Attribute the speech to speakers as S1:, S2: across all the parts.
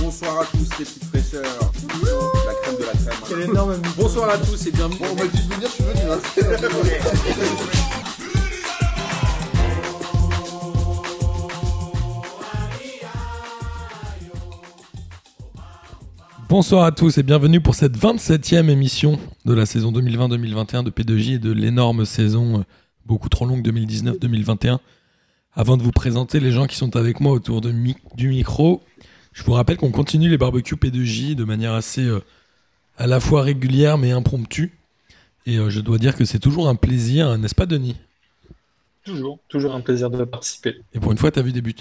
S1: Bonsoir à tous les petites fraîcheurs. La crème hein. de la crème.
S2: Quel énorme
S1: Bonsoir à tous et bienvenue.
S3: Bon, on m'a dit de venir, je suis venu. hein.
S4: Bonsoir à tous et bienvenue pour cette 27e émission de la saison 2020-2021 de P2J et de l'énorme saison euh, beaucoup trop longue 2019-2021. Avant de vous présenter les gens qui sont avec moi autour de mi- du micro, je vous rappelle qu'on continue les barbecues P2J de manière assez euh, à la fois régulière mais impromptue. Et euh, je dois dire que c'est toujours un plaisir, hein, n'est-ce pas Denis
S2: Toujours, toujours un plaisir de participer.
S4: Et pour une fois, t'as vu des buts.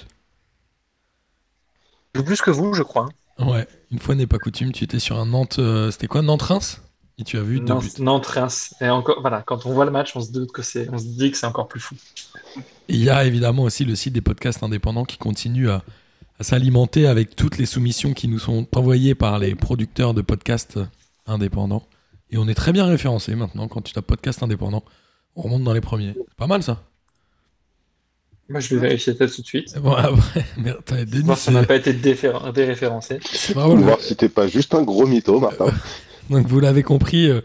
S2: Plus que vous, je crois. hein.
S4: Ouais, une fois n'est pas coutume, tu étais sur un Nantes... euh, C'était quoi Nantes-Reims Et tu as vu deux buts.
S2: Nantes, Nantes, Reims. Et encore, voilà, quand on voit le match, on se doute que c'est, on se dit que c'est encore plus fou.
S4: Et Il y a évidemment aussi le site des podcasts indépendants qui continue à, à s'alimenter avec toutes les soumissions qui nous sont envoyées par les producteurs de podcasts indépendants. Et on est très bien référencés maintenant. Quand tu tapes podcast indépendant, on remonte dans les premiers. C'est pas mal ça.
S2: Moi, je vais vérifier ça tout de suite.
S4: Bon, après, merde, t'as- Denis,
S2: Voir si on n'a
S4: c'est-
S2: pas été déféren- déréférencé.
S4: c'est
S3: Pour
S4: bravo, le-
S3: voir si t'es pas juste un gros mytho, Martin.
S4: Euh, Donc vous l'avez compris, euh,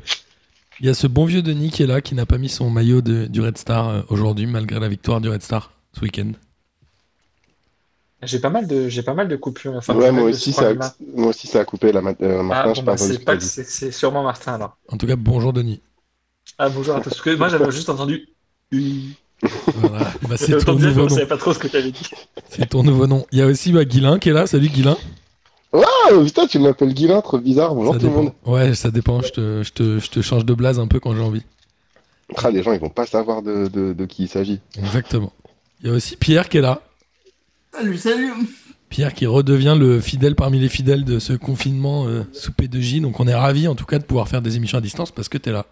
S4: il y a ce bon vieux Denis qui est là, qui n'a pas mis son maillot de- du Red Star euh, aujourd'hui, malgré la victoire du Red Star ce week-end.
S2: J'ai pas mal de, j'ai pas mal de coupures. Enfin, pas
S3: ouais,
S2: mal
S3: moi
S2: de
S3: aussi, ça a,
S2: problèmes là.
S3: moi aussi, ça a coupé là, Mat- euh,
S2: Ah,
S3: Martin. je
S2: bon,
S3: sais pas entendu ce
S2: bah, c'est
S3: que t'as
S2: pas,
S3: dit.
S2: c'est, c'est sûrement Martin alors.
S4: En tout cas, bonjour Denis.
S2: Ah bonjour à tous. Parce que moi, j'avais juste entendu.
S4: Voilà. Bah, c'est
S2: Autant
S4: ton
S2: dire qu'on
S4: nouveau nom.
S2: savait pas trop ce que t'avais dit.
S4: C'est ton nouveau nom. Il y a aussi bah, Guilin qui est là. Salut Guilin.
S3: Ah, putain, tu m'appelles Guilin, trop bizarre. Bonjour
S4: Ça
S3: tout le
S4: dépend.
S3: monde.
S4: Ouais, ça dépend. Je te, je te- je te change de blase un peu quand j'ai envie.
S3: Ah, les gens, ils vont pas savoir de, de, de qui il s'agit.
S4: Exactement. Il y a aussi Pierre qui est là.
S5: Salut, salut
S4: Pierre qui redevient le fidèle parmi les fidèles de ce confinement euh, sous P2J. Donc on est ravis en tout cas de pouvoir faire des émissions à distance parce que t'es là.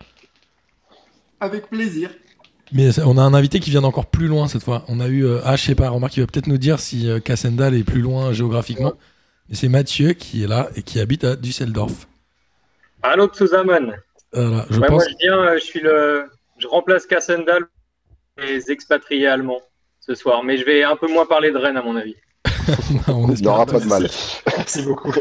S5: Avec plaisir.
S4: Mais ça- on a un invité qui vient d'encore plus loin cette fois. On a eu, euh, ah je sais pas, remarque, il va peut-être nous dire si euh, Kassendal est plus loin géographiquement. Mais c'est Mathieu qui est là et qui habite à Düsseldorf.
S6: Allô Xusamon.
S4: Voilà, je
S6: Ouais, Moi
S4: pense.
S6: je viens, euh, je suis le, je remplace Kassendal pour les expatriés allemands ce soir, mais je vais un peu moins parler de Rennes à mon avis.
S4: on
S3: Il
S4: espère
S3: n'aura
S4: pas.
S3: pas de mal.
S2: Merci beaucoup.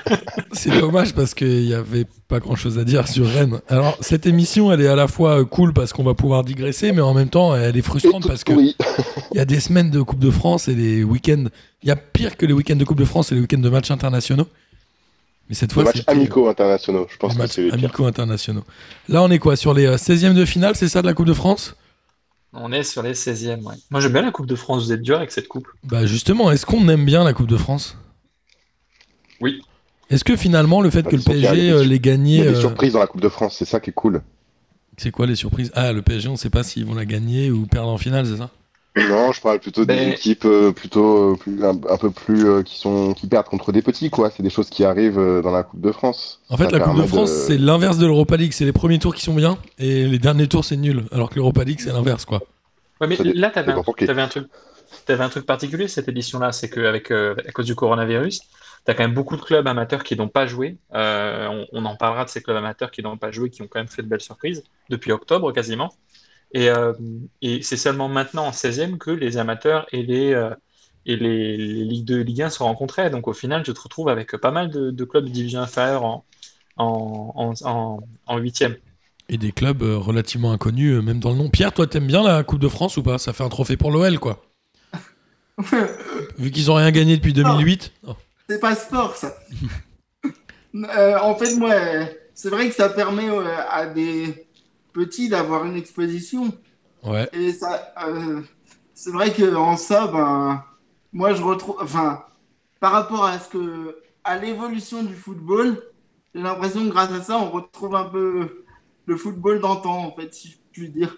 S4: C'est dommage parce qu'il n'y avait pas grand chose à dire sur Rennes. Alors, cette émission, elle est à la fois euh, cool parce qu'on va pouvoir digresser, mais en même temps, elle est
S3: Et
S4: frustrante
S3: tout
S4: parce qu'il
S3: pourri.
S4: y a des semaines de Coupe de France et des week-ends. Il y a pire que les week-ends de Coupe de France et les week-ends de matchs internationaux. Mais cette
S3: Des
S4: fois,
S3: matchs
S4: c'était, euh,
S3: amicaux internationaux, je pense
S4: des
S3: que
S4: matchs
S3: c'est les pires.
S4: amicaux internationaux. Là, on est quoi Sur les euh, 16e de finale, c'est ça de la Coupe de France
S2: On est sur les 16e. Ouais. Moi, j'aime bien la Coupe de France. Vous êtes dur avec cette coupe.
S4: Bah, justement, est-ce qu'on aime bien la Coupe de France
S2: Oui.
S4: Est-ce que finalement, le fait que le
S3: Ils sont
S4: PSG
S3: bien,
S4: euh, l'ait
S3: Il y
S4: gagné.
S3: a des
S4: euh,
S3: surprises dans la Coupe de France, c'est ça qui est cool.
S4: C'est quoi les surprises Ah, le PSG, on ne sait pas s'ils vont la gagner ou perdre en finale, c'est ça
S3: Non, je parle plutôt des
S2: Ben-
S3: équipes euh, plutôt euh, plus- un, un peu plus euh, qui sont qui perdent contre des petits quoi. C'est des choses qui arrivent euh, dans la Coupe de France.
S4: En fait,
S3: Ça
S4: la Coupe Ah, de
S3: permet
S4: France, c'est l'inverse de l'Europa League. C'est les premiers tours qui sont bien et les derniers tours, c'est nul. Alors que l'Europa League, c'est l'inverse, quoi.
S2: Ouais, mais
S3: Ça dé-
S2: là, t'avais
S3: dépend
S2: un,
S3: pour qui.
S2: t'avais un truc, t'avais un truc particulier cette édition-là, c'est qu'avec à cause du coronavirus, t'as quand même beaucoup de clubs amateurs qui n'ont pas joué. Euh, on, on en parlera de ces clubs amateurs qui n'ont pas joué, qui ont quand même fait de belles surprises depuis octobre quasiment. Et, euh, et c'est seulement maintenant en 16e que les amateurs et les euh, et les, les Ligue 2 et Ligue 1 se rencontraient. Donc au final, je te retrouve avec pas mal de, de clubs de division inférieure en en en, en, en 8e.
S4: Et des clubs euh, relativement inconnus, euh, même dans le nom. Pierre, toi, t'aimes bien la Coupe de France ou pas Ça fait un trophée pour l'OL, quoi. Vu qu'ils ont rien gagné depuis 2008. Oh.
S5: c'est pas sport, ça. Euh, en fait, moi, euh, c'est vrai que ça permet euh, à des petits d'avoir une exposition.
S4: Ouais.
S5: Et ça, euh, c'est vrai qu'en ça, ben, moi, je retrouve. Enfin, par rapport à ce que. à l'évolution du football, j'ai l'impression que grâce à ça, on retrouve un peu le football d'antan, en fait, si je puis dire.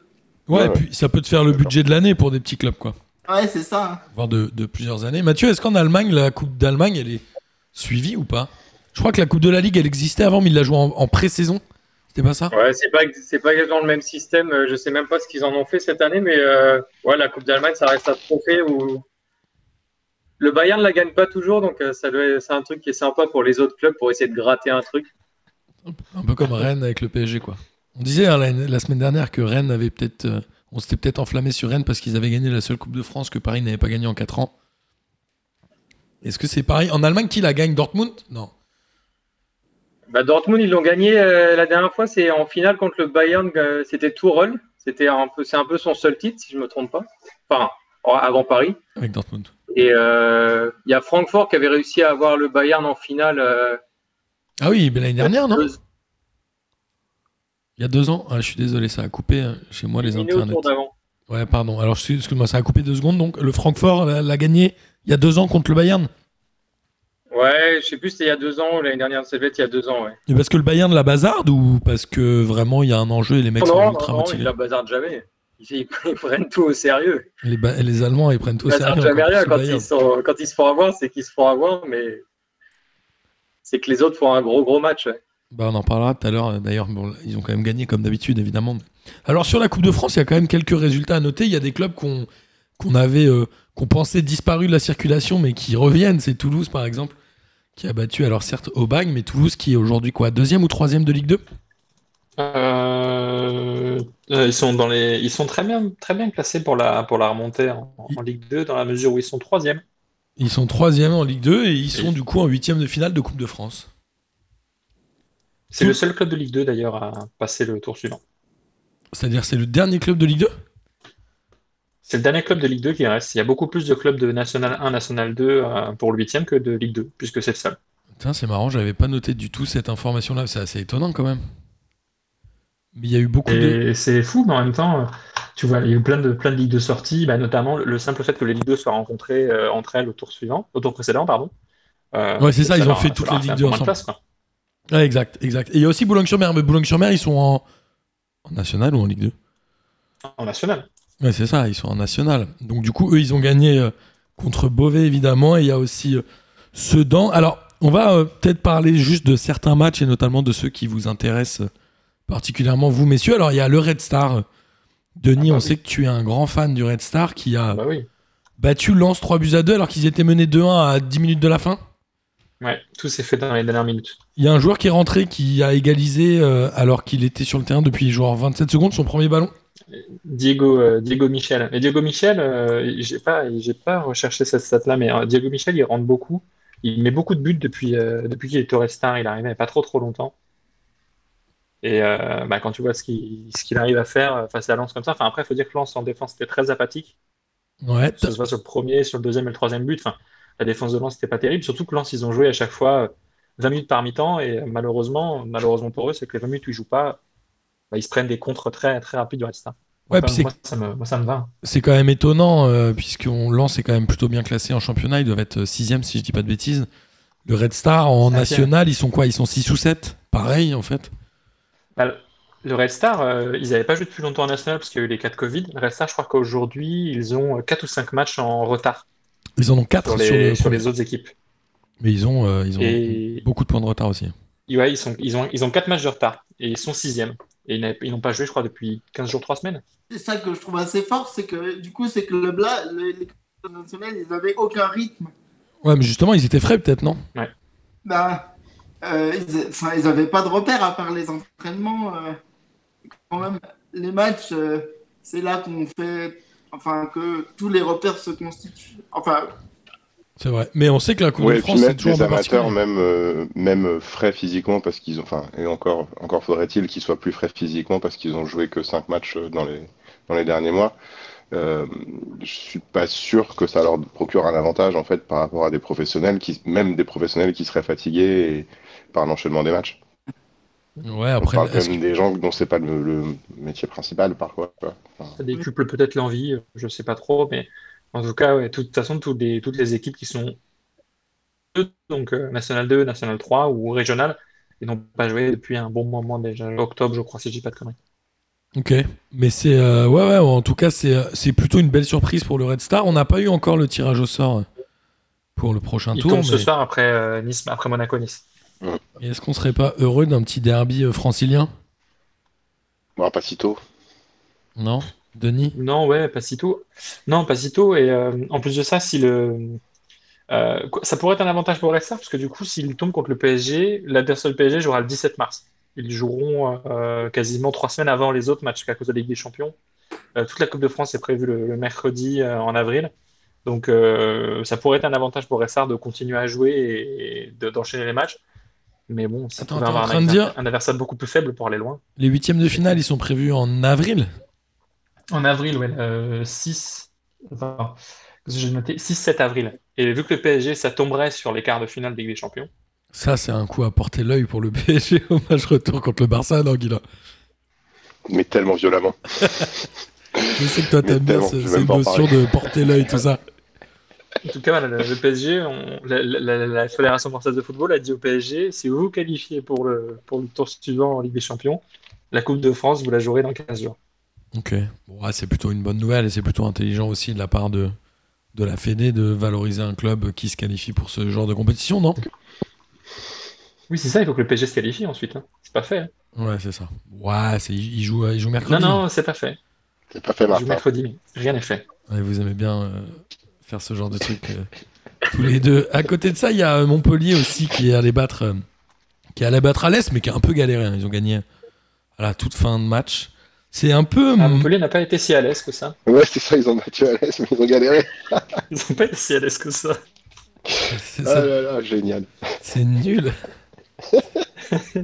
S4: Ouais,
S3: Ouais,
S4: et puis ça peut te faire le budget de l'année pour des petits clubs, quoi.
S5: Ouais, c'est ça. hein.
S4: Voire de, de plusieurs années. Mathieu, est-ce qu'en Allemagne, la Coupe d'Allemagne, elle est suivie ou pas Je crois que la Coupe de la Ligue, elle existait avant, mais ils la jouaient en, en pré-saison. C'était pas ça
S6: Ouais, c'est pas, c'est pas exactement le même système. euh, Je sais même pas ce qu'ils en ont fait cette année, mais euh, ouais, la Coupe d'Allemagne, ça reste un trophée où le Bayern la gagne pas toujours, donc euh, ça doit- c'est un truc qui est sympa pour les autres clubs pour essayer de gratter un truc.
S4: Un peu comme Rennes avec le PSG, quoi. On disait hein, la, la semaine dernière que Rennes avait peut-être. euh, on s'était peut-être enflammé sur Rennes parce qu'ils avaient gagné la seule Coupe de France que Paris n'avait pas gagnée en 4 ans. Est-ce que c'est pareil En Allemagne, qui la gagne Dortmund Non.
S6: Bah, Dortmund, ils l'ont gagné euh, la dernière fois, c'est en finale contre le Bayern, euh, c'était Tourol. C'était un peu, c'est un peu son seul titre, si je me trompe pas. Enfin, avant Paris.
S4: avec Dortmund.
S6: Et euh, il y a Francfort qui avait réussi à avoir le Bayern en finale. euh,
S4: Ah oui, mais l'année dernière, non
S6: deux
S4: Il y a deux ans Ah, je suis désolé, ça a coupé euh, chez moi les
S6: années au
S4: internets.
S6: tour d'avant.
S4: Ouais, pardon. Alors, je suis- excuse-moi, ça a coupé deux secondes. Donc, le Francfort l'a l'a gagné il y a deux ans contre le Bayern.
S6: Ouais, je sais plus, c'était il y a deux ans ou l'année dernière, ça devait être il y a deux ans. Ouais.
S4: Et parce que le Bayern la bazarde ou parce que vraiment il y a un enjeu et les mecs
S6: Non,
S4: sont
S6: non,
S4: ultra
S6: non, ils
S4: motivés
S6: la bazardent jamais. Ils, ils prennent tout au sérieux.
S4: les, Ba- les Allemands ils prennent tout
S6: Ils
S4: au sérieux.
S6: bazardent jamais
S4: encore
S6: rien. Quand
S4: plus le Bayern.
S6: ils, sont, quand ils se font avoir, c'est qu'ils se font avoir, mais c'est que les autres font un gros, gros match. ouais.
S4: Bah, on en parlera tout à l'heure. D'ailleurs, bon, ils ont quand même gagné comme d'habitude, évidemment. Alors, sur la Coupe de France, il y a quand même quelques résultats à noter. Il y a des clubs qu'on qu'on avait, euh, qu'on pensait disparus de la circulation, mais qui reviennent. C'est Toulouse, par exemple, qui a battu, alors certes, Aubagne, mais Toulouse qui est aujourd'hui quoi Deuxième ou troisième de Ligue 2
S2: Euh, euh, ils sont dans les, ils sont très bien, très bien classés pour la, pour la remontée en, en Ligue 2 dans la mesure où ils sont troisième.
S4: Ils sont troisième en Ligue 2 et ils sont
S2: Et-
S4: du coup en huitième de finale de Coupe de France.
S2: C'est le seul club de Ligue 2 d'ailleurs à passer le tour suivant.
S4: C'est-à-dire, c'est le dernier club de Ligue 2
S2: C'est le dernier club de Ligue 2 qui reste. Il y a beaucoup plus de clubs de National 1, National 2 euh, pour le huitième que de Ligue 2, puisque c'est le seul.
S4: Putain, c'est marrant, j'avais pas noté du tout cette information-là. C'est assez étonnant quand même. Mais il y a eu beaucoup de.
S2: Et c'est fou, mais en même temps, euh, tu vois, il y a eu plein de, plein de ligues de sortie, bah, notamment le, le simple fait que les ligues 2 soient rencontrées euh, entre elles au tour suivant, au tour précédent, pardon. Euh,
S4: Ouais, c'est ça, ils ont
S2: leur-
S4: fait toutes
S2: leur
S4: les
S2: a
S4: ligues
S2: un
S4: 2
S2: tournoi de
S4: ensemble.
S2: classe, quoi.
S4: Ouais, exact, exact. Et il y a aussi Boulogne-sur-Mer, mais Boulogne-sur-Mer, ils sont en... en national ou en Ligue 2
S2: en national.
S4: Ouais, c'est ça, ils sont en national. Donc du coup, eux, ils ont gagné euh, contre Beauvais, évidemment, et il y a aussi euh, Sedan. Alors, on va euh, peut-être parler juste de certains matchs, et notamment de ceux qui vous intéressent euh, particulièrement, vous, messieurs. Alors, il y a le Red Star. euh, Denis,
S2: Ah, bah
S4: on
S2: oui.
S4: sait que tu es un grand fan du Red Star qui a
S2: Bah oui.
S4: battu Lens 3 buts à 2 alors qu'ils étaient menés 2-1 à 10 minutes de la fin.
S2: Ouais, tout s'est fait dans les dernières minutes.
S4: Il y a un joueur qui est rentré qui a égalisé euh, alors qu'il était sur le terrain depuis genre 27 secondes son premier ballon.
S2: Diego, euh, Diego Michel. Et Diego Michel, euh, j'ai pas, j'ai pas recherché cette stat-là, mais euh, Diego Michel, il rentre beaucoup. Il met beaucoup de buts depuis, euh, depuis qu'il est au Red Star. Il arrive il y a pas trop trop longtemps. Et euh, bah, quand tu vois ce qu'il ce qu'il arrive à faire euh, face à Lens comme ça, enfin après, il faut dire que Lens en défense était très apathique.
S4: Ouais,
S2: Ça se voit sur le premier, sur le deuxième et le troisième but. Enfin, la défense de Lens n'était pas terrible. Surtout que Lens, ils ont joué à chaque fois euh, 20 minutes par mi-temps. Et euh, malheureusement, malheureusement pour eux, c'est que les 20 minutes où ils jouent pas, bah, ils se prennent des contres très, très rapides du Red Star.
S4: ouais
S2: Enfin,
S4: puis c'est-
S2: moi, ça me, moi, ça me va.
S4: c'est quand même étonnant euh, puisqu'on lance est quand même plutôt bien classé en championnat. Ils doivent être 6 si je dis pas de bêtises. Le Red Star en
S2: Cinquième.
S4: national, ils sont quoi Ils sont 6 ou 7 Pareil en fait.
S2: Bah, le Red Star, euh, ils n'avaient pas joué depuis longtemps en national parce qu'il y a eu les cas de Covid. Le Red Star, je crois qu'aujourd'hui, ils ont 4 ou 5 matchs en retard
S4: Ils en ont 4
S2: sur
S4: Ah, sur,
S2: les,
S4: le
S2: sur
S4: premier.
S2: les autres équipes.
S4: Mais ils ont, euh, ils ont
S2: Et
S4: beaucoup de points de retard aussi.
S2: ouais, ils, sont, ils, ont, ils ont 4 matchs de retard et ils sont 6 Et ils n'avaient- ils n'ont pas joué, je crois, depuis 15 jours, 3 semaines.
S5: C'est ça que je trouve assez fort, c'est que du coup, ces clubs-là, les, les clubs nationales, ils n'avaient aucun rythme.
S4: Ouais, mais justement, ils étaient frais peut-être, non
S5: Bah, euh, ils, enfin, ils avaient pas de repères à part les entraînements. euh, quand même, les matchs, euh, c'est là qu'on fait, enfin, que tous les repères se constituent. Enfin,
S4: C'est vrai. Mais on sait que la Coupe
S3: Ouais,
S4: de
S3: et puis
S4: France, c'est
S3: même
S4: toujours
S3: les
S4: un peu particulier.
S3: amateurs, même, euh, même euh, frais physiquement, parce qu'ils ont. Enfin, et encore, encore faudrait-il qu'ils soient plus frais physiquement, parce qu'ils ont joué que 5 matchs euh, dans les, dans les derniers mois. Euh, je suis pas sûr que ça leur procure un avantage, en fait, par rapport à des professionnels, qui, même des professionnels qui seraient fatigués et- par l'enchaînement des matchs.
S4: Ouais, après,
S3: On parle quand
S4: est-ce
S3: même des gens dont c'est pas le, le métier principal, parfois. quoi. Enfin,
S4: Mm.
S2: Ça décuple peut-être l'envie, euh, je ne sais pas trop. Mais en tout cas, ouais, tout- de toute façon, toutes les, toutes les équipes qui sont donc euh, National 2, National 3 ou Régional, ils n'ont pas joué depuis un bon moment déjà. Octobre, je crois, si je dis pas de conneries.
S4: Ok, mais c'est euh, ouais ouais. En tout cas, c'est euh, c'est plutôt une belle surprise pour le Red Star. On n'a pas eu encore le tirage au sort euh, pour le prochain
S2: Il
S4: tour.
S2: tombe ce
S4: mais-
S2: soir après, euh, nice, après Monaco-Nice.
S4: mais est-ce qu'on serait pas heureux d'un petit derby euh, francilien
S3: bon, pas si tôt.
S4: Non, Denis.
S2: Non, ouais, pas si tôt. Non, pas si tôt. Et euh, en plus de ça, si le, euh, quoi- ça pourrait être un avantage pour le Red Star, parce que du coup, s'il tombe contre le PSG, l'adversaire du PSG jouera le 17 mars. Ils joueront euh, quasiment trois semaines avant les autres matchs, à cause de la Ligue des Champions. Euh, toute la Coupe de France est prévue le, le mercredi euh, en avril. Donc, euh, ça pourrait être un avantage pour le Red Star de continuer à jouer et, et de- d'enchaîner les matchs. Mais bon, ça
S4: Attends,
S2: pouvait
S4: t'es en
S2: avoir
S4: train
S2: un,
S4: de dire-
S2: un adversaire beaucoup plus faible pour aller loin.
S4: Les huitièmes de finale, ils sont prévus en avril.
S2: En avril, ouais, le 6. Enfin, j'ai noté 6-7 avril. Et vu que le PSG, ça tomberait sur les quarts de finale des Ligue des Champions,
S4: Ça, c'est un coup à porter l'œil pour le PSG au match retour contre le Barça, non, Guilla
S3: mais tellement violemment.
S4: Je sais que toi,
S3: Mais
S4: t'aimes bien
S3: tellement,
S4: ce-
S3: je vais
S4: cette
S3: même pas en
S4: notion de porter l'œil, tout ça.
S2: En tout cas, voilà, le, le PSG, on- la, la- la- la Fédération française de football a dit au PSG, si vous vous qualifiez pour le, pour le tour suivant en Ligue des Champions, la Coupe de France, vous la jouerez dans 15 jours.
S4: Ok. Bon, ouais, c'est plutôt une bonne nouvelle et c'est plutôt intelligent aussi de la part de, de la Fédé de valoriser un club qui se qualifie pour ce genre de compétition, non
S2: Oui, c'est ça, il faut que le PSG se qualifie ensuite. hein. C'est pas fait. hein.
S4: Ouais, c'est ça. Ouais, c'est- ils jouent ils jouent
S2: Non,
S4: mercredi.
S2: non, c'est pas fait.
S3: C'est pas fait,
S2: Je
S3: Martin.
S2: mercredi, mais rien n'est fait.
S4: Ouais, vous aimez bien euh, faire ce genre de truc euh, tous les deux. À côté de ça, il y a euh, Montpellier aussi qui est allé battre, euh, qui est allé battre à l'Est, mais qui a un peu galéré. hein. Ils ont gagné à la toute fin de match. C'est un peu.
S2: Ah,
S4: mm,
S2: Montpellier n'a pas été si à l'aise que ça.
S3: Ouais, c'est ça, ils ont battu à l'aise, mais ils ont galéré.
S2: Ils n'ont pas été si à l'aise que ça.
S4: c'est-
S3: Ah
S2: Euh,
S4: ça-
S3: là là, génial.
S4: C'est nul.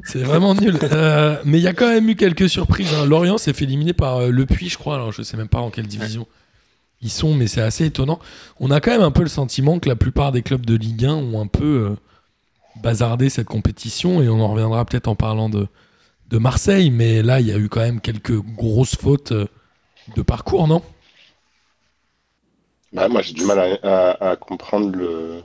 S4: C'est vraiment nul. Euh, mais il y a quand même eu quelques surprises. hein. Lorient s'est fait éliminer par euh, Le Puy, je crois. Alors, je sais même pas en quelle division ils sont, mais c'est assez étonnant. On a quand même un peu le sentiment que la plupart des clubs de Ligue 1 ont un peu euh, bazardé cette compétition. Et on en reviendra peut-être en parlant de, de Marseille. Mais là, il y a eu quand même quelques grosses fautes euh, de parcours, non
S3: Bah, moi, j'ai du mal à, à- à comprendre le-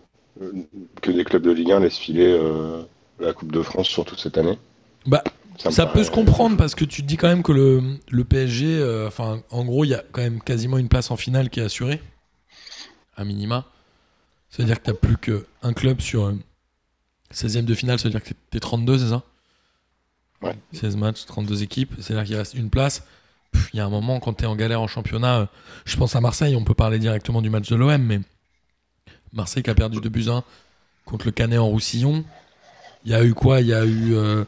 S3: que des clubs de Ligue 1 laissent filer euh, la Coupe de France, surtout cette année.
S4: Bah,
S3: me
S4: Ça
S3: paraît-
S4: peut se comprendre parce que tu te dis quand même que le, le PSG, euh, enfin, en gros, il y a quand même quasiment une place en finale qui est assurée, à minima. C'est-à-dire que tu plus qu'un club sur euh, 16e de finale, c'est-à-dire que tu es 32, c'est ça
S3: Ouais.
S4: 16 matchs, 32 équipes, c'est-à-dire qu'il reste une place. Pff, Il y a un moment, quand tu es en galère en championnat, euh, je pense à Marseille, on peut parler directement du match de l'OM, mais Marseille qui a perdu 2 buts 1 contre le Canet en Roussillon. Il y a eu quoi Il y a eu. euh,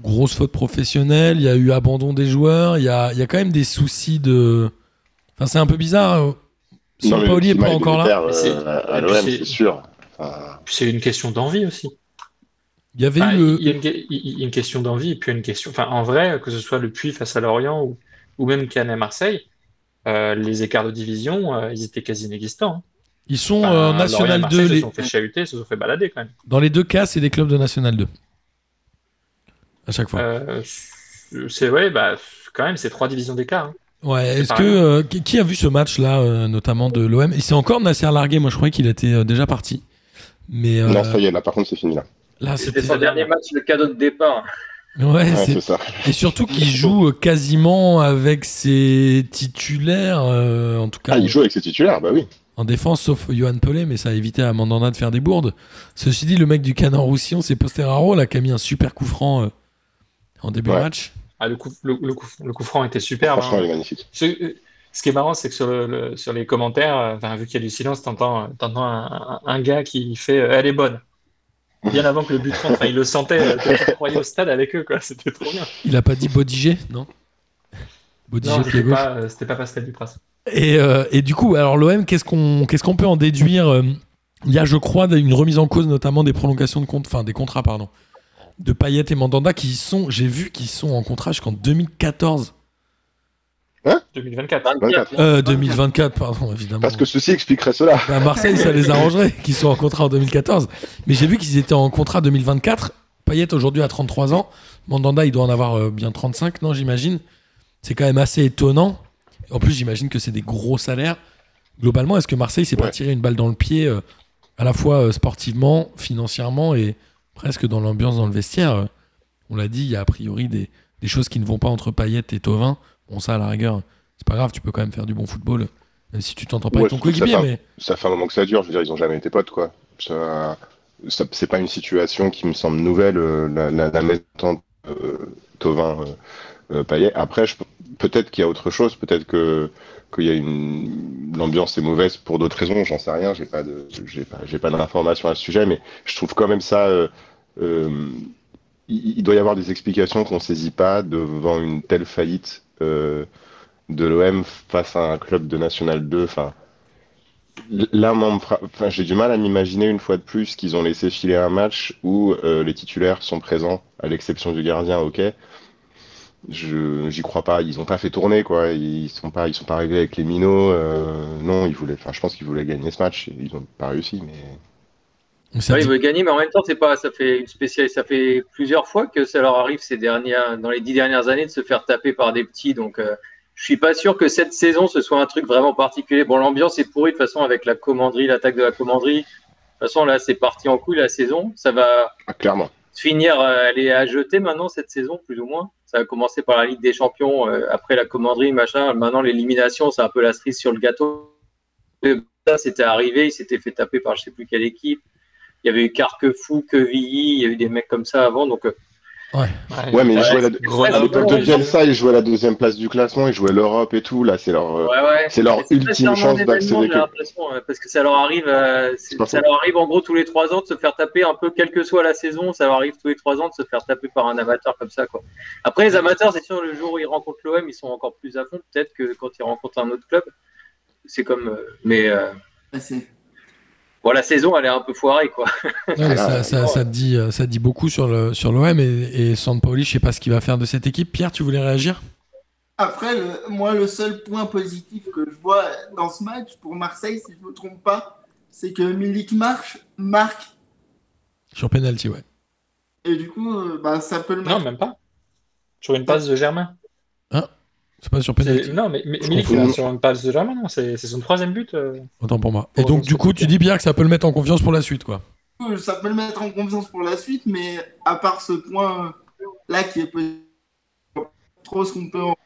S4: grosse faute professionnelle, il y a eu abandon des joueurs, il y a, il y a quand même des soucis de. Enfin, c'est un peu bizarre. euh,
S3: Non, mais le
S4: Sampaoli est
S3: climat
S4: pas encore là.
S3: délétère, euh,
S2: Mais c'est-
S3: à- à
S2: et puis
S3: l'OM,
S2: c'est-
S3: c'est sûr. Enfin,
S2: Puis c'est une question d'envie aussi.
S4: Il y avait eu
S2: Enfin, Bah, Ah,
S4: le-
S2: Il y a une, que- il y a une question d'envie, et puis une question. Enfin, en vrai, que ce soit le Puy face à Lorient ou, ou même Cannes à Marseille, euh, les écarts de division, euh, ils étaient quasi inexistants. hein.
S4: Ils sont euh,
S2: Enfin,
S4: en
S2: Lorient et
S4: National
S2: Marseille
S4: 2.
S2: se
S4: les-
S2: sont fait chahuter, se sont fait balader quand même.
S4: Dans les deux cas, c'est des clubs de National 2. À chaque fois.
S2: Euh, c'est ouais, bah quand même, c'est trois divisions d'écart. hein.
S4: ouais,
S2: c'est
S4: est-ce que.
S2: pareil.
S4: euh, qui qui a vu ce match-là, euh, notamment de l'OM Et c'est encore Nasser Largué, moi je croyais qu'il était euh, déjà parti. Mais euh,
S3: Non, ça y est, là, par contre, c'est fini, là.
S4: là,
S6: C'était
S4: c'était.
S6: son dernier match, le cadeau de départ.
S4: Ouais,
S3: Ouais,
S4: c'est-
S3: c'est ça.
S4: Et surtout qu'il joue euh, quasiment avec ses titulaires, euh, en tout cas.
S3: Ah, il joue avec ses titulaires, bah oui.
S4: en défense, sauf Johan Pelé, mais ça a évité à Mandanda de faire des bourdes. Ceci dit, le mec du Canan Roussillon, c'est Posteraro, là, qui a mis un super coup franc euh, en début de
S3: Ouais.
S4: match.
S2: Ah, le coup, le, le coup, le coup franc était superbe.
S3: Franchement,
S2: hein.
S3: il est magnifique.
S2: Ce, euh, ce qui est marrant, c'est que sur, le- le- sur les commentaires, euh, enfin, vu qu'il y a du silence, t'entends, euh, t'entends un, un- un gars qui fait euh, Elle est bonne. Bien avant que le but rentre, Enfin, il le sentait, euh, tellement qu'il croyait au stade avec eux, quoi. C'était trop bien.
S4: Il a pas dit Bodigé, non Bodigé,
S2: Non,
S4: pied
S2: c'était
S4: gauche.
S2: pas, euh, c'était pas Pascal Dupras.
S4: Et, euh, et du coup, alors l'OM, qu'est-ce qu'on qu'est-ce qu'on peut en déduire euh, Il y a, je crois, une remise en cause notamment des prolongations de compte, enfin des contrats, pardon, de Payet et Mandanda qui sont, j'ai vu, qu'ils sont en contrat jusqu'en 2014.
S2: 2024.
S6: 24.
S4: Euh, 2024, pardon, évidemment.
S3: Parce que ceci expliquerait cela.
S4: Bah, Marseille, ça les arrangerait qu'ils soient en contrat en 2014. Mais j'ai vu qu'ils étaient en contrat 2024. Payet aujourd'hui à 33 ans. Mandanda, il doit en avoir euh, bien 35, non, j'imagine. C'est quand même assez étonnant. En plus, j'imagine que c'est des gros salaires. Globalement, est-ce que Marseille s'est pas
S3: Ouais.
S4: tiré une balle dans le pied, euh, à la fois euh, sportivement, financièrement et presque dans l'ambiance dans le vestiaire euh, On l'a dit, il y a a priori des, des choses qui ne vont pas entre Payet et Tovin. Bon, ça, à la rigueur, c'est pas grave, tu peux quand même faire du bon football, euh, même si tu t'entends pas
S3: Ouais,
S4: avec ton
S3: surtout que ça
S4: coéquipier,
S3: fait un-
S4: mais.
S3: Ça fait un moment que ça dure. Je veux dire, ils ont jamais été potes, quoi. Ça, ça- c'est pas une situation qui me semble nouvelle, euh, la, la, la mésentente Tovin euh, Payet. Après, je- peut-être qu'il y a autre chose. Peut-être que qu'il y a une l'ambiance est mauvaise pour d'autres raisons. J'en sais rien. J'ai pas de j'ai pas j'ai pas d'informations à ce sujet, mais je trouve quand même ça. euh, euh, il, il doit y avoir des explications qu'on saisit pas devant une telle faillite euh, de l'OM face à un club de National 2. Enfin, Là, moi, on me fra- enfin, j'ai du mal à m'imaginer une fois de plus qu'ils ont laissé filer un match où euh, les titulaires sont présents, à l'exception du gardien, ok. Je, j'y crois pas. Ils ont pas fait tourner, quoi. Ils sont pas, ils sont pas arrivés avec les minots. euh, non, ils voulaient. Enfin, je pense qu'ils voulaient gagner ce match. Ils ont pas réussi, mais.
S4: On s'est
S6: Ouais,
S4: dit-
S6: ils veulent gagner, mais en même temps, c'est pas, ça fait une spéciale, ça fait plusieurs fois que ça leur arrive ces dernières, dans les dix dernières années, de se faire taper par des petits. Donc, euh, je suis pas sûr que cette saison ce soit un truc vraiment particulier. Bon, l'ambiance est pourrie de toute façon avec la commanderie, l'attaque de la commanderie. De toute façon, là, c'est parti en couille la saison. Ça va
S3: Ah, clairement.
S6: finir, euh, elle est à jeter maintenant cette saison, plus ou moins. Ça a commencé par la Ligue des Champions, euh, après la commanderie, machin. Maintenant, l'élimination, c'est un peu la cerise sur le gâteau. Le- Ça, c'était arrivé, il s'était fait taper par je sais plus quelle équipe. Il y avait eu Carquefou, Quevilly, il y a eu des mecs comme ça avant. Donc, euh,
S3: Ouais, mais ils jouaient
S6: Ah,
S3: la- à
S2: Grenoble.
S3: l'époque de Bielsa, ils jouaient la deuxième place du classement, ils jouaient l'Europe et tout. Là, c'est leur. euh,
S6: ouais, ouais.
S3: C'est leur
S6: Mais c'est pas
S3: ultime
S6: tellement
S3: chance
S6: un événement,
S3: d'accéder
S6: j'ai
S3: que-
S6: l'impression, euh, Parce que ça leur arrive, euh, c'est-
S3: C'est pas
S6: ça
S3: faux.
S6: leur arrive en gros tous les trois ans de se faire taper un peu, quelle que soit la saison, ça leur arrive tous les trois ans de se faire taper par un amateur comme ça. Quoi. Après, les amateurs, c'est sûr, le jour où ils rencontrent l'OM, ils sont encore plus à fond, peut-être que quand ils rencontrent un autre club. C'est comme. euh, mais euh,
S5: Bah, c'est-
S6: bon, la saison, elle est un peu foirée, quoi.
S4: Non, mais ça,
S3: Ah,
S4: ça- ça dit, euh, ça dit beaucoup sur l'OM sur l'OM et, et Sampaoli, je sais pas ce qu'il va faire de cette équipe. Pierre, tu voulais réagir
S5: Après, le- moi, le seul point positif que je vois dans ce match pour Marseille, si je ne me trompe pas, c'est que Milik marche, marque,
S4: Sur penalty, ouais.
S5: et du coup, euh, bah, ça peut le
S2: Non,
S5: marquer.
S2: même pas. Sur une passe de Germain.
S4: C'est pas sur
S2: C'est-
S4: penalty.
S2: Non, mais mais-
S3: Je
S2: Milik,
S3: confonds.
S2: il a sur une passe de Germain, non, c'est c'est son troisième but. euh.
S4: Autant pour moi.
S2: Pour
S4: Et donc,
S2: revenir
S4: du
S2: sur
S4: coup,
S2: le
S4: tu dis Pierre que ça peut le mettre en confiance pour la suite, quoi.
S5: Du coup, Euh, Ça peut le mettre en confiance pour la suite, mais à part ce point-là qui est positif, trop ce qu'on peut en-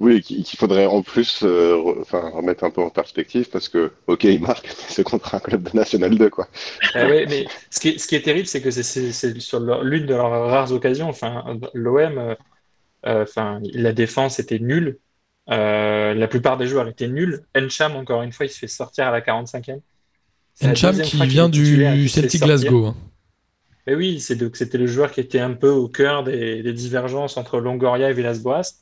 S3: Oui, qu'il qu'il faudrait en plus euh, re- enfin, remettre un peu en perspective parce que, ok, il marque, mais c'est contre un club de National 2, quoi.
S2: Eh ouais, mais ce qui, est- ce qui est terrible, c'est que c'est- c'est c'est sur leur- l'une de leurs rares occasions. Enfin, l'OM, euh, euh, enfin, la défense était nulle. Euh, la plupart des joueurs étaient nuls. Encham, encore une fois, il se fait sortir à la 45e. C'est la
S4: Encham
S2: deuxième
S4: qui
S2: fois qu'il
S4: vient
S2: est titulaire et
S4: du
S2: qu'il se fait
S4: Celtic
S2: sortir.
S4: Glasgow. hein.
S2: Mais oui, c'est donc c'était le joueur qui était un peu au cœur des, des divergences entre Longoria et Villas-Boas.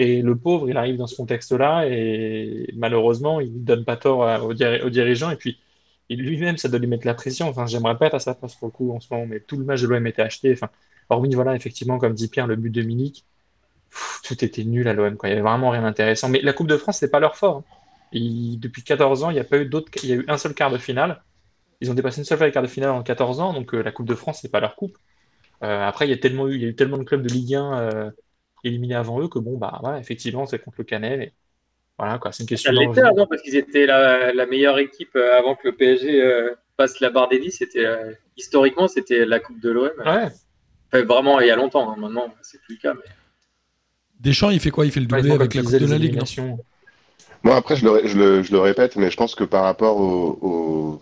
S2: Et le pauvre, il arrive dans ce contexte-là et malheureusement, il ne donne pas tort à- aux, diri- aux dirigeants. Et puis, il- lui-même, ça doit lui mettre la pression. Enfin, j'aimerais pas être à sa place pour le coup en ce moment, mais tout le match de l'OM était acheté. Enfin, hormis, voilà, effectivement, comme dit Pierre, le but de Milik, pff, tout était nul à l'OM. quoi. Il n'y avait vraiment rien d'intéressant. Mais la Coupe de France, c'est pas leur fort. hein. Ils- depuis 14 ans, il n'y a pas eu d'autres. Il y a eu un seul quart de finale. Ils ont dépassé une seule fois les quarts de finale en 14 ans, donc euh, la Coupe de France, c'est pas leur coupe. Euh, après, il y a tellement eu, il y a eu tellement de clubs de Ligue 1 euh, éliminés avant eux que bon, bah voilà, effectivement, c'est contre le Canet. mais voilà quoi, c'est une
S6: Ça
S2: question
S6: l'était
S2: d'enjeu.
S6: avant, parce qu'ils étaient la, la meilleure équipe euh, avant que le PSG euh, passe la barre des 10. C'était, euh, historiquement, c'était la Coupe de l'OM.
S2: Ouais,
S6: Enfin, vraiment, il y a longtemps. hein. Maintenant, c'est plus le cas. mais-
S4: Deschamps, il fait quoi Il fait le doublé
S2: ouais,
S4: avec la
S2: comme
S4: Coupe
S2: tu disais,
S4: de la
S2: les
S4: Ligue, non
S2: éliminations.
S3: Moi, après, je le, ré- je le, je le répète, mais je pense que par rapport au- au-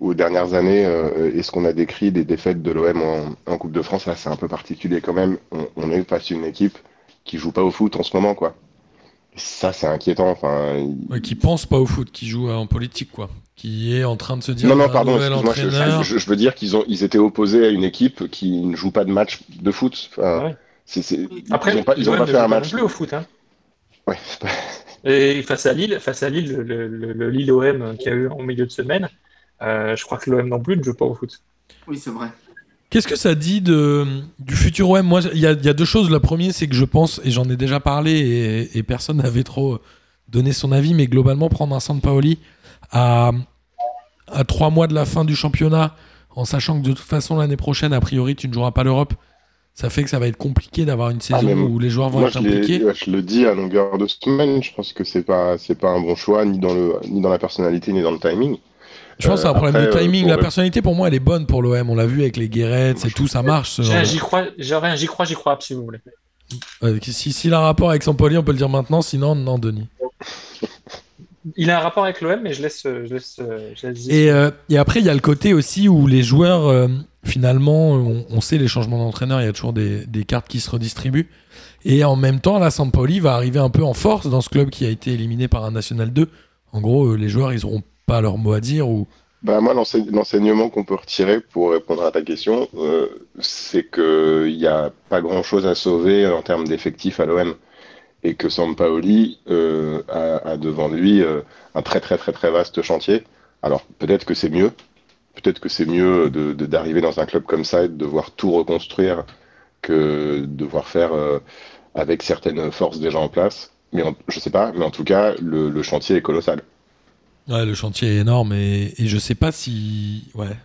S3: aux dernières années euh, et ce qu'on a décrit des défaites de l'OM en, en Coupe de France, là, c'est un peu particulier quand même. On, on est face à une équipe qui joue pas au foot en ce moment, quoi. Ça, c'est inquiétant. Enfin, il-
S4: Ouais, Qui pense pas au foot, qui joue euh, en politique, quoi. Qui est en train de se dire.
S3: non, non,
S4: un
S3: pardon,
S4: nouvel
S3: excuse-moi, je,
S4: entraîneur.
S3: je- je- je veux dire qu'ils ont, ils étaient opposés à une équipe qui ne joue pas de match de foot. Enfin,
S2: Ouais.
S3: c'est- c'est-
S2: Après,
S3: ils ont pas, ils ont
S2: l'OM
S3: pas
S2: ne
S3: fait
S2: joue
S3: un match.
S2: non plus au foot. hein.
S3: Ouais, c'est pas-
S2: Et face à Lille, face à Lille, le, le- le Lille OM qu'il y a eu en milieu de semaine, euh, je crois que l'OM non plus ne joue pas au foot.
S5: Oui, c'est vrai.
S4: Qu'est-ce que ça dit de, du futur OM Moi, il y, a il y a deux choses. La première, c'est que je pense, et j'en ai déjà parlé, et, et personne n'avait trop donné son avis, mais globalement, prendre un Sampaoli à, à trois mois de la fin du championnat, en sachant que de toute façon, l'année prochaine, a priori, tu ne joueras pas l'Europe, ça fait que ça va être compliqué d'avoir une saison
S3: Ah, mais moi-
S4: où les joueurs vont
S3: Moi,
S4: être
S3: je, l'ai- euh,
S4: impliqués.
S3: ouais, je le dis à longueur de semaine, je pense que c'est pas c'est pas un bon choix ni dans le ni dans la personnalité ni dans le timing.
S4: Je pense que c'est un
S3: Euh,
S4: problème de
S3: après, euh,
S4: timing.
S3: pour
S4: la
S3: le-
S4: personnalité, pour moi, elle est bonne pour l'OM. On l'a vu avec les Guéret,
S3: Moi,
S4: c'est
S3: je-
S4: tout, ça marche. ce
S2: J'ai
S4: genre
S2: un
S4: de-
S2: J'y crois, j'aurais un j'y crois, j'y crois, si vous voulez.
S4: Euh, si, s'il a un rapport avec Sampaoli, on peut le dire maintenant, sinon, non, Denis.
S2: Il a un rapport avec l'OM, mais je laisse, euh, je laisse, je laisse-
S4: Et, euh, et après, il y a le côté aussi où les joueurs, euh, finalement, on, on sait les changements d'entraîneur, il y a toujours des, des cartes qui se redistribuent. Et en même temps, la Sampoli va arriver un peu en force dans ce club qui a été éliminé par un National 2. En gros, euh, les joueurs, ils n'auront pas leur mot à dire. Ou...
S3: Bah moi l'ense- l'enseignement qu'on peut retirer pour répondre à ta question, euh, c'est que il y a pas grand chose à sauver en termes d'effectifs à l'OM. et que Sampaoli euh, a, a devant lui euh, un très très très très vaste chantier. Alors peut-être que c'est mieux, peut-être que c'est mieux de- de- d'arriver dans un club comme ça et de devoir tout reconstruire que de devoir faire euh, avec certaines forces déjà en place. Mais en- je sais pas, mais en tout cas, le, le chantier est colossal.
S4: Ouais, le chantier est énorme et, et je sais pas si. Ouais.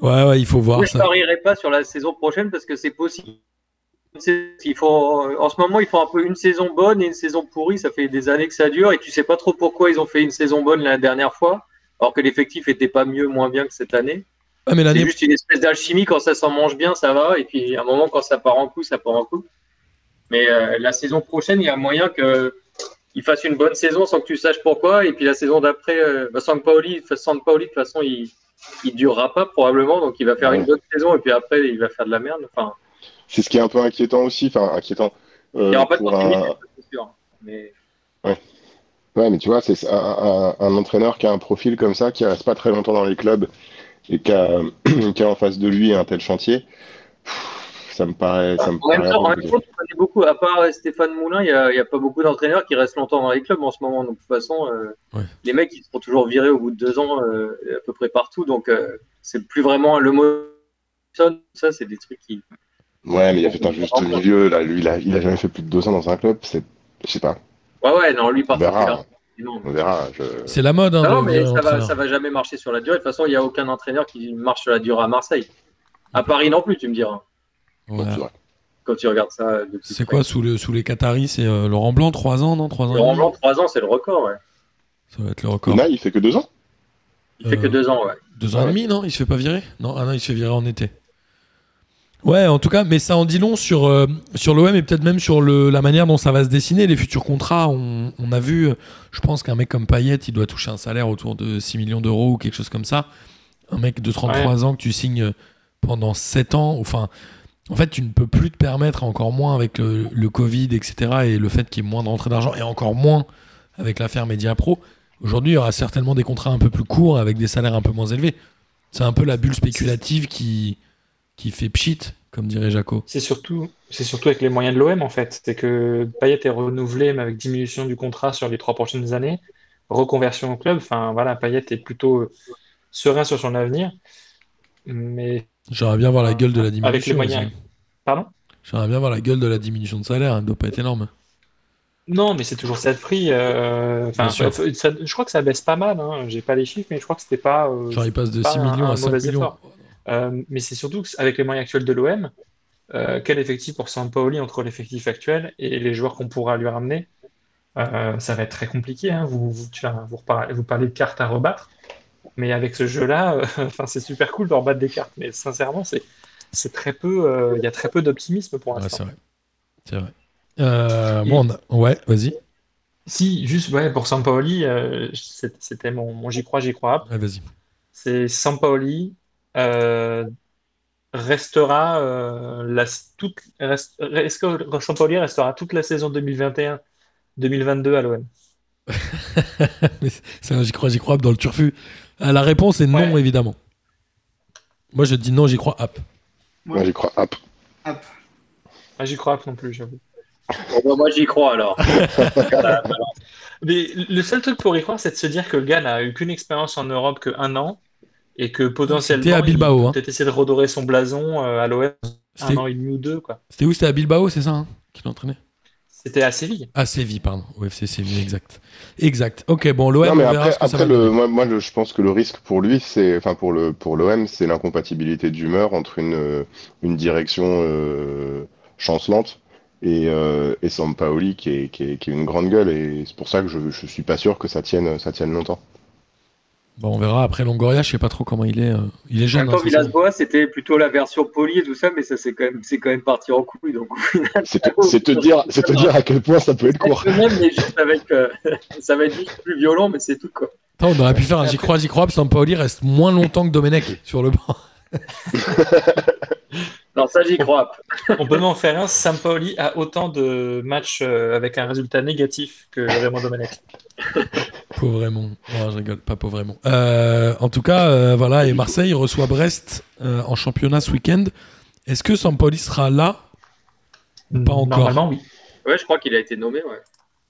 S4: Ouais, ouais, il faut voir
S6: Moi, je
S4: ça.
S6: parierais pas sur la saison prochaine parce que c'est possible. C'est- Il faut, euh, en ce moment, ils font un peu une saison bonne et une saison pourrie. Ça fait des années que ça dure et tu sais pas trop pourquoi ils ont fait une saison bonne la dernière fois, alors que l'effectif était pas mieux, moins bien que cette année.
S4: Ah, mais
S6: C'est
S4: l'année.
S6: juste une espèce d'alchimie. Quand ça s'en mange bien, ça va. Et puis, à un moment, quand ça part en coup, ça part en coup. Mais euh, la saison prochaine, il y a moyen que il fasse une bonne saison sans que tu saches pourquoi. Et puis, la saison d'après, euh, bah, Sampaoli, Sampaoli, de toute façon, il, il durera pas probablement. Donc, il va faire
S3: Ouais. Euh,
S6: une bonne saison. Et puis après, il va faire de la merde. Enfin,
S3: C'est ce qui est un peu inquiétant aussi, enfin inquiétant. euh,
S6: il n'y aura pas de
S3: pour un-
S6: continuité, ça, c'est sûr. Mais
S3: Ouais, mais tu vois, c'est un, un- un entraîneur qui a un profil comme ça, qui reste pas très longtemps dans les clubs et qui a, qui a en face de lui un tel chantier. pff, Ça me paraît, ça me
S6: en même
S3: paraît
S6: temps, en même
S3: compliqué.
S6: temps, tu connais beaucoup. À part euh, Stéphane Moulin, il n'y a, il y a pas beaucoup d'entraîneurs qui restent longtemps dans les clubs en ce moment. Donc, de toute façon, euh,
S4: Ouais.
S6: les mecs, ils seront toujours virés au bout de deux ans euh, à peu près partout. Donc, euh, c'est plus vraiment le mot. Ça, c'est des trucs qui.
S3: Ouais, mais il a fait un juste milieu là. Lui, il a, il a jamais fait plus de deux ans dans un club. C'est, je sais pas.
S6: Ouais, ouais, non, lui,
S3: On
S6: par
S3: verra, hein,
S6: contre, il a- non.
S3: on verra. je-
S4: C'est la mode. Hein,
S6: Non,
S4: de-
S6: mais
S4: de
S6: ça va,
S4: l'entraîneur.
S6: ça va jamais marcher sur la durée. De toute façon, il n'y a aucun entraîneur qui marche sur la durée à Marseille. À Paris non plus, tu me diras,
S4: On a-
S3: tu vois.
S6: quand tu regardes ça. de plus
S4: C'est
S6: près.
S4: quoi sous, le, sous les Qataris C'est euh, Laurent Blanc, 3 ans, non 3 ans. et
S6: Laurent
S4: demi
S6: Blanc, 3 ans, c'est le record, ouais.
S4: Ça va être le record.
S3: Kuna, il fait que deux ans.
S6: Il fait
S4: Euh,
S6: que 2 ans, ouais.
S4: 2 ans et demi, non Il se fait pas virer Non, ah non, il se fait virer en été. Ouais, en tout cas, mais ça en dit long sur, euh, sur l'OM et peut-être même sur le, la manière dont ça va se dessiner, les futurs contrats. On, on a vu, euh, je pense qu'un mec comme Payet, il doit toucher un salaire autour de 6 millions d'euros ou quelque chose comme ça. Un mec de 33 ans que tu signes euh, pendant 7 ans, enfin, en fait, tu ne peux plus te permettre, encore moins avec le, le Covid, etc., et le fait qu'il y ait moins de rentrée d'argent, et encore moins avec l'affaire Media Pro. Aujourd'hui, il y aura certainement des contrats un peu plus courts avec des salaires un peu moins élevés. C'est un peu la bulle spéculative qui, qui fait pchit, comme dirait Jaco.
S2: C'est surtout, c'est surtout avec les moyens de l'OM en fait. C'est que Payet est renouvelé, mais avec diminution du contrat sur les trois prochaines années, reconversion au club. Enfin voilà, Payet est plutôt euh, serein sur son avenir. Mais
S4: J'aimerais bien voir la gueule de la diminution.
S2: avec les moyens.
S4: aussi.
S2: Pardon?
S4: J'aimerais bien voir la gueule de la diminution de salaire, elle ne doit pas être énorme.
S2: Non, mais c'est toujours ça de prix. euh, enfin,
S4: Bien sûr.
S2: bref, ça- je crois que ça baisse pas mal. Hein. J'ai pas les chiffres, mais je crois que c'était pas. euh,
S4: Genre, il passe de
S2: pas
S4: 6
S2: un-
S4: millions
S2: un
S4: à 5
S2: mauvais
S4: millions.
S2: effort. Euh, mais c'est surtout qu'avec les moyens actuels de l'OM, euh, quel effectif pour Sampaoli entre l'effectif actuel et les joueurs qu'on pourra lui ramener Euh, Ça va être très compliqué. hein. Vous, vous, tu vois, vous, reparlez- vous parlez de cartes à rebattre, mais avec ce jeu-là, euh, enfin, c'est super cool de rebattre des cartes. Mais sincèrement, c'est c'est très peu. euh, Il y a très peu d'optimisme pour
S4: Ouais,
S2: l'instant.
S4: c'est vrai. C'est vrai. Euh, bon, on a- ouais, vas-y.
S2: Si, juste ouais, pour Sampaoli, euh, c'est- c'était mon, mon j'y crois, j'y crois up.
S4: Ouais, vas-y.
S2: C'est Sampaoli euh, restera euh, la, toute, reste- est-ce que Sampaoli restera toute la saison 2021-2022 à l'OM?
S4: Mais c'est un j'y crois, j'y crois up dans le turfu. Ah, la réponse est non,
S2: Ouais.
S4: évidemment. Moi, je dis non, j'y crois up.
S3: Moi, j'y crois. Hop.
S5: Hop.
S2: Ah, j'y crois pas non plus, j'avoue.
S6: Bon, bah, moi, j'y crois alors.
S2: Mais le seul truc pour y croire, c'est de se dire que le gars n'a eu qu'une expérience en Europe que un an et que potentiellement
S4: C'était à Bilbao,
S2: il peut
S4: hein.
S2: peut-être essayer de redorer son blason euh, à l'OM un
S4: C'était-
S2: an et demi ou deux, quoi.
S4: C'était où C'était à Bilbao, c'est ça hein, Qu'il entraînait
S2: C'était à Séville.
S4: À Séville, Ah, pardon. Au FC Séville, exact. Exact. Ok, bon, l'OM,
S3: non,
S4: on
S3: mais
S4: verra
S3: après,
S4: ce que ça
S3: après
S4: va
S3: le,
S4: donner.
S3: moi, moi, le- je pense que le risque pour lui, c'est, enfin, pour le, pour l'OM, c'est l'incompatibilité d'humeur entre une, euh, une direction euh, chancelante et, euh, et Sampaoli qui est, qui, est, qui est une grande gueule. Et c'est pour ça que je, je suis pas sûr que ça tienne, ça tienne longtemps.
S4: Bon, on verra. Après Longoria, je sais pas trop comment il est. euh, Il est jeune. hein,
S6: Quand
S4: c'est ça.
S6: Villas-Boas, c'était plutôt la version polie et tout ça, mais ça, c'est quand même, c'est quand même parti en couille. Donc,
S3: C'est te, c'est te dire, c'est te dire à quel point ça peut être court.
S6: le même, mais juste avec, euh, ça va être juste plus violent, mais c'est tout quoi.
S4: Putain, on aurait pu faire un j'y crois, j'y crois. Puis Sampaoli reste moins longtemps que Domenech sur le banc.
S6: Non, ça, j'y crois.
S2: On peut même en faire un. Sampaoli a autant de matchs euh, avec un résultat négatif que Raymond Domenech.
S4: Pauvre Raymond. Non, je rigole. Pas pauvre Raymond. Euh, en tout cas, euh, voilà. Et Marseille reçoit Brest euh, en championnat ce week-end. Est-ce que Sampaoli sera là Pas encore.
S2: Normalement, oui.
S6: Ouais, je crois qu'il a été nommé, ouais.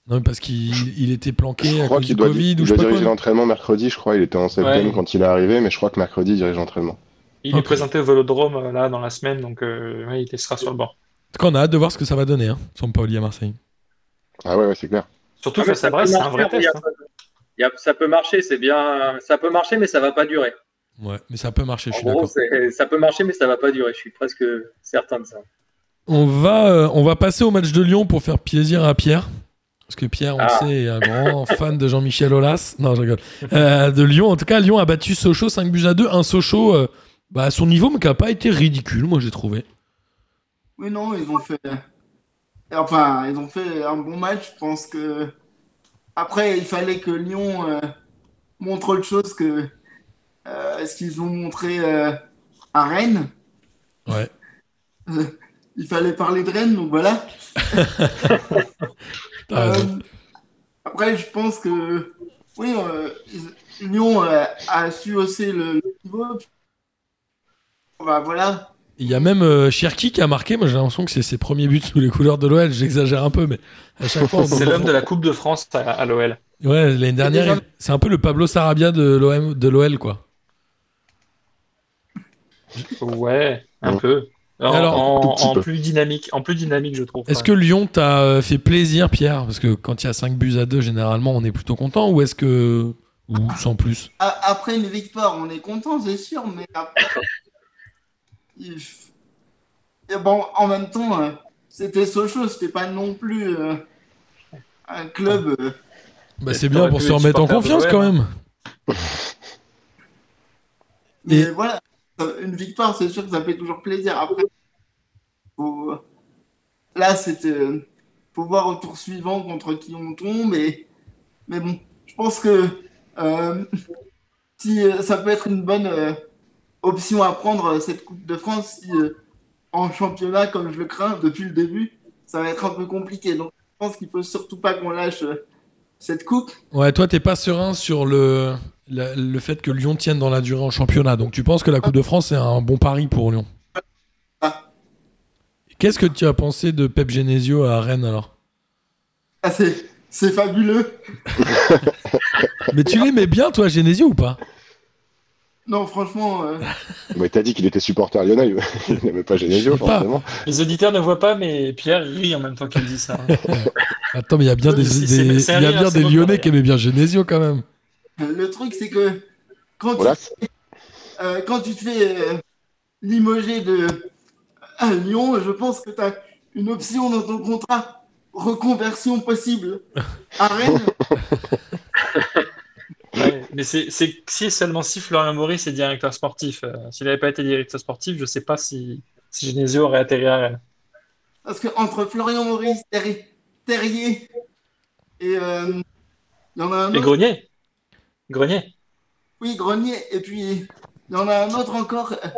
S4: Non, mais parce qu'il il était planqué
S3: Je
S4: à
S3: crois
S4: cause du
S3: qu'il doit,
S4: Covid
S3: il
S4: ou je sais
S3: doit
S4: pas
S3: diriger
S4: quoi.
S3: l'entraînement mercredi, je crois. Il était en septembre
S2: Ouais.
S3: quand il est arrivé, mais je crois que mercredi, il dirige l'entraînement.
S2: Il est
S4: Ok.
S2: présenté au Vélodrome euh, là dans la semaine, donc euh, ouais, il sera sur le
S4: En
S2: banc.
S4: tout cas, on a hâte de voir ce que ça va donner, hein, Sampaoli à Marseille.
S3: Ah ouais, ouais c'est clair.
S2: Surtout
S6: Ah, mais
S2: face à
S6: peut
S2: Brest, c'est un vrai
S6: marcher, il y
S2: test.
S6: a
S2: hein.
S6: pas de- il y a- ça peut marcher, c'est bien. Ça peut marcher, mais ça va pas durer.
S4: Ouais, mais ça peut marcher, je suis
S6: en gros,
S4: d'accord.
S6: c'est- ça peut marcher, mais ça va pas durer. Je suis presque certain de ça.
S4: On va, euh, on va passer au match de Lyon pour faire plaisir à Pierre. Parce que Pierre, on
S6: Ah.
S4: le sait, est un grand fan de Jean-Michel Aulas. Non, je rigole. Euh, de Lyon, en tout cas, Lyon a battu Sochaux 5 buts à 2. Un Sochaux euh, bah, à son niveau, mais qui n'a pas été ridicule, moi j'ai trouvé.
S5: Oui, non, ils ont fait. Enfin, ils ont fait un bon match. Je pense que. Après, il fallait que Lyon euh, montre autre chose que euh, ce qu'ils ont montré euh, à Rennes.
S4: Ouais.
S5: Euh, il fallait parler de Rennes, donc voilà.
S4: T'as raison.
S5: Euh, après, je pense que. Oui, euh, ils- Lyon euh, a su hausser le niveau. Bah, voilà.
S4: Il y a même euh, Cherki qui a marqué. Moi j'ai l'impression que c'est ses premiers buts sous les couleurs de l'OL. J'exagère un peu, mais à chaque fois. on-
S2: C'est l'homme de la Coupe de France à, à l'OL.
S4: Ouais, l'année dernière,
S5: déjà-
S4: il- c'est un peu le Pablo Sarabia de l'OM, de l'OL quoi.
S2: Ouais, un
S3: Ouais.
S2: peu. En,
S4: Alors,
S2: en-
S3: tout petit
S2: en
S3: peu.
S2: plus dynamique, en plus dynamique, je trouve.
S4: Est-ce que Lyon t'a euh, fait plaisir, Pierre Parce que quand il y a 5 buts à 2, généralement, on est plutôt content. Ou est-ce que. Ou sans plus
S5: A- Après une victoire, on est content, c'est sûr, mais après. Il f- Et bon, en même temps, euh, c'était Sochaux, c'était pas non plus euh, un club. euh,
S4: bah,
S2: Et
S4: C'est bien
S2: t'aurais
S4: pour
S2: pu
S4: se
S2: être
S4: remettre en
S2: supporter de
S4: confiance
S2: l'OM,
S4: quand même.
S5: mais
S4: Et-
S5: voilà, ça- une victoire, c'est sûr que ça fait toujours plaisir. Après, faut- là, c'était. euh, Faut voir au tour suivant contre qui on tombe, et... mais bon, je pense que euh, si, euh, ça peut être une bonne euh, option à prendre euh, cette Coupe de France si, euh, en championnat, comme je le crains depuis le début, ça va être un peu compliqué. Donc, je pense qu'il faut surtout pas qu'on lâche euh, cette coupe.
S4: Ouais, toi, t'es pas serein sur le, la- le fait que Lyon tienne dans la durée en championnat. Donc, tu penses que la Coupe de France est un bon pari pour Lyon
S5: Ah.
S4: Qu'est-ce que tu as pensé de Pep Genesio à Rennes alors
S5: Ah, c'est c'est fabuleux.
S4: Mais tu l'aimais bien, toi, Genesio ou pas
S5: Non, franchement. euh,
S3: Mais t'as dit qu'il était supporter lyonnais. il n'aimait pas Genesio,
S4: Je sais pas.
S3: forcément.
S2: Les auditeurs ne voient pas, mais Pierre rit en même temps qu'il dit ça. hein.
S4: Attends, mais il y a bien des,
S2: Si, c'est-
S4: des-
S2: c'est un
S4: il y a
S2: rire,
S4: bien
S2: c'est
S4: des
S2: bon,
S4: Lyonnais
S2: rire.
S4: qui aimaient bien Genesio quand même.
S5: Euh, Le truc, c'est que quand,
S3: Voilà.
S5: tu, euh, quand tu te fais euh, limoger de à Lyon, je pense que tu as une option dans ton contrat reconversion possible à Rennes.
S2: Ouais, mais c'est c'est- si et seulement si Florian Maurice est directeur sportif. Euh, S'il n'avait pas été directeur sportif, je ne sais pas si, si Genesio aurait atterri à Rennes.
S5: Parce que entre Florian Maurice, Terri- Terrier et euh, il y en a un
S2: Et
S5: autre,
S2: Grenier Grenier
S5: oui, Grenier, et puis il y en a un autre encore, euh,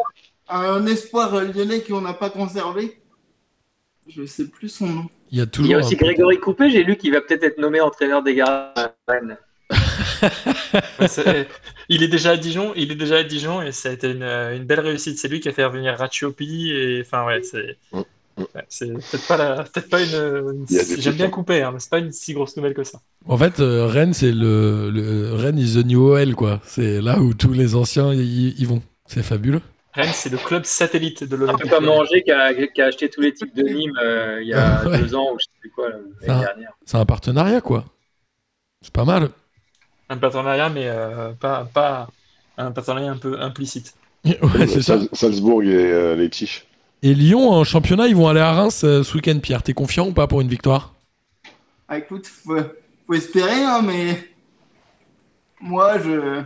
S5: un espoir euh, lyonnais qu'on n'a pas conservé. Je sais plus son nom.
S4: Il y a
S6: Il
S4: toujours.
S6: y a aussi
S4: un-
S6: Grégory Coupé, j'ai lu qu'il va peut-être être nommé entraîneur des gardiens. à Rennes.
S2: Ouais, c'est- eh, il est déjà à Dijon, il est déjà à Dijon et ça a été une, euh, une belle réussite. C'est lui qui a fait revenir Ratiopi et enfin ouais, c'est
S3: Mm, mm.
S2: ouais, c'est peut-être pas la- peut-être pas une, une-
S3: Il y a des
S2: j'aime bien
S3: putains.
S2: couper hein, mais c'est pas une si grosse nouvelle que ça.
S4: En fait, euh, Rennes, c'est le, le- Rennes is the new OL, quoi. C'est là où tous les anciens y, y- y vont. C'est fabuleux.
S2: Rennes, c'est le club satellite de
S6: Un peu
S2: l'Olympique.
S6: comme Angers qui a, qui a acheté tous les titres de Nîmes euh, il y a
S4: Ouais.
S6: deux ans ou je sais plus quoi, l'année
S4: Ah.
S6: dernière.
S4: C'est un partenariat, quoi. C'est pas mal.
S2: Un partenariat mais euh, pas pas un partenariat un peu implicite. bah,
S4: Ouais, c'est ça.
S3: Sal- Salzbourg et euh, Leipzig.
S4: Et Lyon, en championnat, ils vont aller à Reims euh, ce week-end, Pierre. T'es confiant ou pas pour une victoire
S5: Ah, écoute, faut, faut espérer, hein, mais moi, je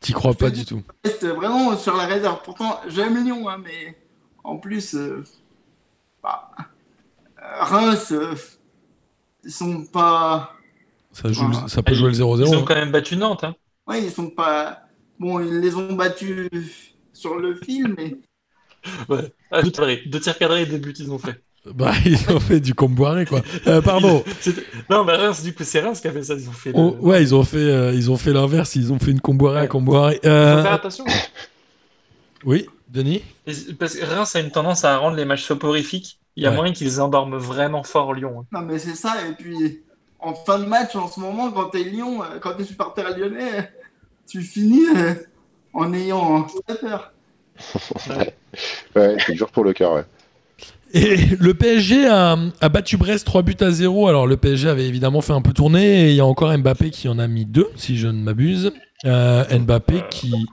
S4: T'y crois pas du tout.
S5: reste vraiment sur la réserve. Pourtant, j'aime Lyon, hein, mais en plus, euh, bah, euh, Reims, euh, ils sont pas,
S4: Ça, joue, le- ça peut jouer le
S2: Ils
S4: 0-0.
S2: ont
S4: hein.
S2: quand même battu Nantes hein.
S5: ouais, ils sont pas. Bon, ils les ont battus sur le fil, mais
S2: Ah, deux, tirs cadrés. deux tirs cadrés et deux buts ils ont fait.
S4: Bah, ils ont fait du comboiré, quoi. Euh, pardon.
S2: C'est- Non mais Reims du coup c'est Reims qui a fait ça ils ont fait. le-
S4: Oh, ouais, ils ont fait, euh, ils ont fait l'inverse. Ils ont fait une comboirée à
S2: Ouais.
S4: comboiré.
S2: Faut
S4: Euh,
S2: faire attention.
S4: oui, Denis
S2: Et- Parce que Reims a une tendance à rendre les matchs soporifiques Il y a
S4: Ouais.
S2: moyen qu'ils endorment vraiment fort Lyon. hein.
S5: Non, mais c'est ça. Et puis, en fin de match, en ce moment, quand t'es Lyon, euh, quand t'es supporter lyonnais, euh, tu finis euh, en ayant très peur.
S3: Ouais, c'est dur pour le cœur, ouais.
S4: Et le PSG a, a battu Brest 3 buts à 0. Alors le PSG avait évidemment fait un peu tourner. Et il y a encore Mbappé qui en a mis 2, si je ne m'abuse. Euh, Mbappé qui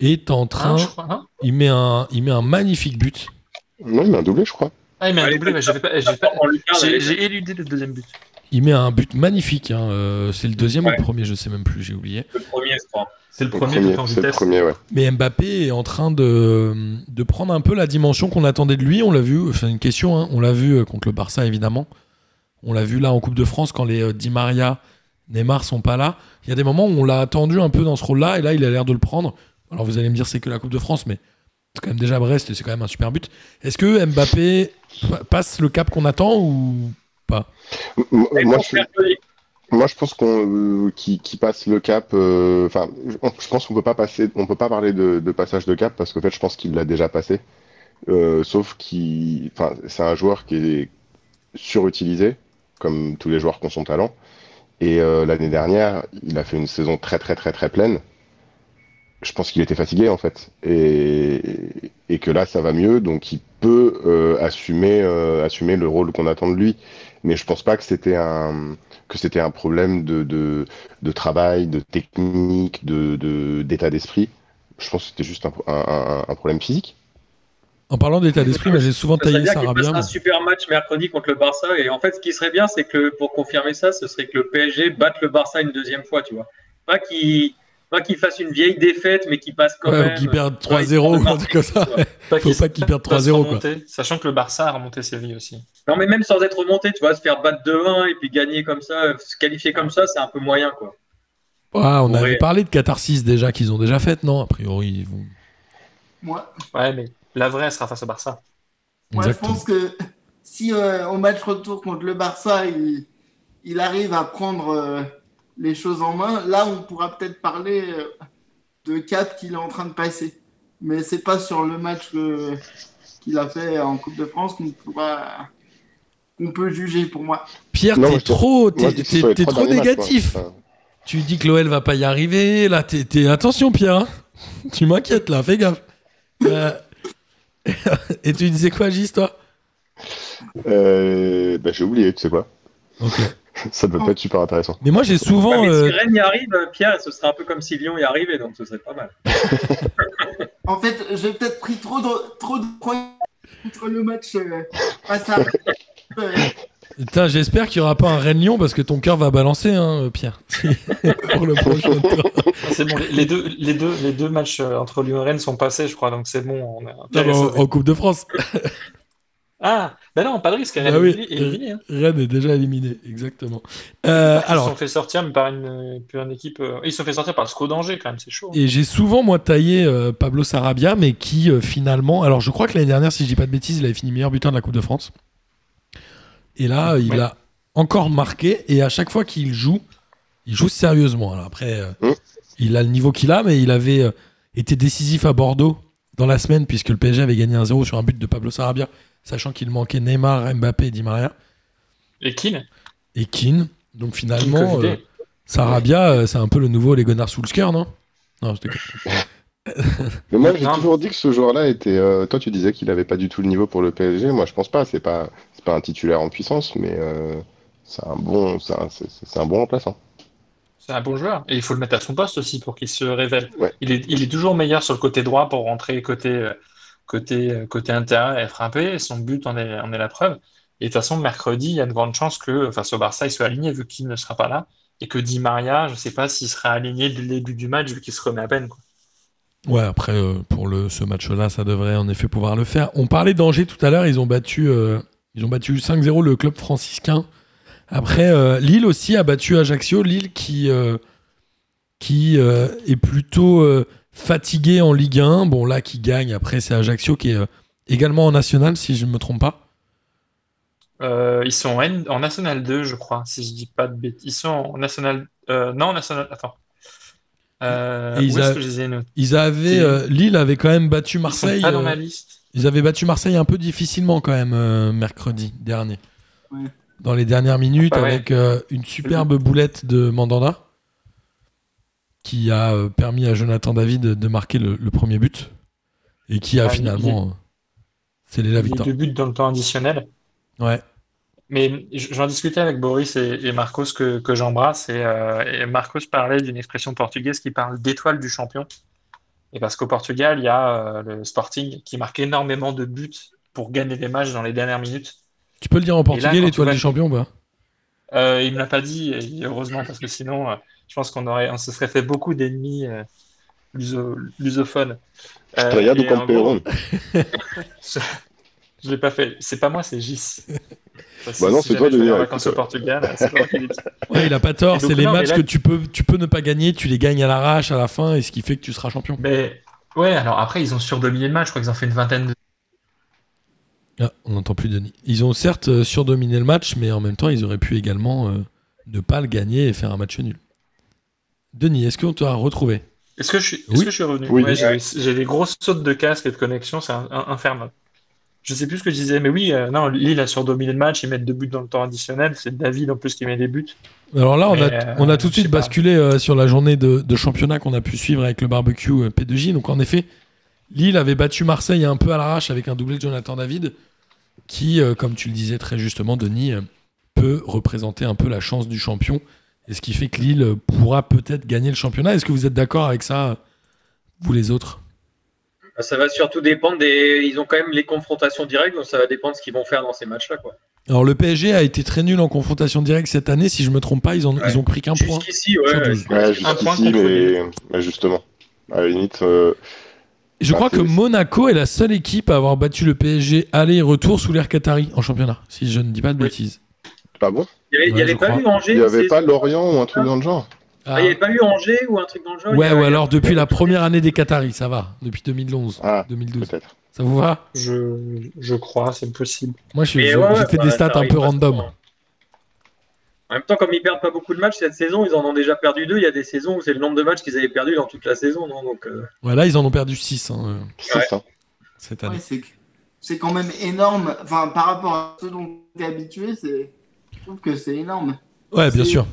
S4: est en train.
S2: Hein, je crois, hein
S4: il, met un, il met un magnifique but.
S3: Non, il m'a doublé, je crois.
S2: ah, il met un
S6: Ouais,
S2: doublé,
S6: les
S2: mais j'avais pas- j'ai pas-
S6: En lucarne,
S2: j'ai-
S6: elle est-
S2: j'ai éludé le deuxième but.
S4: Il met un but magnifique. hein. Euh, c'est le deuxième ou
S6: Ouais.
S4: le premier, je sais même plus, j'ai oublié.
S6: le premier, je crois.
S2: C'est le
S3: Le
S2: premier, but en
S3: c'est le
S2: vitesse.
S3: premier, ouais.
S4: Mais Mbappé est en train de, de prendre un peu la dimension qu'on attendait de lui. On l'a vu, c'est une question, hein. on l'a vu euh, contre le Barça évidemment. On l'a vu là en Coupe de France quand les euh, Di Maria, Neymar sont pas là. Il y a des moments où on l'a attendu un peu dans ce rôle-là et là il a l'air de le prendre. Alors vous allez me dire c'est que la Coupe de France, mais c'est quand même déjà Brest et c'est quand même un super but. Est-ce que Mbappé pa- passe le cap qu'on attend ou
S3: M- m-
S6: Et
S3: Moi,
S6: pour
S3: je,
S6: faire joli,
S3: moi, je pense qu'on euh, qui, qui passe le cap. euh, Enfin, je- on- je pense qu'on peut pas passer, on peut pas parler de, de passage de cap parce qu'en fait, je pense qu'il l'a déjà passé. Euh, sauf qu'il, enfin, c'est un joueur qui est surutilisé, comme tous les joueurs qui ont son talent. Et euh, l'année dernière, il a fait une saison très très très très pleine. Je pense qu'il était fatigué en fait, et, et que là, ça va mieux, donc il peut euh, assumer euh, assumer le rôle qu'on attend de lui. Mais je pense pas que c'était un que c'était un problème de, de, de travail, de technique, de, de, d'état d'esprit. Je pense que c'était juste un, un, un- un problème physique.
S4: En parlant d'état d'esprit, moi, j'ai souvent
S6: Ça veut
S4: taillé
S6: dire qu'il passe
S4: Sarabia.
S6: un super match mercredi contre le Barça. Et en fait, ce qui serait bien, c'est que pour confirmer ça, ce serait que le PSG batte le Barça une deuxième fois, tu vois. Pas qu'il pas qu'il fasse une vieille défaite, mais qu'il passe quand
S4: Ouais, ou
S6: même. euh,
S4: qu'il perde 3-0 ou un truc comme ça.
S2: Pas
S4: Faut pas qu'il perde 3-0 quoi.
S2: remonter, Sachant que le Barça a remonté Séville aussi.
S6: Non, mais même sans être remonté, tu vois, se faire battre 2-1 et puis gagner comme ça, euh, se qualifier comme ça, c'est un peu moyen, quoi.
S4: Ah, on
S6: Ouais.
S4: avait parlé de catharsis déjà qu'ils ont déjà faite, non A priori, ils vont.
S5: Moi,
S2: Ouais, mais la vraie sera face au Barça.
S5: moi je
S4: Exactement.
S5: pense que si euh, au match retour contre le Barça, il, il arrive à prendre euh, les choses en main, là, on pourra peut-être parler euh, de cap qu'il est en train de passer. Mais c'est pas sur le match que- qu'il a fait en Coupe de France qu'on pourra. qu'on peut juger pour moi.
S4: Pierre,
S3: Non,
S4: t'es
S3: moi, je-
S4: trop,
S3: Moi,
S4: t'es,
S3: je dis que ce
S4: t'es-
S3: soit les
S4: t'es
S3: trois
S4: trop
S3: derniers matchs,
S4: négatif.
S3: quoi. Enfin,
S4: tu dis que l'OL va pas y arriver. Là, t'es, t'es- attention, Pierre. hein. tu m'inquiètes là, fais gaffe. Euh, Et tu disais quoi, Gis, toi
S3: euh, bah, j'ai oublié, tu sais quoi.
S4: Ok.
S3: Ça ne doit pas être super intéressant.
S4: Mais moi, j'ai souvent.
S6: Ouais, Bah, mais
S4: euh,
S6: si Rennes y arrive, euh, Pierre, ce serait un peu comme si Lyon y arrivait, donc ce serait pas mal.
S5: En fait, j'ai peut-être pris trop de trop de points contre le match euh, face à. Euh,
S4: Putain, j'espère qu'il y aura pas un Rennes-Lyon parce que ton cœur va balancer, hein, Pierre. Pour le prochain tour.
S2: Ah, C'est bon, les- les deux, les, deux, les deux matchs euh, entre Lyon et Rennes sont passés, je crois, donc c'est bon. On a...
S4: Non, mais en, en Coupe de France,
S2: Ah, ben non, pas de risque. Rennes
S4: Ah oui.
S2: est éliminée- éliminée, hein.
S4: Rennes est déjà éliminé. Exactement. Euh,
S2: Ils se
S4: alors,
S2: sont fait sortir mais par une, par une équipe. euh, Ils se sont fait sortir par le SCO d'Angers, quand même, c'est chaud. hein.
S4: Et j'ai souvent, moi, taillé euh, Pablo Sarabia, mais qui euh, finalement. Alors, je crois que l'année dernière, si je dis pas de bêtises, il avait fini meilleur buteur de la Coupe de France. Et là, euh, il
S2: Ouais.
S4: a encore marqué. Et à chaque fois qu'il joue, il joue sérieusement. Alors, après, euh,
S2: Mmh.
S3: Mm.
S4: il a le niveau qu'il a, mais il avait euh, été décisif à Bordeaux dans la semaine, puisque le PSG avait gagné 1-0 sur un but de Pablo Sarabia, sachant qu'il manquait Neymar, Mbappé et Di Maria.
S2: Et Keane,
S4: Et Keane. Donc,
S2: Keane
S4: finalement,
S2: Covidé.
S4: euh, Sarabia, euh, c'est un peu le nouveau Legonard Soulsker, non Non, je te
S3: Mais moi, j'ai
S2: Non.
S3: toujours dit que ce joueur-là était. euh, Toi, tu disais qu'il n'avait pas du tout le niveau pour le PSG. Moi, je pense pas. C'est pas, c'est pas un titulaire en puissance, mais euh, c'est un bon, c'est un, c'est- c'est un bon remplaçant.
S2: C'est un bon joueur. Et il faut le mettre à son poste aussi pour qu'il se révèle.
S3: Ouais.
S2: Il, est, il est toujours meilleur sur le côté droit pour rentrer côté, euh, côté, euh, côté intérieur et frapper. Son but en est, en est la preuve. Et de toute façon, mercredi, il y a de grandes chances que face au Barça, il soit aligné vu qu'il ne sera pas là. Et que Di Maria, je ne sais pas s'il sera aligné dès le début du match vu qu'il se remet à peine. quoi.
S4: Ouais, après, euh, pour le, ce match-là, ça devrait en effet pouvoir le faire. On parlait d'Angers tout à l'heure, ils ont battu, euh, ils ont battu 5-0 le club franciscain. Après, euh, Lille aussi a battu Ajaccio. Lille qui, euh, qui euh, est plutôt euh, fatigué en Ligue 1. Bon, là, qui gagne. Après, c'est Ajaccio qui est euh, également en National, si je ne me trompe pas.
S2: Euh, ils sont en, en National 2, je crois, si je dis pas de bêtises. Ils sont en National. euh, non, en National. Attends. Euh,
S4: Et ils
S2: où est-ce
S4: a-
S2: que je les ai notés
S4: Ils avaient,
S2: C'est-
S4: euh, Lille avait quand même battu
S2: Ils sont
S4: Marseille.
S2: pas dans
S4: euh,
S2: ma liste.
S4: Ils avaient battu Marseille un peu difficilement quand même euh, mercredi dernier.
S5: Ouais.
S4: Dans les dernières minutes
S2: Ah ouais.
S4: avec euh, une superbe boulette de Mandanda qui a euh, permis à Jonathan David de marquer le, le premier but et qui a
S2: Ah, il-
S4: finalement euh, scellé la
S2: Il y a eu
S4: victoire.
S2: deux buts dans le temps additionnel.
S4: Ouais.
S2: Mais j- j'en discutais avec Boris et, et Marcos que, que j'embrasse et, euh, et Marcos parlait d'une expression portugaise qui parle d'étoile du champion. Et parce qu'au Portugal, il y a euh, le Sporting qui marque énormément de buts pour gagner des matchs dans les dernières minutes.
S4: Tu peux le dire en
S2: quand
S4: portugais
S2: tu
S4: l'étoile
S2: vois-
S4: du champion ou pas
S2: Euh, il ne me l'a pas dit, et heureusement, parce que sinon, euh, je pense qu'on aurait, on se serait fait beaucoup d'ennemis euh, luso- lusophones. Euh,
S3: Regarde
S2: et
S3: ou
S2: en
S3: compte
S2: gros,
S3: Perron.
S2: Je l'ai pas fait. C'est pas moi, c'est Gis. Parce que
S3: Bah non,
S2: si
S3: c'est toi de
S2: jamais je vais
S3: dire,
S2: en vacances au
S3: écoute.
S2: Portugal, c'est toi qui le dis.
S4: Ouais, il a pas
S2: Et
S4: tort,
S2: donc,
S4: c'est les
S2: non, mais
S4: matchs
S2: là-
S4: que tu peux, tu peux ne pas gagner, tu les gagnes à l'arrache à la fin et ce qui fait que tu seras champion.
S2: Mais ouais, alors après, ils ont surdominé le match. Je crois qu'ils ont fait une vingtaine de.
S4: Ah, on n'entend plus Denis. Ils ont certes euh, surdominé le match, mais en même temps, ils auraient pu également euh, ne pas le gagner et faire un match nul. Denis, est-ce qu'on t'a retrouvé
S2: Est-ce que je suis, est-ce
S4: Oui.
S2: que je suis revenu?
S3: Oui.
S2: Ouais, j'ai, j'ai des grosses sautes de casque et de connexion, c'est un- un- infernal. Je sais plus ce que je disais, mais oui, euh, non, Lille a surdominé le match. Ils mettent deux buts dans le temps additionnel. C'est David en plus qui met des buts.
S4: Alors là, on a,
S2: Mais, euh,
S4: on a tout de
S2: je sais
S4: suite
S2: pas.
S4: basculé euh, sur la journée de, de championnat qu'on a pu suivre avec le barbecue euh, P2J. Donc en effet, Lille avait battu Marseille un peu à l'arrache avec un doublé de Jonathan David, qui, euh, comme tu le disais très justement, Denis, euh, peut représenter un peu la chance du champion. Et ce qui fait que Lille euh, pourra peut-être gagner le championnat. Est-ce que vous êtes d'accord avec ça, euh, vous les autres
S6: Ça va surtout dépendre des. Ils ont quand même les confrontations directes, donc ça va dépendre de ce qu'ils vont faire dans ces matchs-là. quoi.
S4: Alors le PSG a été très nul en confrontation directe cette année, si je me trompe pas, ils, en-
S6: Ouais.
S4: ils ont pris qu'un point.
S6: Jusqu'ici, ouais.
S4: sur
S6: ouais.
S4: douze.
S3: Ouais,
S2: Un point
S3: jusqu'ici,
S2: contre
S3: mais mais justement, à la limite, euh,
S4: Et Je
S3: Ah,
S4: crois
S3: c'est-
S4: que Monaco est la seule équipe à avoir battu le PSG aller-retour sous l'ère Qatari en championnat, si je ne dis pas de
S2: Oui.
S4: bêtises.
S3: ah bon
S6: Il n'y avait, il y
S4: Ouais,
S6: avait
S4: je
S6: pas
S4: crois.
S6: eu Angers.
S3: Il n'y avait
S6: c'est-
S3: pas Lorient ou un truc dans le genre
S6: Ah, il n'y avait pas eu Angers ou un truc dans le genre. il y
S4: ouais,
S6: a-
S4: ou
S6: il y a-
S4: alors depuis la première année des Qataris, ça va, depuis 2011,
S3: Ah,
S4: 2012.
S3: peut-être.
S4: Ça vous va
S2: Je, je crois, c'est possible.
S4: Moi, je,
S6: Mais
S4: je-
S6: ouais,
S4: j'ai
S6: ouais,
S4: fait
S6: bah,
S4: des
S6: ça
S4: stats un
S6: arrive
S4: peu
S6: pas
S4: random.
S6: souvent. En même temps, comme ils perdent pas beaucoup de matchs cette saison, ils en ont déjà perdu deux. Il y a des saisons où c'est le nombre de matchs qu'ils avaient perdu dans toute la saison. Non Donc, euh,
S4: Ouais, là, ils en ont perdu 6 hein, euh,
S3: C'est ça.
S4: cette
S5: Ouais,
S4: année.
S5: c'est que- c'est quand même énorme. Enfin, par rapport à ce dont tu es habitué, c'est- je trouve que c'est énorme.
S4: Ouais, bien
S5: C'est-
S4: sûr.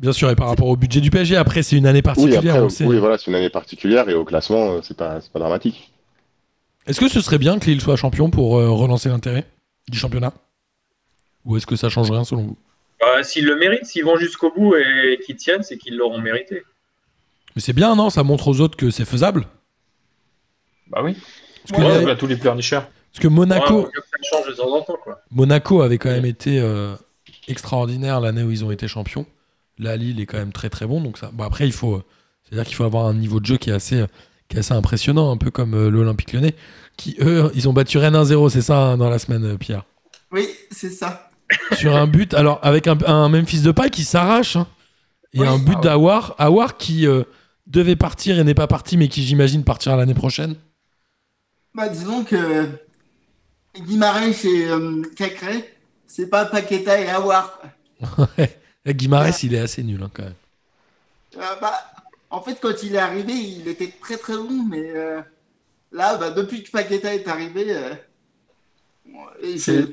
S4: Bien sûr, et par rapport au budget du PSG, après, c'est une année
S3: Oui,
S4: particulière,
S3: après,
S4: on le sait.
S3: oui, voilà, c'est une année particulière et au classement, euh, c'est pas, c'est pas dramatique.
S4: Est-ce que ce serait bien que Lille soit champion pour euh, relancer l'intérêt du championnat Ou est-ce que ça change rien selon vous
S6: bah, s'ils le méritent, s'ils vont jusqu'au bout et qu'ils tiennent, c'est qu'ils l'auront mérité.
S4: Mais c'est bien, non Ça montre aux autres que c'est faisable.
S2: Bah oui.
S4: Parce que,
S2: Ouais,
S4: euh,
S2: bah, tous les pleurnicheurs.
S4: parce que Monaco,
S6: Ouais, ça change de temps en temps. Quoi.
S4: Monaco avait quand même été euh, extraordinaire l'année où ils ont été champions. Là, Lille est quand même très très bon. Donc ça, bon, après, il faut, euh, c'est-à-dire qu'il faut avoir un niveau de jeu qui est assez, euh, qui est assez impressionnant, un peu comme euh, l'Olympique Lyonnais, qui eux, ils ont battu Rennes 1-0, c'est ça hein, dans la semaine, euh, Pierre.
S5: Oui, c'est ça.
S4: Sur un but, alors avec un, un Memphis de qui s'arrache hein, et
S5: Oui.
S4: un
S2: Ah
S4: but
S2: ouais.
S4: d'Awar, Awar qui euh, devait partir et n'est pas parti, mais qui j'imagine partira l'année prochaine.
S5: Bah, disons que Guimarães et euh, Cacré, c'est pas Paqueta et Awar. quoi.
S4: Guimarès, il est assez nul hein, quand même.
S5: Euh, bah, en fait, quand il est arrivé, il était très très bon, mais euh, là, bah, depuis que Paqueta est arrivé, euh, bon, et
S2: C'est-
S5: je-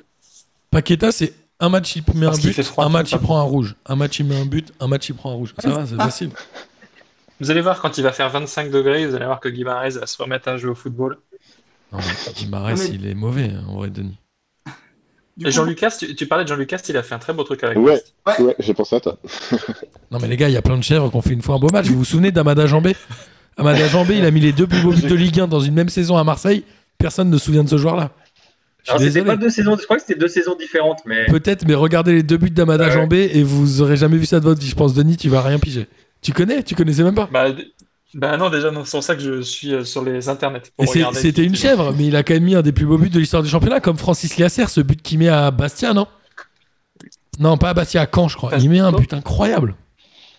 S4: Paqueta, c'est un match il met
S2: Parce
S4: un
S2: qu'il
S4: but,
S2: fait froid,
S4: un
S2: c'est
S4: match il
S2: pas
S4: prend un rouge, un match il met un but, un match il prend un rouge. Ça va, c'est facile.
S2: Vous allez voir, quand il va faire 25 degrés, vous allez voir que Guimarães va se remettre à jouer au football.
S4: Non, mais Guimarães,
S5: Ah, mais-
S4: il est mauvais hein, en vrai, Denis.
S5: du
S2: Et
S5: coup,
S2: Jean-Lucas, tu, tu parlais de Jean-Lucas, il a fait un très beau truc avec
S3: Ouais.
S2: Brest.
S3: Ouais, j'ai pensé à toi.
S4: Non mais les gars, il y a plein de chèvres qu'on fait une fois un beau match. Vous vous souvenez d'Amada Jambé Amada Jambé, il a mis les deux plus beaux buts de Ligue 1 dans une même saison à Marseille. Personne ne se souvient de ce joueur-là. Je suis
S6: Alors, c'était
S4: désolé.
S6: pas deux saisons, je crois que c'était deux saisons différentes, mais
S4: Peut-être, mais regardez les deux buts d'Amada
S6: Ouais.
S4: Jambé et vous aurez jamais vu ça de votre vie. Je pense, Denis, tu vas rien piger. Tu connais Tu connaissais même pas
S2: Bah, d- bah non, déjà, non, c'est pour ça que je suis euh, sur les internets. pour
S4: Et c'est-
S2: regarder
S4: C'était
S2: qui-
S4: une
S2: qui-
S4: chèvre, mais il a quand même mis un des plus beaux buts de l'histoire du championnat, comme Francis Liasser, ce but qu'il met à Bastia, non Non, pas à Bastia, à Caen, je crois. Il met un but incroyable.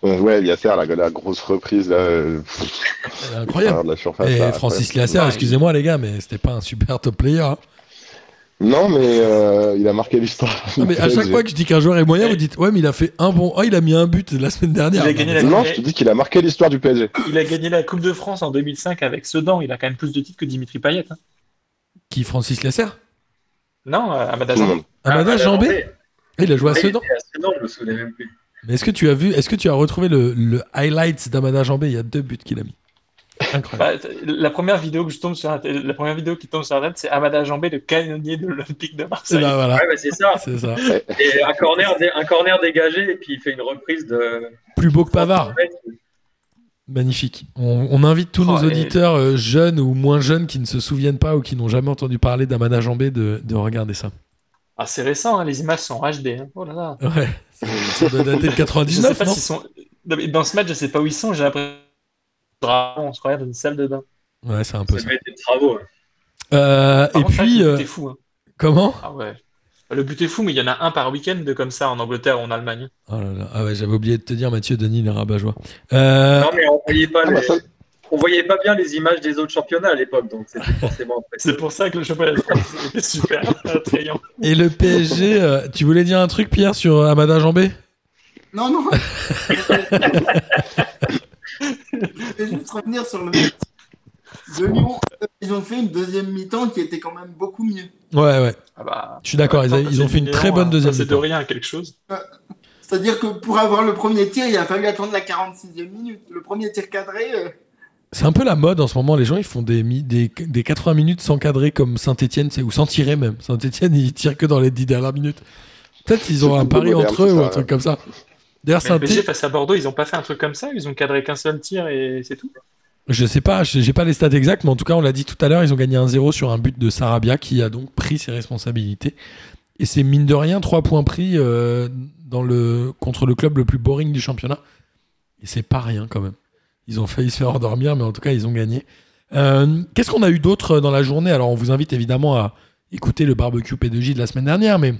S3: Euh, ouais, Yasser, la, la grosse reprise, là, euh, pff,
S4: Incroyable.
S3: de la surface.
S4: Et
S3: là,
S4: Francis
S3: après.
S4: Liasser, excusez-moi les gars, mais c'était pas un super top player. hein.
S3: Non, mais euh, il a marqué l'histoire.
S4: Non, mais à chaque fois que je dis qu'un joueur est moyen, vous dites Ouais, mais il a fait un bon. Oh, il a mis un but la semaine dernière.
S2: Il a gagné la
S3: Non, je te dis qu'il a marqué l'histoire du PSG.
S2: Il a gagné la Coupe de France en 2005 avec Sedan. Il a quand même plus de titres que Dimitri Payet. hein.
S4: Qui Francis Lasser
S2: Non, euh, à
S3: Tout le
S2: Madagascar.
S3: monde.
S4: Amada
S6: Ah,
S4: Jambé Il a joué à
S6: Oui,
S4: Sedan.
S6: c'était à Sedan, je me souvenais même plus.
S4: Mais est-ce que tu as vu, est-ce que tu as retrouvé le, le highlights d'Amada Jambé Il y a deux buts qu'il a mis. Incroyable.
S2: Bah, t- la première vidéo que je tombe sur, Internet- la première vidéo qui tombe sur Internet, c'est Amada Jambé, le canonnier de l'Olympique de
S4: Et
S2: Marseille.
S4: bah voilà,
S6: Ouais, bah, c'est ça.
S4: c'est ça.
S6: Et un corner, dé- un corner dégagé, et puis il fait une reprise de.
S4: Plus beau que Pavard. Magnifique. On, on invite tous
S2: Oh,
S4: nos
S2: et-
S4: auditeurs euh, jeunes ou moins jeunes qui ne se souviennent pas ou qui n'ont jamais entendu parler d'Amada Jambé de, de regarder ça.
S2: Ah, c'est récent, hein, les images sont en HD. hein. Oh là là.
S4: Ouais, c'est- ça doit dater de
S2: Je sais
S4: 99,
S2: pas
S4: non
S2: s'ils sont. non, mais Dans ce match, je sais pas où ils sont. J'ai l'impression on se croirait dans une salle de bain.
S4: Ouais, c'est un peu
S6: Ça
S4: ça.
S6: devait être des travaux. hein.
S4: Euh,
S2: Par
S4: et
S2: contre, c'est vrai que
S4: puis,
S2: le
S4: euh,
S2: but est fou. hein.
S4: comment
S2: Ah ouais. Le but est fou, mais il y en a un par week-end de comme ça en Angleterre ou en Allemagne.
S4: Oh là là, ah ouais, j'avais oublié de te dire, Mathieu, Denis, les rabat joie. Euh,
S6: Non, mais on voyait pas
S3: Ah, bah,
S6: les-
S3: ça,
S6: on voyait pas bien les images des autres championnats à l'époque, donc c'était forcément
S2: C'est
S6: impressionnant.
S2: pour ça que le championnat de France était super attrayant.
S4: et le PSG, euh, tu voulais dire un truc, Pierre, sur Amada Jambé
S5: Non, non. Je vais juste revenir sur le match de Lyon. Ils ont fait une deuxième mi-temps qui était quand même beaucoup mieux.
S4: Ouais, ouais,
S2: Ah bah,
S4: je suis d'accord, ils, a- ils ont fait une très bonne deuxième
S2: C'est de
S4: mi-temps.
S2: rien à quelque chose.
S5: C'est-à-dire que pour avoir le premier tir, il a fallu attendre la 46e minute. Le premier tir cadré, euh,
S4: C'est un peu la mode en ce moment, les gens ils font des, mi- des, des 80 minutes sans cadrer comme Saint-Etienne, ou sans tirer même. Saint-Etienne ils tirent que dans les 10 dernières minutes. Peut-être ils ont
S3: C'est
S4: un
S3: plutôt
S4: pari
S3: moderne,
S4: entre eux
S3: tout
S4: ou
S3: ça,
S4: un truc comme ça. D'ailleurs,
S2: Mais le PSG
S4: Saint-Etienne,
S2: face à Bordeaux, ils n'ont pas fait un truc comme ça. Ils ont cadré qu'un seul tir et c'est tout.
S4: je sais pas, j'ai j'ai pas les stats exactes, mais en tout cas, on l'a dit tout à l'heure, ils ont gagné 1-0 sur un but de Sarabia qui a donc pris ses responsabilités. Et c'est mine de rien 3 points pris euh, dans le, contre le club le plus boring du championnat. Et c'est pas rien quand même. Ils ont failli se faire endormir, mais en tout cas, ils ont gagné. Euh, Qu'est-ce qu'on a eu d'autre dans la journée Alors, on vous invite évidemment à écouter le barbecue P2J de la semaine dernière, mais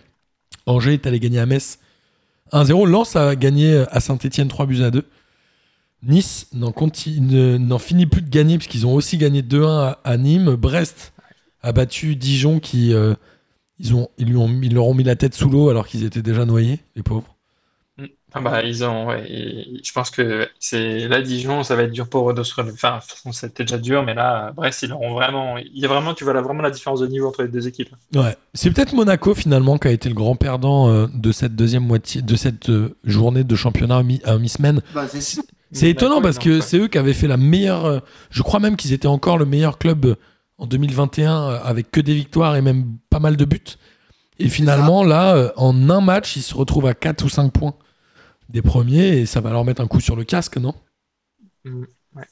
S4: Angers est allé gagner à Metz 1-0. Lens a gagné à Saint-Etienne 3 buts à 2. Nice n'en conti- ne- n'en finit plus de gagner, puisqu'ils ont aussi gagné 2-1 à, à Nîmes. Brest a battu Dijon, qui. euh, ils, ont, ils, lui ont, ils leur ont mis la tête sous l'eau alors qu'ils étaient déjà noyés, les pauvres.
S2: Ah bah, ils ont, ouais, et- et je pense que c'est là, Dijon, ça va être dur pour eux de se relever. Enfin, de toute façon, c'était déjà dur, mais là, Brest, ils auront vraiment. Il y a vraiment, tu vois là, vraiment la différence de niveau entre les deux équipes.
S4: Ouais. C'est peut-être Monaco finalement qui a été le grand perdant euh, de cette deuxième moitié, de cette euh, journée de championnat à mi- à mi-semaine.
S5: bah, c'est sûr.
S4: C'est étonnant
S2: Monaco,
S4: parce
S2: ils
S4: que
S2: ont-
S4: c'est eux qui avaient fait la meilleure. euh, Je crois même qu'ils étaient encore le meilleur club euh, en 2021 euh, avec que des victoires et même pas mal de buts. Et finalement, là, euh, en un match, ils se retrouvent à 4 ou 5 points des premiers et ça va leur mettre un coup sur le casque, non
S2: Mm,
S4: ouais.
S2: ouais.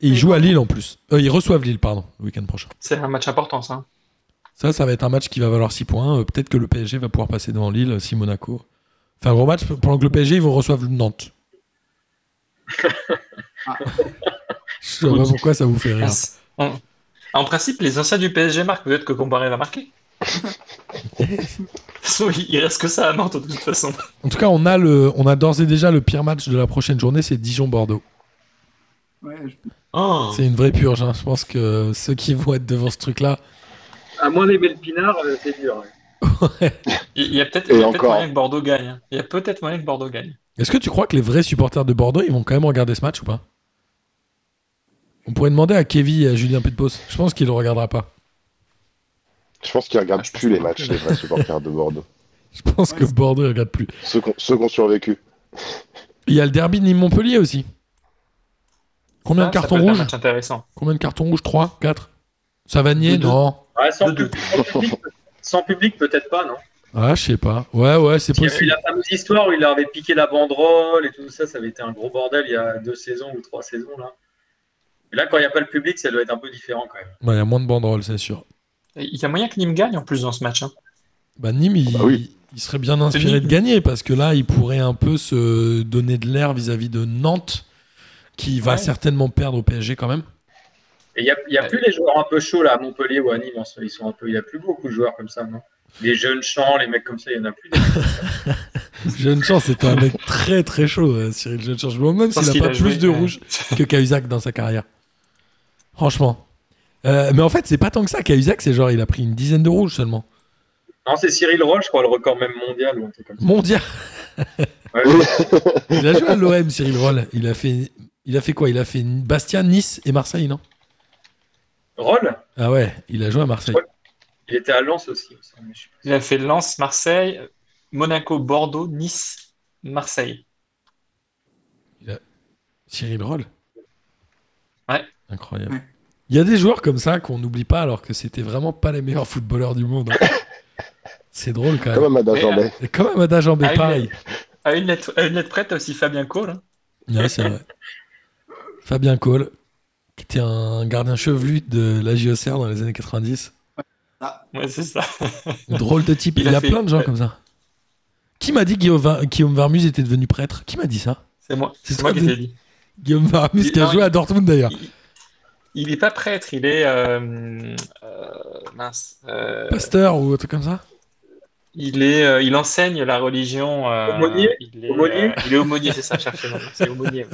S4: Et ils
S5: Et
S4: jouent à Lille en plus. Euh, ils reçoivent Lille, pardon, le week-end prochain.
S2: C'est un match important, ça. hein.
S4: Ça, ça va être un match qui va valoir 6 points. Euh, Peut-être que le PSG va pouvoir passer devant Lille euh, si Monaco. Enfin, gros match, pendant que le PSG, ils vont recevoir Nantes.
S5: Ah.
S4: Je sais pas pourquoi ça vous fait rire.
S2: En- En principe, les anciens du PSG marquent, peut-être que Comparé va marquer. De toute façon, il il reste que ça à Nantes, de toute façon.
S4: En tout cas, on a, le, on a d'ores et déjà le pire match de la prochaine journée, c'est Dijon-Bordeaux.
S5: Ouais, je-
S2: Oh.
S4: C'est une vraie purge. hein. Je pense que ceux qui vont être devant ce truc-là.
S6: À moins des Belpinards, euh, c'est dur. ouais.
S2: Il y a peut-être
S3: Et
S2: il y a peut-être
S3: encore.
S2: moyen que Bordeaux gagne. hein. Il y a peut-être moyen que Bordeaux gagne.
S4: Est-ce que tu crois que les vrais supporters de Bordeaux, ils vont quand même regarder ce match ou pas On pourrait demander à Kevin et à Julien Pidpos. Je pense qu'il le regardera pas.
S3: je pense qu'ils regardent
S2: Ah, je pense
S3: plus les
S2: pas.
S3: matchs, les vrais supporters de Bordeaux.
S4: Je pense
S5: Ouais,
S4: que
S5: c'est-
S4: Bordeaux ne regarde plus.
S3: Ceux qui ont- ceux qui ont survécu.
S4: Il y a le derby de Nîmes-Montpellier aussi. Combien
S2: Ah,
S4: de
S2: ça
S4: cartons
S2: peut être un
S4: rouges
S2: match intéressant.
S4: Combien de cartons rouges 3 4 Savanier
S2: Deux, deux.
S4: Non.
S6: Ah, sans,
S2: De
S6: pub- sans public, sans public, peut-être pas, non
S4: Ah, je sais pas. Ouais, ouais, c'est
S6: Il y a eu
S4: possible.
S6: la fameuse histoire où il leur avait piqué la banderole et tout ça, ça avait été un gros bordel il y a deux saisons ou trois saisons là. Mais là, quand il n'y a pas le public, ça doit être un peu différent quand même.
S4: Ouais, Il y a moins de banderoles, c'est sûr.
S2: Et Il y a moyen que Nîmes gagne en plus dans ce match. hein.
S4: Bah, Nîmes, il,
S3: Ah bah oui.
S4: il serait bien inspiré
S2: Nîmes.
S4: de gagner parce que là, il pourrait un peu se donner de l'air vis-à-vis de Nantes, qui va
S2: Ouais.
S4: certainement perdre au PSG quand même.
S6: Et il n'y a, il y a plus les joueurs un peu chauds là à Montpellier ou à Nîmes, en ce- ils sont un peu, il n'y a plus beaucoup de joueurs comme ça, non Les jeunes champs, les mecs comme ça, il n'y en a plus.
S4: Jeune Chance, c'est un mec très très chaud, euh, Cyril Jeune Chance. Je me demande même
S2: Je pense
S4: s'il
S2: qu'il
S4: a pas
S2: a joué, euh,
S4: plus de
S2: ouais.
S4: rouge que Cahuzac dans sa carrière. Franchement. Euh, mais en fait, c'est pas tant que ça. Cahuzac, c'est genre, il a pris une dizaine de rouges seulement.
S6: Non, c'est Cyril Roll, je crois, le record même mondial ou un truc comme ça.
S4: Mondial.
S6: Ouais,
S4: Il a joué à l'OM, Cyril Roll. Il a fait, il a fait quoi Il a fait Bastia, Nice et Marseille, non
S6: Roll
S4: Ah ouais, il a joué à Marseille.
S6: Il était à Lens aussi. il me semble, mais je sais
S2: Il a fait Lens, Marseille, Monaco, Bordeaux, Nice, Marseille.
S4: Cyril Roll
S2: Ouais.
S4: Incroyable.
S5: Ouais.
S4: Il y a des joueurs comme ça qu'on n'oublie pas alors que c'était vraiment pas les meilleurs footballeurs du monde. hein. C'est drôle quand
S3: Comme
S4: même.
S3: un Mada
S2: Mais,
S3: Jambet.
S4: Et comme Amada Jambé,
S2: Ah, il
S4: pareil.
S2: À une lettre, à une lettre près, t'as aussi Fabien Cole. hein.
S4: Ouais, c'est vrai. Fabien Cole, qui était un gardien chevelu de la JOCR dans les années 90.
S2: Ouais, c'est ça.
S4: Drôle de type. Il,
S2: Il a
S4: a
S2: fait-
S4: plein de gens comme ça. Qui m'a dit que Guillaume, Va- Guillaume Varmus était devenu prêtre Qui m'a dit ça
S2: C'est moi,
S4: C'est
S2: c'est moi
S4: toi
S2: qui
S4: qui-
S2: t'ai dit.
S4: Guillaume Varmus
S2: Il-
S4: qui a
S2: non,
S4: joué
S2: il-
S4: à Dortmund d'ailleurs.
S2: Il- Il n'est pas prêtre, il est. euh, euh, mince. euh,
S4: Pasteur ou un truc comme ça
S2: il, est euh, il enseigne la religion. euh,
S6: Aumônier
S2: il est,
S6: Aumônier
S2: euh, il est aumônier, c'est ça, cherchez le nom. C'est aumônier.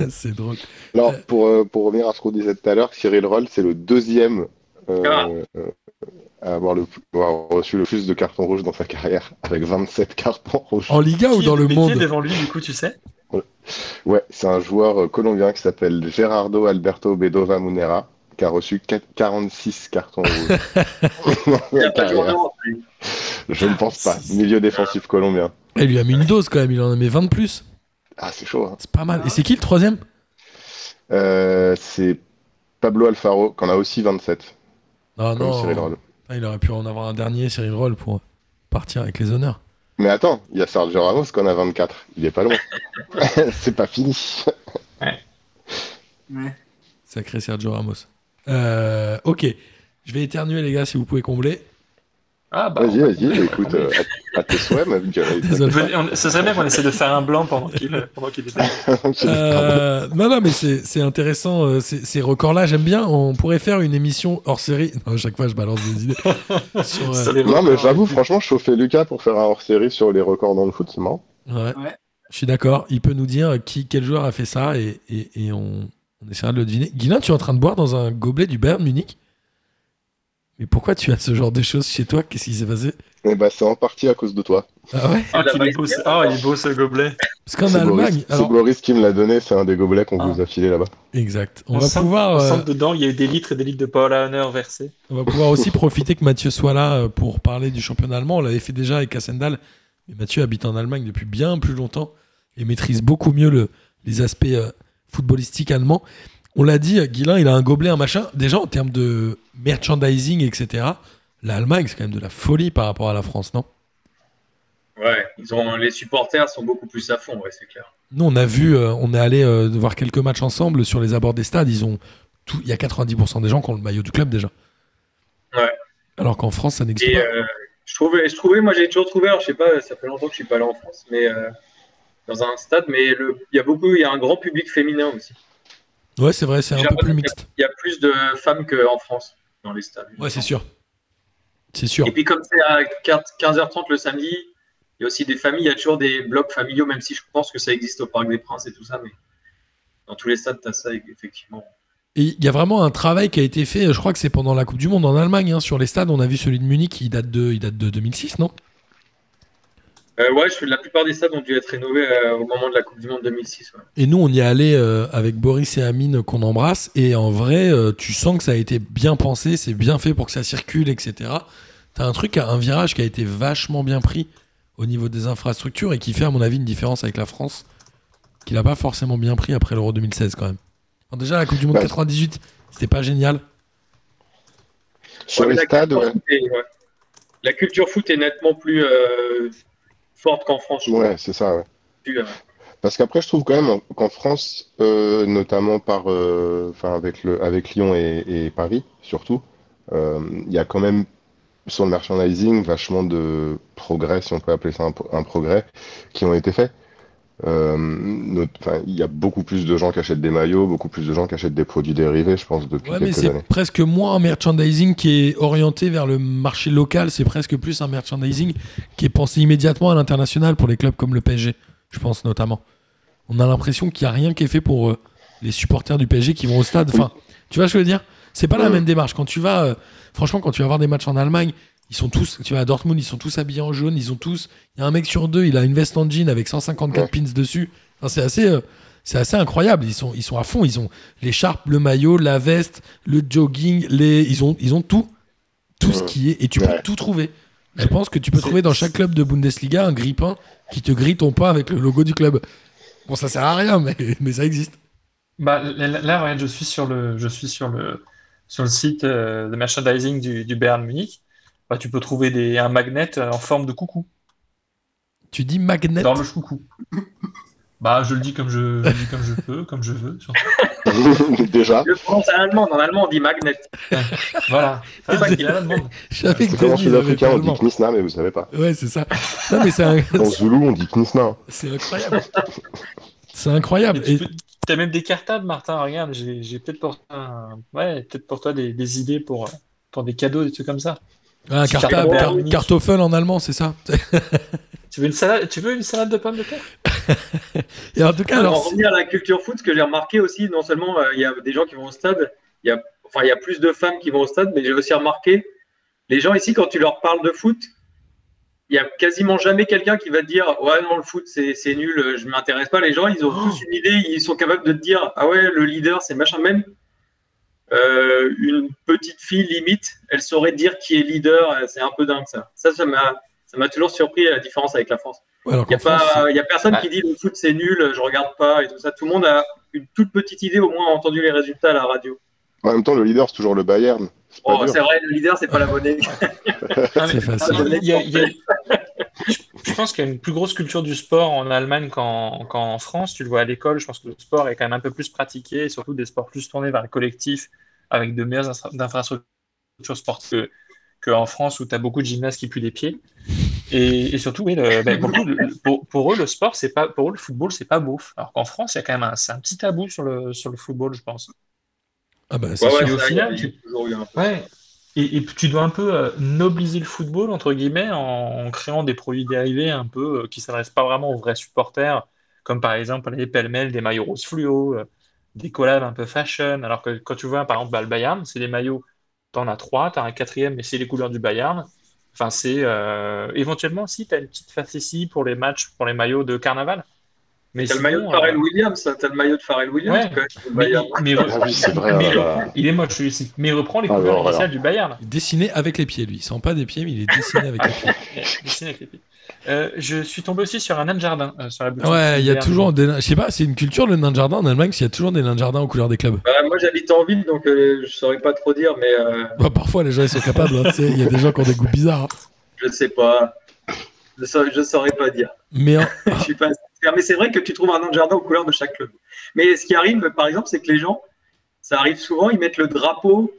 S2: ouais.
S4: C'est drôle.
S3: Alors, pour, euh, pour revenir à ce qu'on disait tout à l'heure, Cyril Roll, c'est le deuxième euh,
S6: Ah.
S3: euh, à avoir, le, plus- avoir reçu le plus de cartons rouges dans sa carrière, avec 27 cartons rouges.
S6: Oh.
S4: En Liga ou
S2: Qui-
S4: dans le
S2: mais qui est
S4: monde
S2: devant lui, du coup, tu sais
S3: Ouais, c'est un joueur euh, colombien qui s'appelle Gerardo Alberto Bedova Munera, qui a reçu 4 46 cartons rouges.
S6: Il
S3: Dans
S6: n'y
S3: sa
S6: a pas de
S3: carrière.
S6: journaux.
S3: Je ne pense pas. Milieu défensif colombien.
S4: Elle Eh, lui a mis une dose quand même, il en a mis 20 de plus.
S3: Ah, c'est chaud. Hein.
S4: C'est pas mal. Et c'est qui le troisième
S3: Euh, c'est Pablo Alfaro, qu'on a aussi 27,
S4: Ah
S6: Oh.
S3: comme Cyril
S4: non,
S3: Roll.
S4: Ah, il aurait pu en avoir un dernier, Cyril Roll, pour partir avec les honneurs.
S3: Mais attends, il y a Sergio Ramos qu'on a 24. Il est pas loin. c'est pas fini.
S5: Ouais.
S4: Sacré Sergio Ramos. Euh, ok, je vais éternuer les gars si vous pouvez combler.
S2: Ah, bah.
S3: Vas-y, vas-y, écoute, euh, à, à tes souhaits, ma gueule.
S2: on-
S4: Désolé.
S2: venez- on- ce serait bien qu'on essaie de faire un blanc pendant qu'il pendant qu'il était.
S4: Euh, non, non, mais c'est c'est intéressant. euh, Ces, ces records-là, j'aime bien. On pourrait faire une émission hors série. Non, à chaque fois, je balance des idées. Sur, euh,
S2: Sur les
S3: Non, mais
S2: records.
S3: j'avoue, franchement, chauffer Lucas pour faire un hors-série sur les records dans le foot, c'est marrant.
S4: ouais.
S5: Ouais.
S4: Je suis d'accord. Il peut nous dire euh, qui, quel joueur a fait ça et, et- et on, on essaiera de le deviner. Guilin, tu es en train de boire dans un gobelet du Bayern Munich Mais pourquoi tu as ce genre de choses chez toi Qu'est-ce qui s'est passé
S3: Et bah, c'est en partie à cause de toi.
S4: Ah ouais
S2: Ah, qu'il est beau, ce- ah, il est beau ce gobelet.
S4: Parce qu'en
S3: C'est Boris,
S4: Allemagne.
S3: c'est
S4: Alors,
S3: Boris qui me l'a donné, c'est un des gobelets qu'on
S2: Ah.
S3: vous a filé là-bas.
S4: exact. On,
S2: On
S4: va
S2: sent-
S4: pouvoir.
S2: Au
S4: euh,
S2: centre, dedans, il y a eu des litres et des litres de Paula Honor versés.
S4: On va pouvoir aussi profiter que Mathieu soit là euh, pour parler du championnat allemand. On l'avait fait déjà avec Kassendal, mais Mathieu habite en Allemagne depuis bien plus longtemps et maîtrise beaucoup mieux le- les aspects euh, footballistiques allemands. On l'a dit, euh, Guilain, il a un gobelet, un machin. Déjà, en termes de merchandising, etc., l'Allemagne, c'est quand même de la folie par rapport à la France, non
S6: Ouais, ils ont, les supporters sont beaucoup plus à fond, ouais, c'est clair.
S4: Nous, on a vu, euh, on est allé euh, voir quelques matchs ensemble sur les abords des stades. Ils ont tout, il y a 90% des gens qui ont le maillot du club déjà.
S6: Ouais.
S4: Alors qu'en France, ça n'existe
S6: Et
S4: pas.
S6: euh, je, trouvais, je trouvais, moi j'ai toujours trouvé, alors je sais pas, ça fait longtemps que je suis pas allé en France, mais euh, dans un stade, mais le- il y a beaucoup, il y a un grand public féminin aussi.
S4: Ouais, c'est vrai, c'est un
S6: J'ai
S4: peu plus
S6: l'impression
S4: mixte.
S6: Il y a plus de femmes qu'en France dans les stades.
S4: Ouais, c'est sûr. C'est sûr.
S6: Et puis comme c'est à 15h30 le samedi, il y a aussi des familles, il y a toujours des blocs familiaux, même si je pense que ça existe au Parc des Princes et tout ça, mais dans tous les stades, tu as ça, effectivement.
S4: Et il y a vraiment un travail qui a été fait, je crois que c'est pendant la Coupe du Monde en Allemagne, hein, sur les stades. On a vu celui de Munich, il date de, il date de 2006, non
S6: Euh, ouais, je, la plupart des stades ont dû être rénovés euh, au moment de la Coupe du Monde 2006. ouais.
S4: Et nous, on y est allé euh, avec Boris et Amine qu'on embrasse. Et en vrai, euh, tu sens que ça a été bien pensé, c'est bien fait pour que ça circule, etc. T'as un truc, un virage qui a été vachement bien pris au niveau des infrastructures et qui fait, à mon avis, une différence avec la France, qui n'a pas forcément bien pris après l'Euro 2016 quand même. Alors déjà, la Coupe du Monde
S3: Bah,
S4: 98, c'était pas génial.
S3: Sur
S6: Ouais,
S3: les
S6: mais la
S3: stades,
S6: culture
S3: ouais.
S6: foot est- ouais. La culture foot est nettement plus euh, forte qu'en France. je trouve.
S3: Ouais, c'est ça, ouais.
S6: Plus, euh,
S3: Parce qu'après, je trouve quand même qu'en France, euh, notamment par, euh, enfin avec le, avec Lyon et, et Paris surtout, euh, il y a quand même sur le merchandising vachement de progrès, si on peut appeler ça un, pro- un progrès, qui ont été faits. Euh, notre- enfin, il y a beaucoup plus de gens qui achètent des maillots, beaucoup plus de gens qui achètent des produits dérivés, je pense, depuis
S4: Ouais, mais
S3: quelques
S4: c'est
S3: années.
S4: presque moins un merchandising qui est orienté vers le marché local, c'est presque plus un merchandising qui est pensé immédiatement à l'international pour les clubs comme le PSG, je pense notamment. On a l'impression qu'il n'y a rien qui est fait pour euh, les supporters du PSG qui vont au stade. Enfin, tu vois ce que je veux dire C'est pas la
S3: Ouais.
S4: même démarche. Quand tu vas, euh, franchement, quand tu vas voir des matchs en Allemagne, ils sont tous, tu vas à Dortmund, ils sont tous habillés en jaune, ils ont tous. Il y a un mec sur deux, il a une veste en jean avec 154 pins dessus. Enfin, c'est assez. euh, C'est assez incroyable. Ils sont, ils sont à fond. Ils ont l'écharpe, le maillot, la veste, le jogging. Les... Ils, ont, ils ont tout. Tout ce qui est. Et tu peux
S3: Ouais.
S4: tout trouver. Je pense que tu peux trouver dans chaque club de Bundesliga un grille-pain qui te grille ton pain avec le logo du club. Bon, ça sert à rien, mais, mais ça existe.
S2: Bah, là, là, regarde, je suis sur le, je suis sur le, sur le site euh, de merchandising du, du Bayern Munich. Bah, tu peux trouver des, un magnet euh, en forme de coucou,
S4: Tu dis magnet.
S2: d'horloge coucou. Bah, je le dis comme je, je le dis comme je peux, comme je veux. surtout.
S3: Déjà,
S6: Je pense à l'allemand. En allemand, on dit magnet.
S2: Voilà. C'est ça qu'il a la demande.
S4: J'avais que
S3: c'est comme en
S4: Denis, il avait
S3: sud-africain,
S4: fait
S3: on
S4: allemand.
S3: dit Knisna, mais vous savez pas.
S4: Ouais, c'est ça. Non, mais c'est un-
S3: En Zoulou, on dit Knisna.
S4: c'est incroyable. C'est incroyable.
S2: Et
S4: Ah, Et-
S2: tu as même des cartables, Martin. Regarde, j'ai j'ai peut-être pour, un- ouais, peut-être pour toi des, des idées pour, euh, pour des cadeaux, des trucs comme ça.
S4: Ah,
S2: Petit
S4: cartable,
S2: cartable
S4: car-
S2: unique.
S4: Kartoffel en allemand, c'est ça.
S2: Tu veux une salade, tu veux une salade de pommes de terre?
S4: Et en tout cas,
S6: Alors,
S4: alors,
S6: en revenir à la culture foot, ce que j'ai remarqué aussi, non seulement euh, il y a des gens qui vont au stade, il y a, enfin, il y a plus de femmes qui vont au stade, mais j'ai aussi remarqué, les gens ici, quand tu leur parles de foot, il y a quasiment jamais quelqu'un qui va te dire Ouais, non, le foot, c'est c'est nul, euh, je m'intéresse pas. Les gens, ils ont
S2: Oh.
S6: tous une idée, ils sont capables de te dire Ah ouais, le leader, c'est machin. Même euh, une petite fille, limite, elle saurait dire qui est leader, euh, c'est un peu dingue ça. Ça, ça m'a ça m'a toujours surpris la différence avec la France. Il
S4: alors qu'en
S6: n'y a, pas-
S4: France,
S6: y a personne
S2: Ouais.
S6: qui dit le foot c'est nul, je regarde pas et tout ça. Tout le monde a une toute petite idée, au moins a entendu les résultats à la radio.
S3: En même temps, le leader, c'est toujours le Bayern. C'est pas
S6: Oh,
S3: dur.
S6: c'est vrai, le leader c'est pas la monnaie.
S2: Ah, mais-
S4: c'est facile.
S2: Il y a- il y a- je pense qu'il y a une plus grosse culture du sport en Allemagne qu'en qu'en France. Tu le vois à l'école, je pense que le sport est quand même un peu plus pratiqué, et surtout des sports plus tournés vers le collectif, avec de meilleures infra- infrastructures sportives que- qu'en France, où tu as beaucoup de gymnases qui puent les pieds. Et, et surtout, oui, le- ben, pour, le coup, le- pour- pour eux, le sport, c'est pas, pour eux, le football, c'est pas beauf. Alors qu'en France, il y a quand même un, c'est un petit tabou sur le, sur le football, je pense.
S4: Ah bah, c'est
S6: Ouais, ouais,
S4: sûr.
S2: au
S6: ça, il y a-
S2: final,
S6: il y a toujours eu un peu.
S2: Ouais. Et, et tu dois un peu euh, nobliser le football, entre guillemets, en, en créant des produits dérivés un peu euh, qui s'adressent pas vraiment aux vrais supporters, comme par exemple les pêle-mêle des maillots rose fluo, euh, des collabs un peu fashion. Alors que quand tu vois, par exemple, bah, le Bayern, c'est des maillots, t'en as trois, t'as un quatrième, mais c'est les couleurs du Bayern. Enfin, c'est euh, éventuellement, si t'as une petite facétie pour les matchs, pour les maillots de carnaval. Mais
S6: T'as le
S2: sinon,
S6: maillot de
S2: euh,
S6: Pharrell Williams, t'as le maillot de Pharrell Williams.
S2: Ouais. Bah,
S6: quand même, le
S2: mais,
S6: Bayern.
S2: mais-
S3: Ah oui, c'est vrai.
S2: mais-
S3: oh là là.
S2: il est moche celui-ci, mais il reprend les
S3: Ah,
S2: couleurs
S3: l'horreur.
S2: initiales du Bayern.
S4: Dessiné avec les pieds, lui. Il sent pas des pieds, mais il est dessiné avec les pieds.
S2: Ouais, dessiner avec les pieds. Euh, je suis tombé aussi sur un nain de jardin euh, sur la boutique.
S4: Ouais, il y a
S2: Merde.
S4: toujours des nains. Je sais pas, c'est une culture, le nain de jardin en Allemagne, s'il y a toujours des nains de jardin aux couleurs des clubs.
S6: Bah, moi j'habite en ville, donc euh, je saurais pas trop dire, mais euh,
S4: Bah, parfois, les gens, ils sont capables. hein, tu sais, Il y a des gens qui ont des goûts bizarres. hein.
S6: je sais pas. Je saurais, je saurais pas dire.
S4: Mais en-
S6: je suis pas assez expert. Mais c'est vrai que tu trouves un nom de jardin aux couleurs de chaque club. Mais ce qui arrive, par exemple, c'est que les gens, ça arrive souvent, ils mettent le drapeau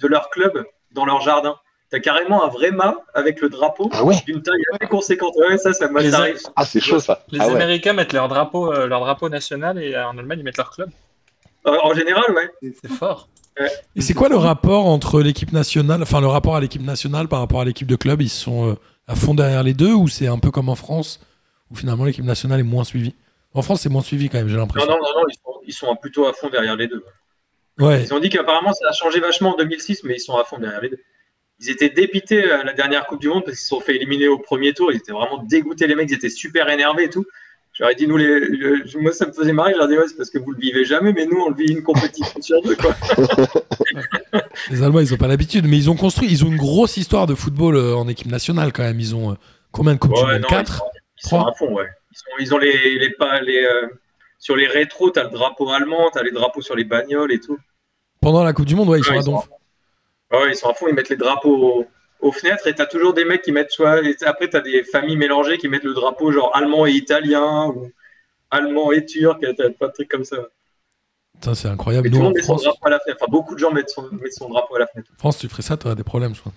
S6: de leur club dans leur jardin. T'as carrément un vrai mât avec le drapeau
S3: Ah ouais
S6: d'une taille assez conséquente. Ouais, ça, ça, moi,
S2: Les
S6: ça
S2: a-
S6: arrive.
S3: Ah, c'est chaud ça.
S2: Les
S3: Ah ouais.
S2: Américains mettent leur drapeau, euh, leur drapeau national et euh, en Allemagne ils mettent leur club.
S6: Euh, En général, ouais.
S2: C'est fort.
S4: Et c'est quoi le rapport entre l'équipe nationale, enfin le rapport à l'équipe nationale par rapport à l'équipe de club Ils sont euh, à fond derrière les deux ou c'est un peu comme en France où finalement l'équipe nationale est moins suivie En France, c'est moins suivi quand même, j'ai
S6: Non,
S4: l'impression.
S6: non, non, non, ils sont, ils sont plutôt à fond derrière les deux.
S4: Ouais,
S6: Ils ont dit qu'apparemment ça a changé vachement en 2006, mais ils sont à fond derrière les deux. Ils étaient dépités euh, à la dernière Coupe du Monde parce qu'ils se sont fait éliminer au premier tour. Ils étaient vraiment dégoûtés, les mecs. Ils étaient super énervés et tout. J'aurais dit, nous, les, le- moi, ça me faisait marrer. Je leur disais, ouais, c'est parce que vous le vivez jamais, mais nous, on le vit une compétition sur deux, quoi.
S4: les Allemands, ils ont pas l'habitude, mais ils ont construit, ils ont une grosse histoire de football euh, en équipe nationale quand même. Ils ont euh, combien de coupes du
S6: Ouais,
S4: monde
S6: non, ils
S4: 4
S6: sont, ils sont
S4: Trois.
S6: à fond, ouais. Ils, sont- ils ont les, les pas, les, euh, sur les rétros, t'as le drapeau allemand, t'as les drapeaux sur les bagnoles et tout.
S4: Pendant la Coupe du Monde, ouais, ils sont
S6: Ouais,
S4: à
S6: ils sont à
S4: donf.
S6: Ouais, ouais, ils sont à fond, ils mettent les drapeaux aux, aux fenêtres et t'as toujours des mecs qui mettent soit. et Après, t'as des familles mélangées qui mettent le drapeau genre allemand et italien ou allemand et turc, t'as pas de trucs comme ça.
S4: Putain, c'est incroyable.
S6: Mais
S4: Nous,
S6: tout le
S4: en
S6: monde met son
S4: France,
S6: drapeau à la fenêtre. Enfin, beaucoup de gens mettent son, mettent son drapeau à la fenêtre.
S4: en France, tu ferais ça, t'aurais des problèmes, je crois.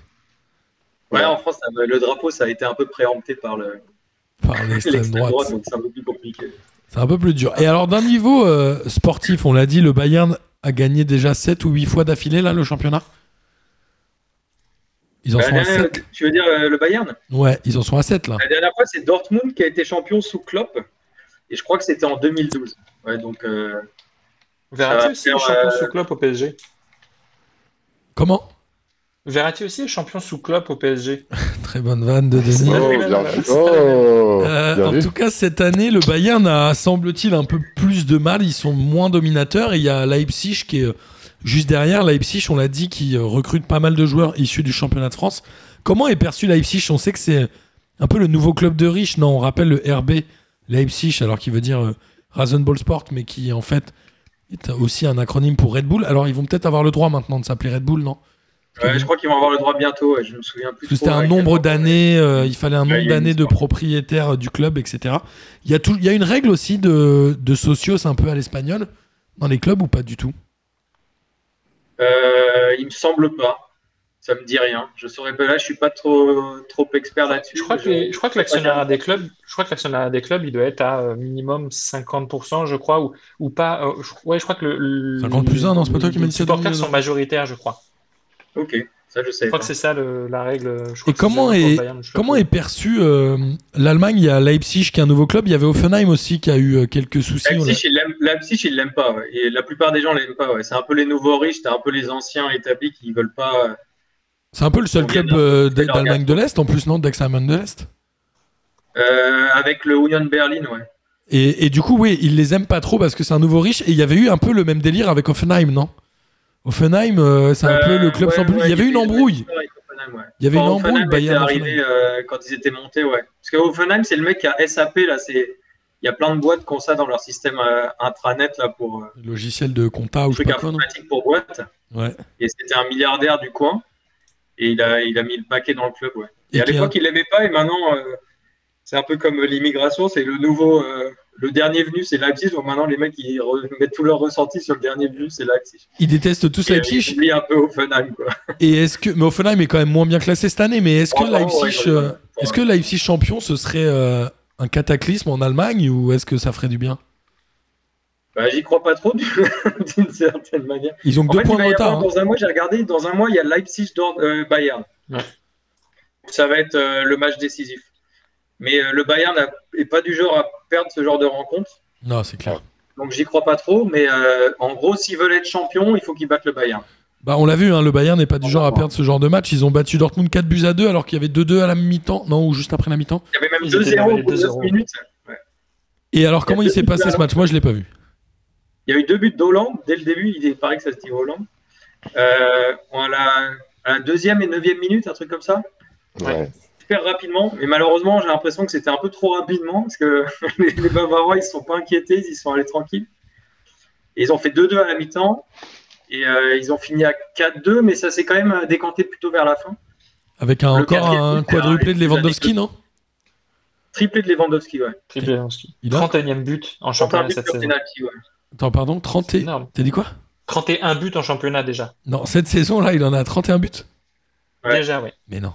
S6: Ouais,
S3: Ouais.
S6: en France, ça- le drapeau, ça a été un peu préempté par le-
S4: Par l'extrême
S6: l'extrême droite.
S4: droite.
S6: donc c'est un peu plus compliqué.
S4: C'est un peu plus dur. Et alors, d'un niveau euh, sportif, on l'a dit, le Bayern a gagné déjà 7 ou 8 fois d'affilée, là, le championnat Ils en
S6: La
S4: sont à
S6: dernière-
S4: 7.
S6: Bah, tu veux dire euh, le Bayern
S4: Ouais, ils en sont à 7, là.
S6: La dernière fois, c'est Dortmund qui a été champion sous Klopp et je crois que c'était en 2012. Ouais, donc. euh, Ça
S2: Verratti
S6: va
S2: aussi est
S6: faire,
S2: champion
S6: euh,
S2: sous Klopp au PSG.
S4: Comment
S2: Verratti aussi est champion sous Klopp au PSG.
S4: Très bonne vanne de Denis.
S3: Oh, bien vu. Oh,
S4: Euh,
S3: bien
S4: en
S3: vu.
S4: tout cas, cette année, le Bayern a, semble-t-il, un peu plus de mal, ils sont moins dominateurs. Et il y a Leipzig qui est euh, juste derrière. Leipzig, on l'a dit, qui euh, recrute pas mal de joueurs issus du championnat de France. Comment est perçu Leipzig On sait que c'est un peu le nouveau club de riches. Non, on rappelle le RB Leipzig, alors qui veut dire euh, Rasenball Sport, mais qui en fait est aussi un acronyme pour Red Bull. Alors ils vont peut-être avoir le droit maintenant de s'appeler Red Bull, non Parce que
S6: Ouais, je crois qu'ils vont avoir le droit bientôt. ouais, Je me souviens plus.
S4: parce
S6: trop,
S4: que c'était un
S6: ouais,
S4: nombre
S6: quel-
S4: d'années, euh, il fallait
S6: Ouais,
S4: un
S6: il y a
S4: nombre
S6: une
S4: d'années de
S6: histoire.
S4: propriétaires euh, du club, etc. Il y a, tout, il y a une règle aussi de, de socios un peu à l'espagnol dans les clubs ou pas du tout
S6: Euh, il me semble pas. Ça me dit rien. Je saurais pas là. Je suis pas trop trop expert là-dessus.
S2: Je crois que, les- je crois que l'actionnariat des clubs, je crois que l'actionnariat des clubs, il doit être à euh, minimum 50%, je crois, ou, ou pas. euh, je, ouais, je crois que le, le-
S4: 50 plus un, non, c'est pas toi qui m'as
S2: les
S4: dit ça,
S2: supporters
S4: Dominique.
S2: sont majoritaires, je crois.
S6: Ok, ça je
S2: Je
S6: sais.
S2: crois
S6: Pas.
S2: que c'est ça le- la règle.
S4: Et
S2: Je crois que c'est
S4: comment
S2: ça,
S4: est-
S2: pour Bayern, je sais pas
S4: Comment
S2: trop.
S4: est perçu euh, l'Allemagne Il y a Leipzig qui est un nouveau club, il y avait Offenheim aussi qui a eu euh, quelques soucis. on l'a-
S6: Leipzig, il l'aime- Leipzig, il l'aime pas. ouais. Et la plupart des gens l'aiment pas. ouais. C'est un peu les nouveaux riches, c'est un peu les anciens établis qui veulent pas. euh,
S4: C'est un peu le seul
S6: Combien
S4: club
S6: de-
S4: euh, d-
S6: leur gars
S4: d'Allemagne de l'Est, en plus, non D'Aix-Allemagne de l'Est
S6: euh, avec le Union Berlin, ouais.
S4: et, et du coup, oui, ils les aiment pas trop parce que c'est un nouveau riche. Et il y avait eu un peu le même délire avec Offenheim, non Offenheim, euh, c'est un peu le club sans
S6: sans
S4: plus. il y avait une embrouille. Il y avait une embrouille, Bayern.
S6: arrivé
S4: Offenheim.
S6: euh, quand ils étaient montés, ouais. Parce que Hoffenheim, c'est le mec qui a SAP là. C'est il y a plein de boîtes qui ont ça dans leur système euh, intranet là pour euh,
S4: Le Logiciel de compta Ah, ou je sais
S6: truc
S4: pas quoi, non
S6: informatique pour boîte.
S4: Ouais.
S6: Et c'était un milliardaire du coin. Et il a il a mis le paquet dans le club, ouais. Et,
S4: Et euh,
S6: à
S4: qui a-
S6: l'époque, il l'aimait pas. Et maintenant, euh, c'est un peu comme l'immigration. C'est le nouveau. euh, le dernier venu, c'est Leipzig. Donc maintenant, les mecs, ils mettent tout leur ressenti sur le dernier venu, c'est Leipzig.
S4: Ils détestent tous
S6: Et, euh,
S4: Leipzig.
S6: Ils oublient un peu Hoffenheim, quoi.
S4: Et est-ce que mais Offenheim est quand même moins bien classé cette année, mais est-ce que
S6: Oh, vraiment, ouais,
S4: Leipzig,
S6: j'en ai
S4: euh,
S6: pas.
S4: est-ce que Leipzig champion, ce serait euh, un cataclysme en Allemagne ou est-ce que ça ferait du bien
S6: Bah, J'y crois pas trop, d'une certaine manière.
S4: Ils ont que
S6: En
S4: deux
S6: fait,
S4: points
S6: il
S4: de
S6: va y avoir
S4: retard. hein.
S6: dans un mois, j'ai regardé, dans un mois, il y a Leipzig Dort- euh, Bayern.
S2: Ouais.
S6: Ça va être euh, le match décisif. Mais euh, le Bayern n'est pas du genre à perdre ce genre de rencontre.
S4: hein. Non, c'est clair.
S6: Donc j'y crois pas trop, mais euh, en gros, s'ils veulent être champions, il faut qu'ils battent le Bayern.
S4: Bah, on l'a vu, hein, le Bayern n'est pas du
S6: On
S4: genre
S6: va
S4: à
S6: voir.
S4: perdre ce genre de match. Ils ont battu Dortmund 4 buts à 2 alors qu'il y avait 2-2 à la mi-temps, non, ou juste après la mi-temps.
S6: Il y avait même
S2: Ils
S6: 2-0
S2: étaient dans les
S6: au bout de 9
S2: 2-0.
S6: minutes.
S4: Et alors, comment
S6: Il y
S4: il
S6: a
S4: s'est
S6: deux
S4: passé
S6: buts
S4: ce
S6: à
S4: match Moi, je l'ai pas vu.
S6: Il y a eu deux buts d'Hollande. Dès le début, il est- il paraît que ça se dit Hollande. Euh, on la, à la deuxième et neuvième minute, un truc comme ça.
S3: Ouais.
S6: super rapidement, mais malheureusement, j'ai l'impression que c'était un peu trop rapidement parce que les, les Bavarois ils se sont pas inquiétés, ils y sont allés tranquilles. Et ils ont fait 2-2 à la mi-temps et euh, ils ont fini à 4-2, mais ça s'est quand même euh, décanté plutôt vers la fin.
S4: Avec un,
S6: Le
S4: encore
S6: quatrième
S4: un
S6: but,
S4: quadruplé
S6: euh,
S4: de Lewandowski, non
S6: Triplé de Lewandowski, ouais.
S2: Lewandowski.
S4: Il a-
S2: 31e but en
S6: Contre un
S2: championnat
S6: but
S2: cette
S6: sur
S2: saison.
S6: penalty, ouais.
S4: Attends, pardon, 30 et...
S2: Énorme.
S4: T'as dit quoi
S2: 31 buts en championnat déjà.
S4: Non, cette saison-là, il en a 31 buts.
S6: Ouais.
S2: Déjà, oui.
S4: Mais non.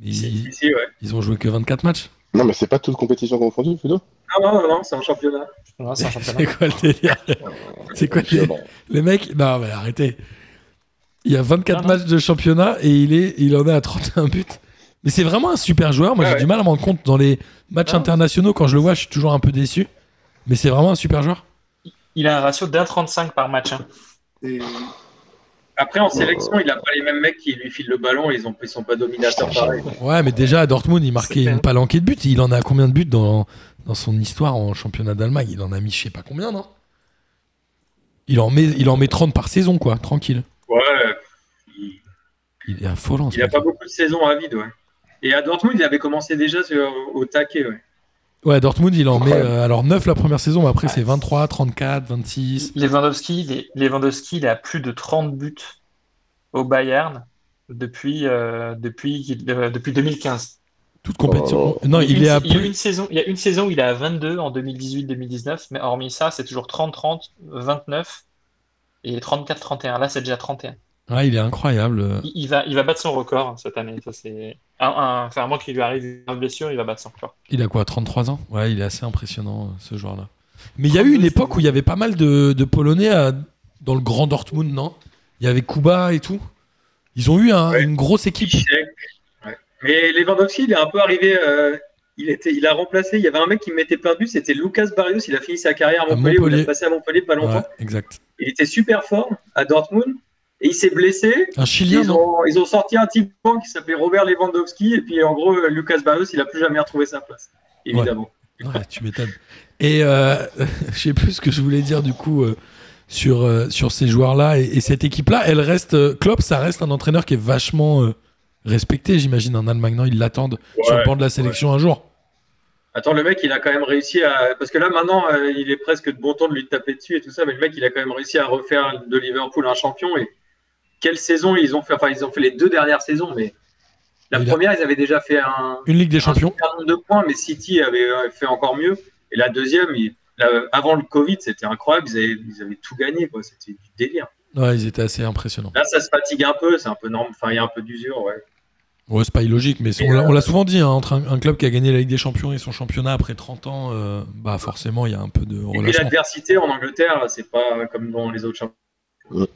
S4: Mais
S6: Si,
S4: Ils,
S6: si, ouais.
S4: ils ont joué que 24 matchs.
S3: Non, mais c'est pas toute compétition confondue, plutôt
S6: Ah non, non, non, c'est en championnat.
S2: Non, c'est un
S4: C'est
S2: championnat.
S4: quoi le délire C'est quoi le délire Les mecs, non, mais arrêtez. Il y a 24
S2: Non, non.
S4: matchs de championnat et il, est, il en est à 31 buts. Mais c'est vraiment un super joueur. Moi,
S6: Ouais,
S4: j'ai
S6: ouais.
S4: du mal à me rendre compte dans les matchs
S2: Non.
S4: internationaux. Quand je le vois, je suis toujours un peu déçu. Mais c'est vraiment un super joueur.
S2: Il a un ratio d'un 35 par match. hein.
S5: C'est-
S6: Après, en sélection, il a pas les mêmes mecs qui lui filent le ballon, ils ont, ils sont pas dominateurs pareil.
S4: Ouais, mais déjà à Dortmund, il
S2: C'est
S4: marquait
S2: clair.
S4: une palanquée de buts. Il en a combien de buts dans, dans son histoire en championnat d'Allemagne Il en a mis je sais pas combien, non il en, met, il en met 30 par saison, quoi, tranquille.
S6: Ouais, il-
S4: Il est affolant. ce
S6: il a
S4: mec.
S6: pas beaucoup de saisons à vide, ouais. Et à Dortmund, il avait commencé déjà sur- au taquet, ouais.
S4: Ouais, Dortmund, il en met
S3: Incroyable.
S4: euh, alors 9 la première saison, mais après c'est 23, 34, 26.
S2: Lewandowski, il est, Lewandowski, il a plus de 30 buts au Bayern depuis, euh, depuis, qu'il- euh, depuis 2015.
S4: Toute compétition.
S3: Oh.
S4: Non,
S2: Il y a
S4: il
S2: une-
S4: est à
S2: il y a
S4: plus.
S2: une saison, il y a une saison où il est à 22 en 2018-2019, mais hormis ça, c'est toujours 30-30, 29 et 34-31. Là, c'est déjà 31.
S4: Ouais, il est incroyable.
S2: Il, il va, il va battre son record hein, cette année. Ça, c'est un, un, enfin, à moins qu'il lui arrive une blessure, il va battre son record.
S4: Il a quoi, 33 ans Ouais, il est assez impressionnant, euh, ce joueur-là. Mais il y a eu une époque où il y avait pas mal de, de Polonais à- dans le grand Dortmund, non Il y avait Kuba et tout. Ils ont eu un-
S6: Ouais.
S4: une grosse équipe.
S6: Tchèque, ouais. Mais Lewandowski, il est un peu arrivé. euh, il, était, il a remplacé. Il y avait un mec qui mettait plein de buts, c'était Lucas Barrios. Il a fini sa carrière à
S4: À
S6: Montpellier, où il
S4: Montpellier.
S6: est passé à Montpellier pas longtemps.
S4: Ouais, exact.
S6: Il était super fort à Dortmund et il s'est blessé.
S4: Un
S6: Et
S4: Chilien,
S6: Ils
S4: non
S6: ont, ils ont sorti un type qui s'appelait Robert Lewandowski. Et puis en gros, euh, Lucas Barrios, il a plus jamais retrouvé sa place, évidemment.
S4: Ouais, tu m'étonnes. Et euh, je sais plus ce que je voulais dire du coup euh, sur, euh, sur ces joueurs-là et, et cette équipe-là. Elle reste. euh, Klopp, ça reste un entraîneur qui est vachement euh, respecté, j'imagine. En Allemagne, non, ils l'attendent sur le
S6: Ouais.
S4: banc de la sélection un jour.
S6: Attends, le mec, il a quand même réussi à. Parce que là, maintenant, euh, il est presque de bon temps de lui taper dessus et tout ça, mais le mec, il a quand même réussi à refaire de Liverpool un champion. Et quelle saison ils ont fait Enfin, ils ont fait les deux dernières saisons, mais la
S4: Il a-
S6: première, ils avaient déjà fait un,
S4: Une Ligue des
S6: un
S4: Champions.
S6: super nombre de points, mais City avait euh, fait encore mieux. Et la deuxième, il- la- avant le Covid, c'était incroyable. Ils avaient, ils avaient tout gagné, quoi. C'était du délire.
S4: Ouais, ils étaient assez impressionnants.
S6: Là, ça se fatigue un peu, c'est un peu normal. Enfin, il y a un peu d'usure, ouais.
S4: Ouais, c'est pas illogique, mais on
S6: euh,
S4: l'a- on l'a souvent dit, hein, entre un, un club qui a gagné la Ligue des Champions et son championnat après 30 ans, euh, bah forcément, il y a un peu de
S6: Et puis
S4: relâchement.
S6: l'adversité en Angleterre, c'est pas comme dans les autres champions.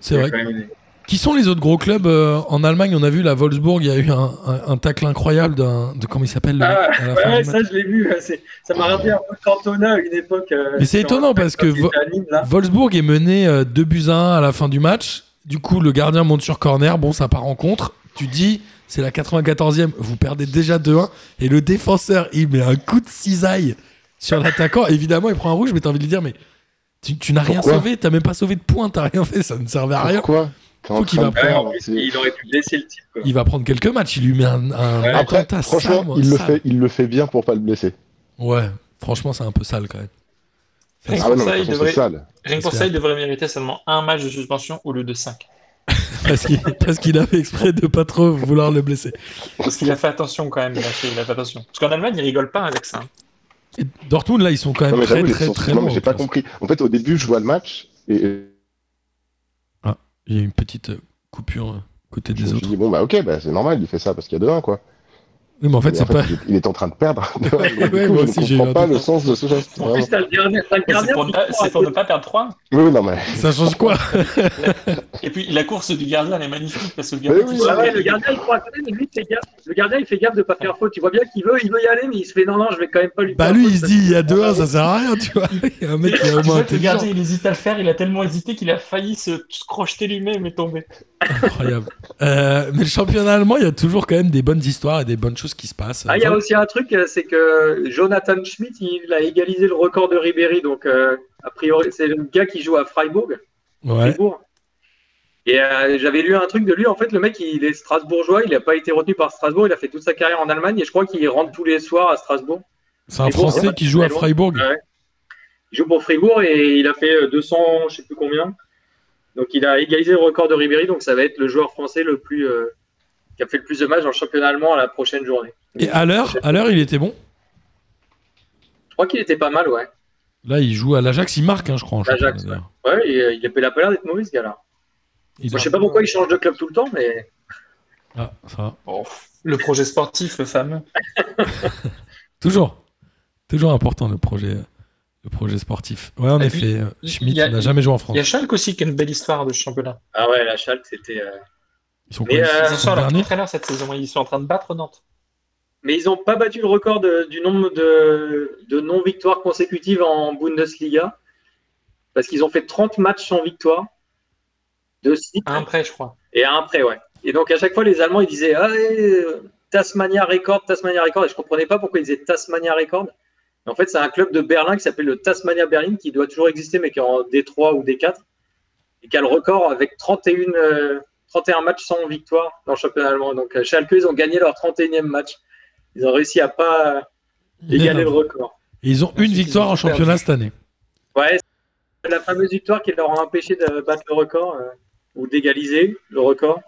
S4: C'est vrai.
S6: Il y a quand même des-
S4: Qui sont les autres gros clubs euh, en Allemagne On a vu la Wolfsburg, il y a eu un, un- un tacle incroyable d'un. de- Comment il s'appelle le mec
S6: Ah,
S4: à la
S6: Ouais,
S4: fin
S6: ouais,
S4: du
S6: ça,
S4: match
S6: je l'ai vu. ouais, c'est- Ça m'a rappelé un peu Cantona à une époque. euh,
S4: Mais c'est
S6: sur-
S4: étonnant parce que
S6: quand il
S4: vo-
S6: était à Nîmes, là.
S4: Wolfsburg est mené euh, 2 buts à 1 à la fin du match. Du coup, le gardien monte sur corner. Bon, ça part en contre. Tu dis, c'est la 94e. Vous perdez déjà 2-1. Et le défenseur, il met un coup de cisaille sur l'attaquant. Évidemment, il prend un rouge, mais t'as envie de lui dire, mais tu, tu n'as rien
S3: Pourquoi
S4: sauvé. T'as même pas sauvé de points. T'as rien fait. Ça ne servait à rien.
S3: Pourquoi T'es en
S4: Faut qu'il
S3: train de
S4: va
S6: Ouais, en
S3: perdre,
S6: plus,
S3: c'est-
S6: il aurait pu blesser le type. quoi.
S4: Il va prendre quelques matchs. Il lui met un, un
S6: Ouais.
S3: Après,
S4: attentat
S3: franchement,
S4: sale, moi,
S3: il, le
S4: sale.
S3: fait, il le fait bien pour pas le blesser.
S4: Ouais, franchement, c'est un peu sale quand même.
S2: Rien
S3: Ah
S2: que
S3: ouais,
S2: pour
S3: non, mais
S2: ça,
S3: de toute façon,
S2: il
S3: c'est
S2: devrait-
S3: sale.
S2: rien que pour ça, il devrait mériter seulement un match de suspension au lieu de cinq.
S4: Parce qu'il parce qu'il a fait exprès de pas trop vouloir le blesser.
S2: Parce qu'il a fait attention quand même. Il a fait, il a fait attention. Parce qu'en Allemagne, ils rigolent pas avec ça. hein.
S4: Et Dortmund, là, ils sont quand
S3: Non,
S4: même
S3: mais
S4: très,
S3: j'avoue, ils
S4: très,
S3: sont-
S4: très
S3: non, mais
S4: loin,
S3: j'ai
S4: je
S3: pas
S4: pense.
S3: compris. En fait, au début, je vois le match et et
S4: Il y a une petite euh, coupure euh, côté
S3: je
S4: des
S3: me
S4: autres.
S3: suis dit, bon, bah ok, bah, c'est normal, il fait ça parce qu'il y a 2-1, quoi.
S4: Oui, mais en fait,
S3: Mais
S4: c'est pas.
S3: il est- Il est en train de perdre. Donc,
S4: Ouais,
S3: du coup,
S4: ouais, moi aussi,
S3: je
S4: j'ai
S3: ne
S4: eu un
S3: comprends pas
S4: doute. hein.
S3: le sens de ce geste.
S6: En
S3: vraiment.
S6: plus, t'as le gardien. t'as le
S2: C'est
S6: gardien
S2: pour, ne
S6: qui
S2: pas-
S6: court à
S2: c'est pour ne
S6: côté.
S2: pas perdre 3.
S3: Oui, oui, non, mais.
S4: Ça change quoi
S2: Et puis la course du gardien elle est magnifique parce que le
S3: Mais
S2: gardien
S3: oui,
S2: qui
S6: Ouais,
S2: s'arrête,
S6: ouais, le gardien, il court à côté, mais lui, il fait gaffe. Le gardien, il fait gaffe de pas faire faute. Tu vois bien qu'il veut, il veut y aller, mais il se fait non, non, je vais quand même pas lui.
S4: Bah,
S6: faire
S4: lui,
S6: faute
S4: il se dit, il y a 2-1, ça sert à rien, tu vois. Il y a un mec qui est
S2: tu
S4: au moins
S2: vois que le
S4: intelligent.
S2: gardien il hésite à le faire, il a tellement hésité qu'il a failli se se crocheter lui-même et tomber.
S4: Incroyable. Euh, mais le championnat allemand, il y a toujours quand même des bonnes histoires et des bonnes choses qui se passent.
S6: Ah, il y a aussi un truc, euh, c'est que Jonathan Schmidt, il a égalisé le record de Ribéry. Donc, euh, a priori, c'est le gars qui joue à Freiburg.
S4: Ouais.
S6: Fribourg. Et euh, j'avais lu un truc de lui. En fait, le mec, il est strasbourgeois. Il n'a pas été retenu par Strasbourg. Il a fait toute sa carrière en Allemagne. Et je crois qu'il rentre tous les soirs à Strasbourg.
S4: C'est un
S6: Et bon,
S4: Français
S6: ouais,
S4: qui joue à
S6: très loin.
S4: Freiburg.
S6: Ouais. Il joue pour Fribourg et il a fait euh, 200, je sais plus combien. Donc, il a égalisé le record de Ribéry. Donc, ça va être le joueur français le plus euh, qui a fait le plus de matchs dans le championnat allemand à la prochaine journée.
S4: Et à l'heure, à l'heure, il était bon.
S6: Je crois qu'il était pas mal, ouais.
S4: Là, il joue à l'Ajax, il marque, hein, je crois. en championnat,
S6: L'Ajax,
S4: d'ailleurs.
S6: Ouais, et, euh, il a il a pas l'air d'être mauvais, ce gars-là.
S4: Il
S6: Moi,
S4: a-
S6: je sais pas pourquoi il change de club tout le temps, mais
S4: Ah, ça va.
S2: Oh, Le projet sportif, le fameux.
S4: Toujours. Toujours important le projet, le projet sportif. Ouais, en
S2: Et puis,
S4: effet, euh,
S2: Ah, il y
S4: Schmitt
S2: a-
S4: n'a jamais joué en France.
S2: Il y a Schalke aussi qui a une belle histoire de ce championnat.
S6: ah ouais, la Schalke, c'était. euh,
S4: Ils sont
S6: Mais,
S4: quoi, ils
S6: euh,
S4: sont
S2: Ils sont à leur
S4: derniers
S2: entraîneur cette saison. Ils sont en train de battre Nantes.
S6: Mais ils n'ont pas battu le record de- du nombre de, de non-victoires consécutives en Bundesliga. Parce qu'ils ont fait 30 matchs sans victoire. De six
S3: Euh,
S2: À un près, je crois.
S6: et à un près, ouais. Et donc à chaque fois, les Allemands, ils disaient ah, euh, Tasmania Record, Tasmania Record. Et je ne comprenais pas pourquoi ils disaient Tasmania Record. Mais en fait, c'est un club de Berlin qui s'appelle le Tasmania Berlin, qui doit toujours exister, mais qui est en D3 ou D4. Et qui a le record avec 31, euh, 31 matchs sans victoire dans le championnat allemand. Donc euh, Schalke, ils ont gagné leur 31e match. Ils ont réussi à pas euh, égaler le
S4: Énorme.
S6: record.
S4: Et ils ont
S2: Ensuite,
S4: une
S2: ils
S4: victoire
S2: ont
S4: en championnat
S2: perdu.
S4: cette année.
S6: Ouais, c'est la fameuse victoire qui leur a empêché de battre le record euh, ou d'égaliser le record.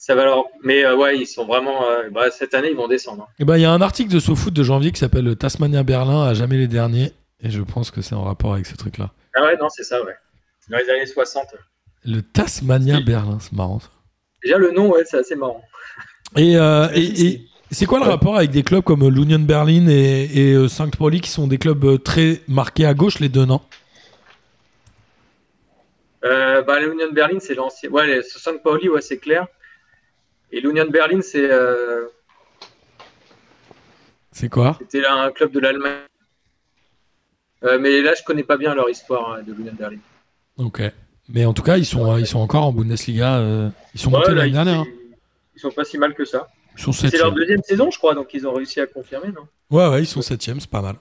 S6: Ça va leur... Mais euh, ouais, ils sont vraiment. euh, bah, cette année, ils vont descendre. hein.
S4: Et ben, il y a un article de SoFoot de janvier qui s'appelle Tasmania Berlin à jamais les derniers. Et je pense que c'est en rapport avec ce truc-là.
S6: Ah ouais, non, c'est ça, ouais. Dans les années 60.
S4: Le Tasmania
S6: Si.
S4: Berlin, c'est marrant. ça.
S6: Déjà, le nom, ouais, c'est assez marrant.
S4: Et, euh, et-
S2: Mais si,
S4: et c'est quoi le rapport avec des clubs comme euh, l'Union Berlin et, et euh, St. Pauli qui sont des clubs euh, très marqués à gauche, les deux, non
S6: Euh, bah, L'Union Berlin, c'est l'ancien. Ouais, les St. Pauli, ouais, c'est clair. Et l'Union Berlin, c'est, euh,
S4: C'est quoi
S6: c'était là un club de l'Allemagne. Euh, mais là, je connais pas bien leur histoire hein, de l'Union Berlin.
S4: Ok. Mais en tout cas, ils sont, euh, ils sont encore en Bundesliga. euh, ils sont
S6: Ouais,
S4: montés
S6: là,
S4: l'année
S6: ils-
S4: dernière. hein.
S6: ils sont pas si mal que ça.
S4: Ils sont
S6: C'est leur
S4: septième.
S6: deuxième saison, je crois, donc ils ont réussi à confirmer, non
S4: Ouais, ouais, ils sont septième, c'est pas mal.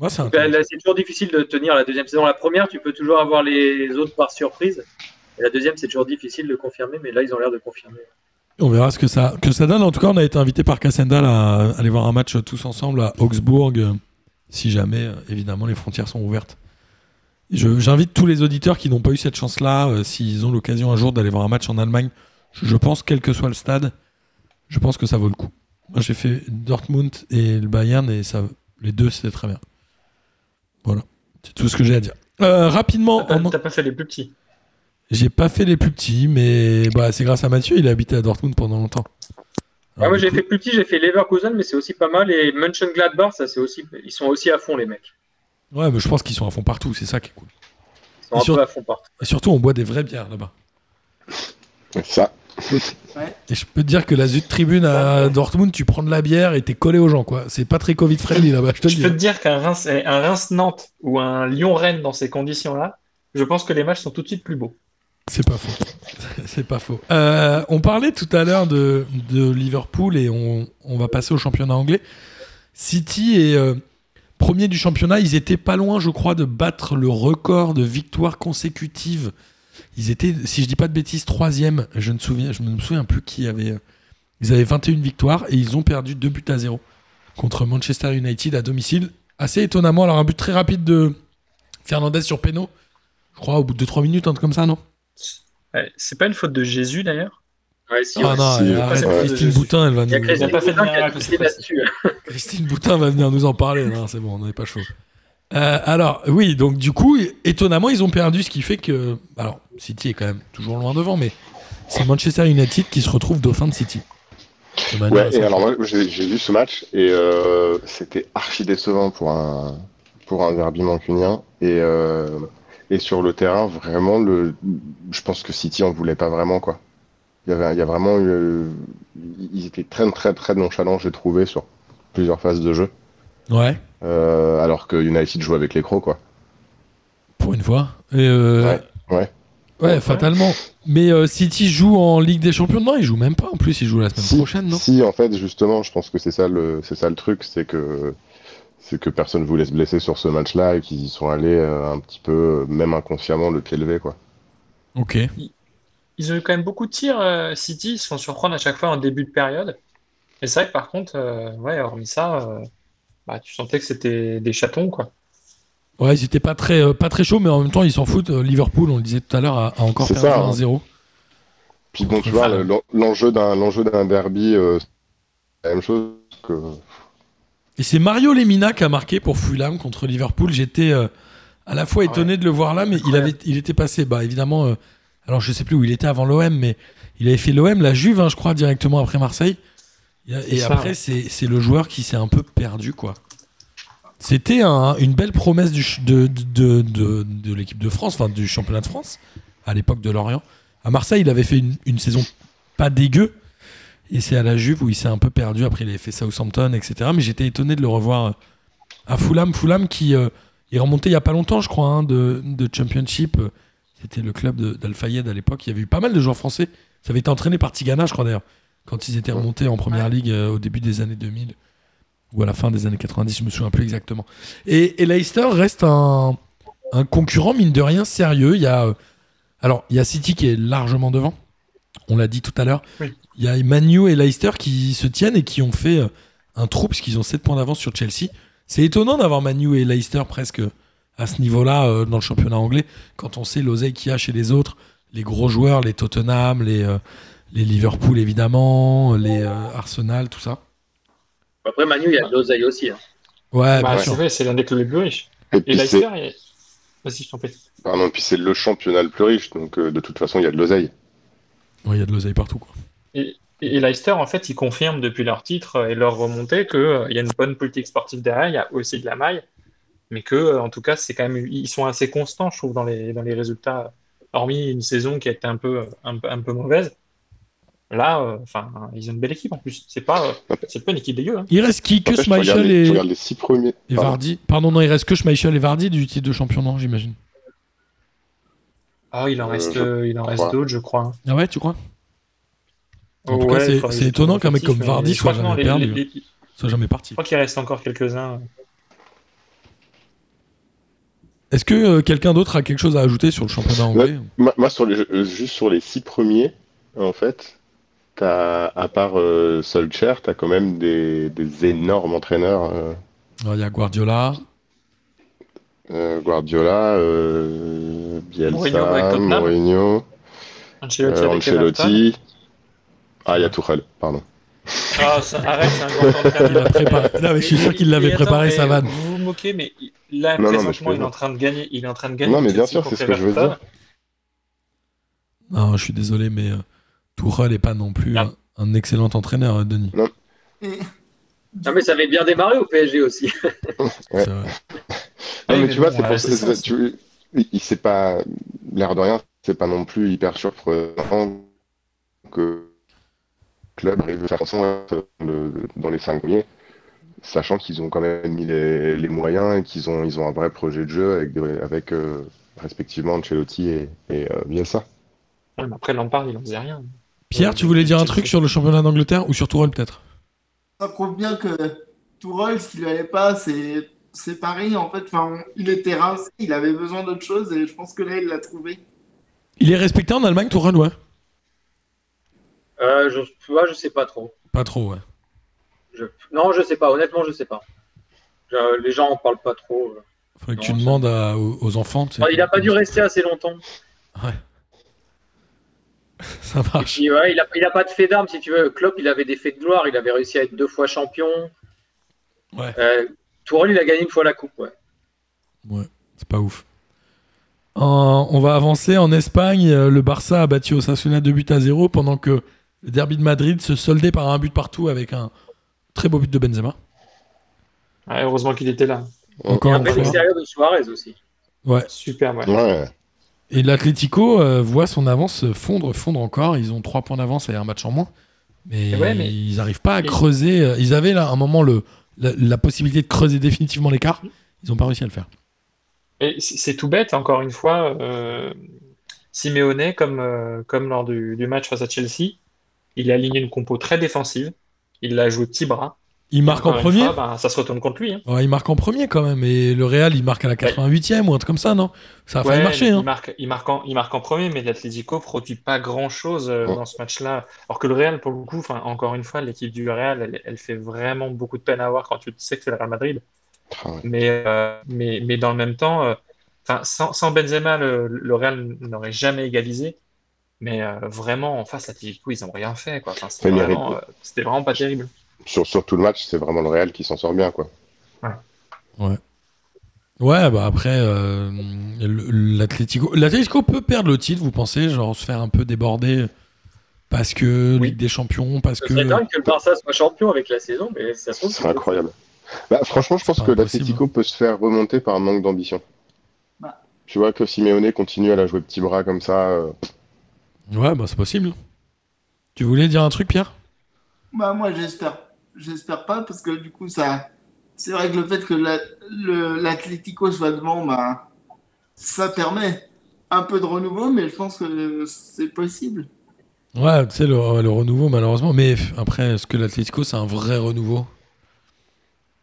S4: Ouais, c'est
S6: Ben,
S4: intéressant.
S6: là, C'est toujours difficile de tenir la deuxième saison. La première, tu peux toujours avoir les autres par surprise. Et la deuxième, c'est toujours difficile de confirmer, mais là, ils ont l'air de confirmer.
S4: On verra ce que ça, que ça donne. En tout cas, on a été invité par Cassendal à aller voir un match euh, tous ensemble à Augsbourg, euh, si jamais, euh, évidemment, les frontières sont ouvertes. Je- J'invite tous les auditeurs qui n'ont pas eu cette chance-là, euh, s'ils ont l'occasion un jour d'aller voir un match en Allemagne, je je pense, quel que soit le stade, je pense que ça vaut le coup. Moi, j'ai fait Dortmund et le Bayern, et ça, les deux, c'était très bien. Voilà, c'est tout ce que j'ai à dire. Euh, rapidement,
S2: T'as pas-
S4: en-
S2: t'as pas fait les plus petits.
S4: j'ai pas fait les plus petits, mais bah, c'est grâce à Mathieu, il a habité à Dortmund pendant longtemps.
S6: Ah, moi,
S4: du
S6: j'ai
S4: coup-
S6: fait plus petit, j'ai fait Leverkusen, mais c'est aussi pas mal. Et Mönchengladbach, ça, c'est aussi, ils sont aussi à fond, les mecs.
S4: Ouais, mais je pense qu'ils sont à fond partout, c'est ça qui est cool.
S6: Ils sont un
S4: Et sur-
S6: peu à fond partout.
S4: Et surtout, on boit des vraies bières là-bas.
S3: Ça,
S4: Et je peux te dire que la Zut Tribune à Dortmund, tu prends de la bière et t'es collé aux gens, quoi. C'est pas très Covid-friendly là-bas, je te le
S2: Je
S4: dis. hein.
S2: peux te dire qu'un Reims, eh, un Reims Nantes ou un Lyon Rennes dans ces conditions-là, je pense que les matchs sont tout de suite plus beaux.
S4: C'est pas faux. c'est pas faux. Euh, on parlait tout à l'heure de, de Liverpool et on, on va passer au championnat anglais. City est euh, premier du championnat. Ils étaient pas loin, je crois, de battre le record de victoires consécutives. Ils étaient, si je dis pas de bêtises, troisième. Je ne souviens, je me souviens plus qui avait. euh, Ils avaient 21 victoires et ils ont perdu 2 buts à 0 contre Manchester United à domicile. Assez étonnamment. Alors un but très rapide de Fernandez sur Péno. Je crois au bout de 3 minutes, un truc comme ça, non
S2: Ouais, Eh, C'est pas une faute de Jésus d'ailleurs.
S6: Ouais, si,
S4: Ah
S6: ouais.
S4: non,
S3: si,
S4: euh, arrête,
S2: ouais.
S4: Christine Boutin, elle va
S6: Il y a
S4: nous...
S6: Christine
S2: pas fait de
S6: Boutin qui a
S2: miracle,
S6: glissé
S2: c'est pas ça.
S6: là-dessus. hein.
S4: Christine Boutin va venir nous en parler. Non, c'est bon, on n'est pas chaud. Euh, alors, oui, donc du coup, étonnamment, ils ont perdu, ce qui fait que. Alors, City est quand même toujours loin devant, mais c'est Manchester United qui se retrouve dauphin de City. De manière
S3: Ouais,
S4: assez-
S3: et alors moi j'ai j'ai vu ce match et euh, c'était archi décevant pour un pour un derby mancunien et euh, et sur le terrain vraiment le je pense que City en voulait pas vraiment quoi. Il y avait il y a vraiment eu- ils étaient très très très nonchalants j'ai trouvé sur plusieurs phases de jeu
S4: Ouais,
S3: euh, alors que United joue avec les crocs quoi.
S4: pour une fois. Et, euh,
S3: Ouais, ouais.
S4: Ouais, fatalement. Mais euh, City joue en Ligue des Champions Non, il joue même pas en plus, il joue la semaine
S3: Si,
S4: prochaine, non
S3: si en fait justement je pense que c'est ça le c'est ça le truc c'est que c'est que personne voulait se blesser sur ce match-là et qu'ils y sont allés euh, un petit peu euh, même inconsciemment le pied levé quoi.
S4: Ok.
S2: Ils ont eu quand même beaucoup de tirs, euh, City, ils se font surprendre à chaque fois en début de période. Et c'est vrai que par contre, euh, ouais, hormis ça, euh, bah, tu sentais que c'était des chatons, quoi.
S4: Ouais, ils étaient pas très, euh, pas très chauds, mais en même temps, ils s'en foutent. Euh, Liverpool, on le disait tout à l'heure, a, a encore
S3: C'est
S4: perdu
S3: ça, hein.
S4: 1-0.
S3: Puis bon, tu vois, le- l'en- l'enjeu d'un l'enjeu d'un derby, euh, c'est la même chose que.
S4: Et c'est Mario Lemina qui a marqué pour Fulham contre Liverpool. J'étais euh, à la fois étonné de le voir là, mais il, avait, il était passé, bah, évidemment, euh, alors je sais plus où il était avant l'OM, mais il avait fait l'OM, la Juve, hein, je crois, directement après Marseille. Et, et
S2: ça,
S4: après,
S2: ouais.
S4: c'est c'est le joueur qui s'est un peu perdu, quoi. C'était un- une belle promesse du ch- de, de, de- de- de l'équipe de France, enfin du championnat de France, à l'époque de Lorient. À Marseille, il avait fait une, une saison pas dégueu, et c'est à la Juve où il s'est un peu perdu. Après, il avait fait Southampton, etc. Mais j'étais étonné de le revoir euh, à Fulham. Fulham qui euh, est remonté il y a pas longtemps, je crois, hein, de, de Championship. Euh, C'était le club de- d'Al-Fayed à l'époque. Il y avait eu pas mal de joueurs français. Ça avait été entraîné par Tigana, je crois d'ailleurs, quand ils étaient remontés en première ligue euh, au début des années 2000 ou à la fin des années 90, je me souviens plus exactement. Et, et Leicester reste un, un concurrent, mine de rien, sérieux. Il y a, euh, alors, il y a City qui est largement devant. On l'a dit tout à l'heure.
S2: Oui.
S4: Il y a Manu et Leicester qui se tiennent et qui ont fait euh, un trou, parce qu'ils ont 7 points d'avance sur Chelsea. C'est étonnant d'avoir Manu et Leicester presque à ce niveau-là euh, dans le championnat anglais, quand on sait l'oseille qu'il y a chez les autres, les gros joueurs, les Tottenham, les, euh, les Liverpool évidemment, les
S3: Oh.
S4: euh, Arsenal, tout ça.
S6: Après, Manu, il y a de l'oseille aussi. hein.
S4: Ouais,
S2: Bah,
S4: Ah, bien
S2: tu
S4: sûr.
S2: vois, c'est l'un des clubs les plus riches.
S3: Et
S2: Et
S3: puis c'est
S2: Leicester, il- vas-y, je t'en prie.
S3: pardon, puis c'est le championnat le plus riche, donc euh, de toute façon il y a de l'oseille.
S4: Ouais, Il y a de l'oseille partout. Quoi.
S2: Et et Leicester, en fait, ils confirment depuis leur titre et leur remontée qu'il y a une bonne politique sportive derrière, il y a aussi de la maille, mais que, euh, en tout cas, c'est quand même, ils sont assez constants, je trouve, dans les, dans les résultats, hormis une saison qui a été un peu, un, peu- un peu mauvaise. Là, euh, enfin, ils ont une belle équipe en plus. C'est pas, euh, c'est pas une équipe dégueu. hein.
S4: Il reste qui Que
S3: En fait, je regarde
S4: Schmeichel
S3: les, je
S4: et,
S3: regarde les six premiers.
S4: et
S3: Pardon.
S4: Vardy Pardon, non, il reste que Schmeichel et Vardy du titre de champion, non, j'imagine.
S2: Ah, il en
S3: Euh,
S2: reste,
S3: je
S2: euh, il en reste
S3: crois.
S2: d'autres, je crois. hein.
S4: Ah ouais, tu crois En tout
S2: Ouais,
S4: cas, c'est-
S2: il faudrait
S4: c'est
S2: que je
S4: étonnant
S2: trouve
S4: qu'un mec
S2: l'effectif,
S4: comme
S2: mais
S4: Vardy
S2: je crois
S4: soit
S2: que non,
S4: jamais
S2: les-
S4: perdu.
S2: les- les-
S4: Soit jamais
S2: Je
S4: parti.
S2: crois qu'il reste encore quelques-uns.
S4: Est-ce que euh, quelqu'un d'autre a quelque chose à ajouter sur le championnat anglais
S3: Moi, moi, sur les, euh, juste sur les six premiers, en fait, t'as, à part euh, Solskjaer, t'as quand même des, des énormes entraîneurs. euh,
S4: Alors, Il y a Guardiola,
S3: euh, Guardiola, euh, Bielsa,
S2: Mourinho avec Tottenham.
S3: Mourinho,
S2: Ancelotti
S3: euh,
S2: avec Everton.
S3: Ancelotti. Ah, il y a Tourelle, pardon.
S2: Ah, ça- arrête, c'est un grand entraîneur.
S4: il a préparé. Non, mais je suis sûr qu'il
S2: Et-
S4: l'avait
S2: et attends,
S4: préparé
S2: mais
S4: sa vanne.
S2: Vous vous moquez, mais il- là,
S3: Non, non, mais je
S2: présentement, il est en
S3: plaisante.
S2: train de gagner. Il est en train de gagner.
S3: Non, mais bien
S2: Chelsea
S3: sûr,
S2: contre
S3: c'est ce que je veux
S2: Everton.
S3: dire.
S4: Non, Ah, je suis désolé, mais euh, Tourelle n'est pas non plus
S2: Ah.
S4: un, un excellent entraîneur, euh, Denis.
S5: Et-
S6: Non, mais ça avait bien démarré au PSG aussi.
S3: Ouais.
S4: C'est vrai.
S3: Non,
S2: Ouais,
S3: Ah, mais
S2: mais
S3: tu vois,
S2: bon,
S3: c'est
S2: ouais,
S3: pour
S2: c'est
S3: ça,
S2: ça,
S3: c'est- tu- il- il- c'est pas, l'air de rien, c'est pas non plus hyper surprenant que le club arrive à faire attention à être dans le- dans les cinq premiers, sachant qu'ils ont quand même mis les, les moyens et qu'ils ont, ils ont un vrai projet de jeu avec, des- avec euh, respectivement Ancelotti et, et euh, Bielsa.
S2: Ouais, mais Après, Lampard, il en faisait rien.
S4: Pierre, tu voulais dire un truc sur le championnat d'Angleterre ou sur Tourelle peut-être
S5: ça prouve bien que Tourelle, ce qu'il n'avait pas, c'est c'est Paris en fait. Enfin, il était rincé, il avait besoin d'autre chose et je pense que là il l'a trouvé.
S4: Il est respecté en Allemagne, Tourelle, ouais.
S6: Euh, je, moi, je sais pas trop.
S4: Pas trop, ouais.
S6: Je- non, je sais pas. Honnêtement, je sais pas. Je- les gens en parlent pas trop. euh.
S4: Faudrait que
S6: Non,
S4: tu
S6: ça-
S4: demandes à- aux, aux enfants. tu sais,
S6: Enfin, Ah, il a pas dû
S4: comment-
S6: rester assez longtemps.
S4: Ça
S6: Et
S4: marche.
S6: puis, ouais, il, a, il a pas de fait d'armes, si tu veux. Klopp, il avait des faits de gloire. Il avait réussi à être deux fois champion.
S4: Ouais.
S6: Euh, Tourelle, il a gagné une fois la coupe. Ouais.
S4: C'est pas ouf. En- Euh, on va avancer en Espagne. euh, Le Barça a battu Osasuna 2 buts à 0 pendant que le derby de Madrid se soldait par un but partout avec un très beau but de Benzema.
S2: Ouais, heureusement qu'il était là.
S4: Encore
S6: Un
S4: une
S6: bel
S4: fois.
S6: extérieur de Suarez aussi.
S4: Ouais.
S2: Super, ouais.
S3: Ouais.
S4: Et l'Atlético euh, voit son avance fondre, fondre encore. Ils ont 3 points d'avance et un match en moins. Mais,
S2: Et ouais, mais-
S4: ils n'arrivent pas à
S2: Et-
S4: creuser. euh, Ils avaient là à un moment le, la, la possibilité de creuser définitivement l'écart. Ils n'ont pas réussi à le faire.
S2: Et c- c'est tout bête, encore une fois. Euh, Simeone, comme, euh, comme lors du, du match face à Chelsea, il a aligné une compo très défensive. Il l'a joué petit bras.
S4: Ils marquent en
S2: Encore une
S4: premier.
S2: fois, bah, ça se retourne contre lui. hein.
S4: Ouais, ils marquent en premier quand même. Et le Real, il marque à la 88e ou un truc comme ça, non Ça a failli
S2: Ouais,
S4: marcher.
S2: mais
S4: Hein.
S2: il, marque, il, marque en, il marque en premier, mais l'Atlético produit pas grand-chose euh,
S3: Ouais.
S2: dans ce match-là. Alors que le Real, pour le coup, enfin, encore une fois, l'équipe du Real, elle, elle fait vraiment beaucoup de peine à voir quand tu sais que c'est le Real Madrid.
S3: Ah ouais.
S2: Mais, euh, mais, mais dans le même temps, euh, enfin, sans, sans Benzema, le, le Real n'aurait jamais égalisé. Mais euh, vraiment, en face, l'Atlético, ils n'ont rien fait. quoi. Enfin, c'était
S3: Ouais, mais
S2: vraiment, euh, c'était vraiment pas terrible.
S3: Sur, sur tout le match, c'est vraiment le Real qui s'en sort bien, quoi.
S4: Ouais, bah après, euh, le- l'Atlético l'Atlético peut perdre le titre, vous pensez Genre se faire un peu déborder parce que
S2: Oui.
S4: Ligue des Champions, parce
S6: Ce
S4: que.
S6: serait dingue que le Barça soit champion avec la saison, mais Ah, ça se
S3: Ce
S6: trouve.
S3: serait incroyable. Bah, franchement, je
S4: C'est
S3: pense
S4: pas
S3: que
S4: impossible, hein.
S3: l'Atlético peut se faire remonter par un manque d'ambition.
S5: Bah.
S3: Tu vois que Simeone continue à la jouer petit bras comme ça. euh,
S4: Ouais, bah c'est possible. Tu voulais dire un truc, Pierre
S5: Bah moi j'espère, j'espère pas parce que du coup ça, c'est vrai que le fait que la- le- l'Atlético soit devant, bah ça permet un peu de renouveau, mais je pense que c'est possible.
S4: Ouais, tu sais, le, le renouveau, malheureusement. Mais pff, après, est-ce que l'Atlético, c'est un vrai renouveau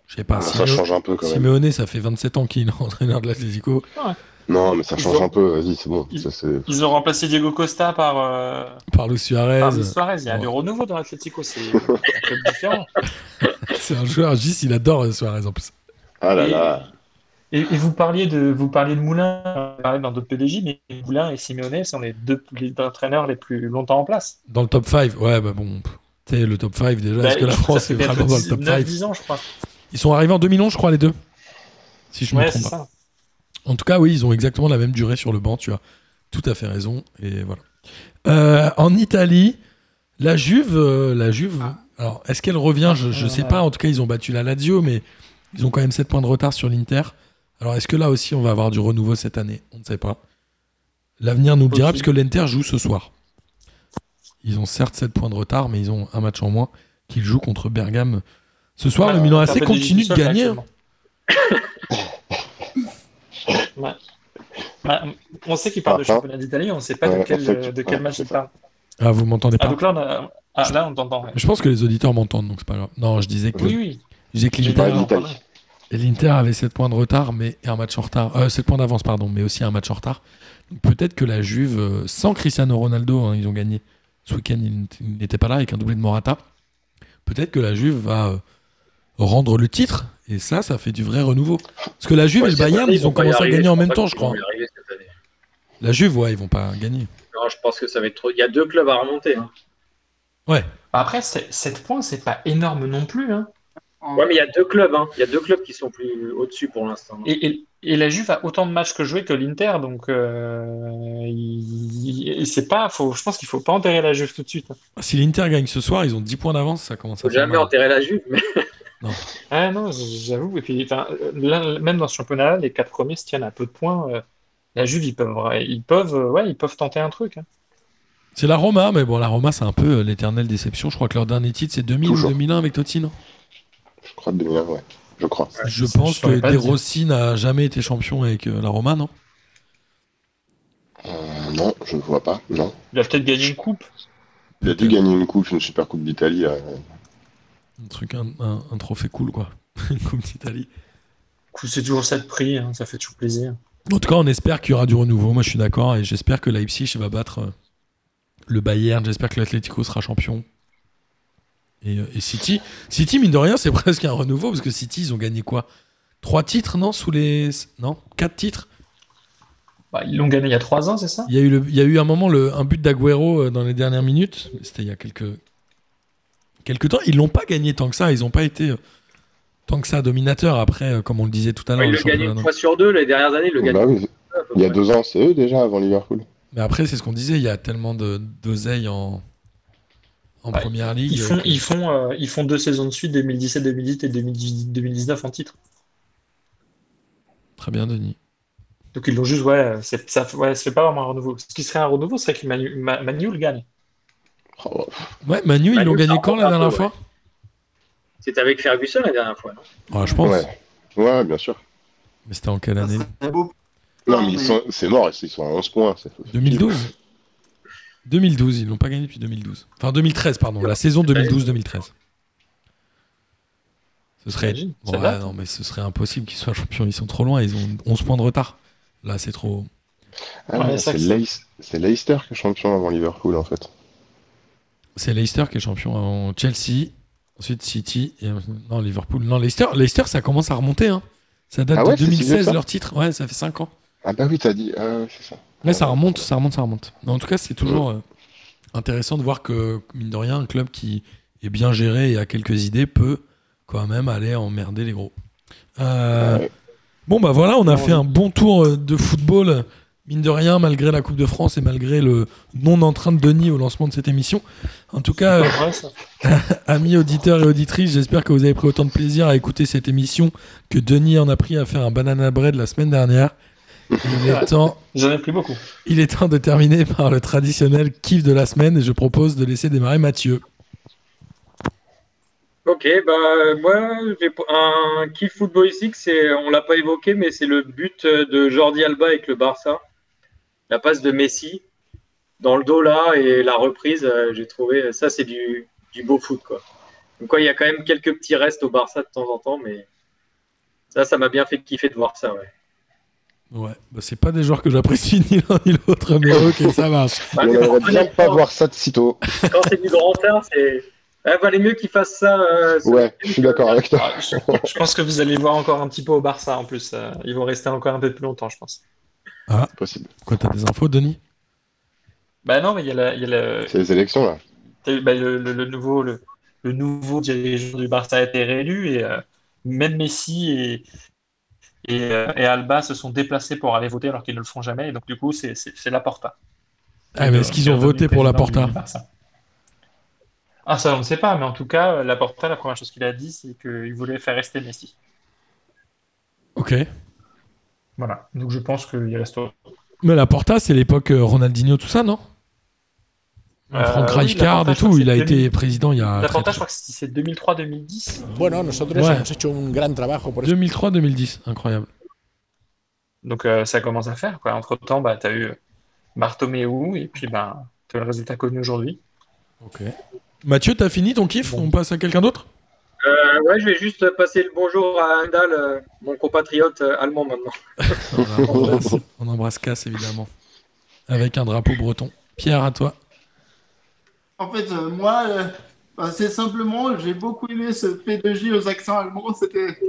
S4: Je sais
S2: Ah,
S4: pas.
S3: ça
S4: Simeone-
S3: change un peu quand même.
S4: Simeone, ça fait 27 ans qu'il est entraîneur de l'Atlético.
S3: Non, mais ça
S2: Ils
S3: change
S2: ont-
S3: un peu. Vas-y, c'est bon.
S2: Ils-
S3: Ça, c'est...
S2: Ils ont remplacé Diego Costa par, euh,
S4: Par Luis Suarez. euh,
S2: par Luis Suarez. Il y a
S4: Ouais.
S2: du renouveau dans l'Atlético. C'est c'est un club différent.
S4: C'est un joueur, Gis, il adore euh, Suarez en plus.
S3: Ah là
S2: Et-
S3: là.
S2: Et, et vous parliez de vous parliez de Moulin, on parlait dans d'autres PDJ, mais Moulin et Simeone sont les deux les deux entraîneurs les plus longtemps en place.
S4: Dans le top 5, ouais, bah bon, pff, tu sais, le top 5 déjà, est-ce
S2: Bah,
S4: que la
S2: ça
S4: France
S2: fait
S4: est vraiment dans le top
S2: 9,
S4: 5
S2: 10 ans, je crois.
S4: Ils sont arrivés en 2011, je crois, les deux. Si je me
S2: Ouais, c'est
S4: trompe pas.
S2: ça.
S4: En tout cas, oui, ils ont exactement la même durée sur le banc, tu as tout à fait raison. Et voilà. Euh, en Italie, la Juve, euh, la Juve,
S2: Ah.
S4: alors est-ce qu'elle revient Je ne sais
S2: euh,
S4: pas. En tout cas, ils ont battu la Lazio, mais ils ont quand même 7 points de retard sur l'Inter. Alors est-ce que là aussi, on va avoir du renouveau cette année On ne sait pas. L'avenir nous le dira, parce
S2: Possible.
S4: que l'Inter joue ce soir. Ils ont certes 7 points de retard, mais ils ont un match en moins qu'ils jouent contre Bergame. Ce soir,
S2: Ouais,
S4: le Milan
S2: c'est un
S4: AC
S2: peu
S4: continue de
S2: difficile, là,
S4: gagner. hein.
S2: actuellement. Ouais. Bah, on sait qu'il parle de
S3: Ah, ah.
S2: championnat d'Italie, on ne sait pas
S3: Ouais,
S2: de
S3: on
S2: quel,
S3: sait que-
S2: de quel
S3: ouais,
S2: match
S3: c'est
S2: il
S3: ça.
S2: parle.
S4: Ah, vous m'entendez
S2: Ah,
S4: pas
S2: donc là, on a- ah, là, on t'entend. ouais.
S4: Je pense que les auditeurs m'entendent, donc c'est pas grave. Non, je disais que
S2: Oui, oui.
S4: Je disais que
S2: Mais
S4: l'Inter-
S2: là, on
S3: l'Italie.
S2: parle.
S4: Et l'Inter avait 7 points de retard, mais et un match en retard. Euh, 7 points d'avance, pardon, mais aussi un match en retard. Donc Peut-être que la Juve, euh, sans Cristiano Ronaldo, hein, ils ont gagné ce week-end, il n- il n'était pas là avec un doublé de Morata. Peut-être que la Juve va euh, rendre le titre, et ça, ça fait du vrai renouveau. Parce que la Juve
S6: Ouais,
S4: et le
S6: c'est
S4: Bayern,
S6: vrai,
S4: ils ont
S6: vont pas y
S4: commencé à
S6: arriver,
S4: gagner en
S6: pense
S4: même
S6: pas
S4: temps,
S6: qu'ils
S4: je
S6: vont
S4: crois.
S6: y arriver cette année.
S4: La Juve, ouais, ils vont pas gagner.
S6: Non, je pense que ça va être trop. Il y a deux clubs à remonter. hein.
S4: Ouais,
S2: Après, 7 points, c'est pas énorme non plus. hein.
S5: En-
S6: Ouais, mais il y a deux clubs. hein. Il y a deux clubs qui sont plus au-dessus pour l'instant.
S2: Et, et- et la Juve a autant de matchs que jouer que l'Inter, donc euh, il- il- c'est pas. Faut, je pense qu'il faut pas enterrer la Juve tout de suite. hein.
S4: si l'Inter gagne ce soir, ils ont 10 points d'avance, ça commence à
S6: Faut
S4: faire
S6: jamais
S4: mal.
S6: enterrer la Juve, mais
S2: Ah non, j- j'avoue. Et puis, enfin, là, même dans ce championnat, les quatre premiers se tiennent à peu de points. euh, La Juve, ils peuvent, ils peuvent, euh, ouais, ils peuvent tenter un truc. hein.
S4: C'est la Roma, mais bon, la Roma, c'est un peu euh, l'éternelle déception. Je crois que leur dernier titre, c'est 2000 ou
S3: Toujours.
S4: 2001 avec Totti, non
S3: Je crois de 2001, ouais. Je crois.
S4: Je
S2: ça,
S4: pense
S2: je saurais
S4: que
S2: pas
S4: De
S2: dire.
S4: Rossi n'a jamais été champion avec euh, la Roma, non
S3: Euh, non, je ne vois pas. Non.
S2: Il a peut-être gagné une coupe.
S3: Il a dû gagner une coupe, une super coupe d'Italie. euh,
S4: Un truc, un, un- un trophée cool, quoi. Une Coupe d'Italie.
S2: Coup, C'est toujours ça de prix, hein, ça fait toujours plaisir.
S4: En tout cas, on espère qu'il y aura du renouveau. Moi, je suis d'accord et j'espère que Leipzig va battre euh, le Bayern. J'espère que l'Atlético sera champion. Et, euh, et City, City, mine de rien, c'est presque un renouveau parce que City, ils ont gagné quoi Trois titres, non Sous les. Non Quatre titres
S2: Bah, ils l'ont gagné il y a trois ans, c'est ça?
S4: Il y a eu, le- il y a eu un moment le, un but d'Aguero euh, dans les dernières minutes. C'était il y a quelques, quelques temps. Ils l'ont pas gagné tant que ça. Ils n'ont pas été euh, tant que ça dominateurs. Après, euh, comme on le disait tout à l'heure,
S6: il
S4: le
S6: le gagne
S4: championnat
S6: une
S4: d'Inde.
S6: fois sur deux. Les dernières années, il le gagne.
S3: bah oui,
S6: une fois, à peu
S3: il y a
S6: près.
S3: deux ans, c'est eux déjà avant Liverpool.
S4: Mais après, c'est ce qu'on disait. Il y a tellement de- d'oseille en, en
S2: Ouais,
S4: première ligue.
S2: Ils font,
S4: que-
S2: ils font, euh, ils font deux saisons de suite, 2017, 2018 et 2018 2019 en titre.
S4: Très bien, Denis.
S2: Donc ils l'ont juste, ouais, c'est- ça, ouais, c'est pas vraiment un renouveau. Ce qui serait un renouveau, ce serait que Manu, Ma- Manu le gagne.
S3: Oh,
S4: Ouais, Manu, ils
S6: Manu,
S4: l'ont
S6: ça
S4: gagné
S6: remonte
S4: quand
S6: un
S4: la
S6: peu,
S4: dernière
S6: ouais.
S4: fois
S6: C'était avec Ferguson la dernière fois. non
S4: Ouais, Ah, Je pense.
S3: Oh, Ouais. ouais, bien sûr.
S4: Mais c'était en quelle
S5: ça
S4: année
S5: serait beau.
S3: Non,
S5: Non,
S3: mais ils
S5: mais-
S3: sont- c'est mort, ils sont à 11 points. c'est-
S4: 2012 2012, ils l'ont pas gagné depuis 2012. Enfin 2013, pardon, la saison 2012-2013. Ce serait.
S2: T'imagines,
S4: Bon,
S2: ça
S4: ouais,
S2: date.
S4: non, mais ce serait impossible qu'ils soient champions, ils sont trop loin, ils ont 11 points de retard. Là, c'est trop.
S3: Ah,
S2: Ouais,
S3: non,
S2: ça
S3: c'est
S2: que ça-
S3: Leic- c'est Leicester qui est champion avant Liverpool, en fait.
S4: C'est Leicester qui est champion avant Chelsea, ensuite City, et... non, Liverpool. Non, Leicester, Leicester, ça commence à remonter, hein. Ça date
S3: Ah ouais,
S4: de
S3: c'est si vieux que
S4: 2016,
S3: ça
S4: leur titre. Ouais, ça fait 5 ans.
S3: Ah, bah oui, t'as dit. Ah, ouais, c'est ça.
S4: Là, ça remonte, ça remonte, ça remonte. Mais en tout cas, c'est toujours euh, intéressant de voir que, mine de rien, un club qui est bien géré et a quelques idées peut quand même aller emmerder les gros. Euh,
S3: Ouais.
S4: Bon, bah voilà, on a
S2: Non,
S4: fait
S2: on-
S4: un bon tour euh, de football, mine de rien, malgré la Coupe de France et malgré le non-entrain de Denis au lancement de cette émission. En tout cas, euh,
S2: Ouais, ça.
S4: Amis auditeurs et auditrices, j'espère que vous avez pris autant de plaisir à écouter cette émission que Denis en a pris à faire un banana bread la semaine dernière. Il est temps
S2: J'en ai pris beaucoup.
S4: il est temps de terminer par le traditionnel kiff de la semaine et je propose de laisser démarrer Mathieu.
S6: Ok, bah euh, moi j'ai p- un kiff footballistique, c'est on l'a pas évoqué, mais c'est le but euh, de Jordi Alba avec le Barça, la passe de Messi dans le dos là et la reprise, euh, j'ai trouvé ça c'est du, du beau foot quoi. Donc quoi, il y a quand même quelques petits restes au Barça de temps en temps, mais ça ça m'a bien fait kiffer de voir ça. Ouais.
S4: Ouais, bah, c'est pas des joueurs que j'apprécie ni l'un ni l'autre, mais ok, ça marche.
S3: On aimerait bien pas voir ça de sitôt.
S6: Bah, Quand c'est du grand art, c'est eh, valait mieux qu'il fasse ça. euh, sur-
S3: Ouais, je suis d'accord avec toi.
S2: Ah, je, je pense que vous allez voir encore un petit peu au Barça en plus. euh, Ils vont rester encore un peu plus longtemps, je pense.
S3: C'est possible.
S4: Quoi, t'as des infos, Denis
S2: Bah non, mais il y a, la- il y a la-
S3: C'est les élections, là.
S2: t'as eu- bah, le, le- le nouveau, le, le nouveau dirigeant du Barça a été réélu et euh, même Messi et, et, euh, et Alba se sont déplacés pour aller voter alors qu'ils ne le font jamais. Et donc du coup, c'est c'est- c'est Laporta.
S4: Ah,
S2: Euh,
S4: mais est-ce qu'ils ont
S2: Qui est
S4: voté
S2: devenu
S4: pour la
S2: président
S4: Porta
S2: du Barça. Ah ça, on ne sait pas, mais en tout cas, Laporta, la première chose qu'il a dit, c'est qu'il voulait faire rester Messi.
S4: Ok.
S2: Voilà. Donc je pense qu'il reste au
S4: Mais la Porta, c'est l'époque euh, Ronaldinho, tout ça, non
S2: Euh,
S4: Franck
S2: oui,
S4: Rijkaard
S2: Laporta,
S4: et
S2: je crois
S4: tout,
S2: que
S4: il a
S2: c'est
S4: été
S2: 2000.
S4: président il y a
S2: Laporta, je crois que c'est 2003-2010.
S7: Bueno, nosotros
S4: Ouais.
S7: hemos hecho un gran trabajo por eso.
S4: 2003-2010, incroyable.
S2: Donc euh, ça commence à faire, quoi. Entre-temps, bah, tu as eu Bartomeu, et puis bah, tu as le résultat connu aujourd'hui.
S4: Ok. Mathieu, t'as fini ton kiff On passe à quelqu'un d'autre
S6: Euh, ouais, je vais juste passer le bonjour à Andal, euh, mon compatriote euh, allemand maintenant.
S4: Voilà, on, embrasse, on embrasse Cass, évidemment. Avec un drapeau breton. Pierre, à toi.
S5: En fait, euh, moi, euh, bah, c'est simplement, j'ai beaucoup aimé ce P2J aux accents allemands. C'était.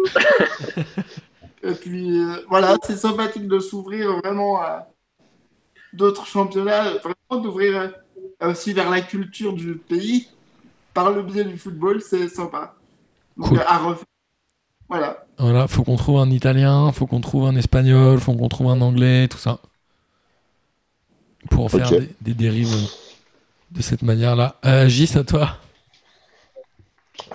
S5: Et puis, euh, voilà, c'est sympathique de s'ouvrir vraiment à d'autres championnats, vraiment d'ouvrir euh, aussi vers la culture du pays par le biais du football. C'est sympa. Donc,
S4: Cool.
S5: euh, à refaire. Voilà.
S4: Voilà, faut qu'on trouve un italien, faut qu'on trouve un espagnol, faut qu'on trouve un anglais, tout ça. Pour faire
S3: Ok.
S4: des, des dérives euh, de cette manière-là. Euh, Gis, à toi.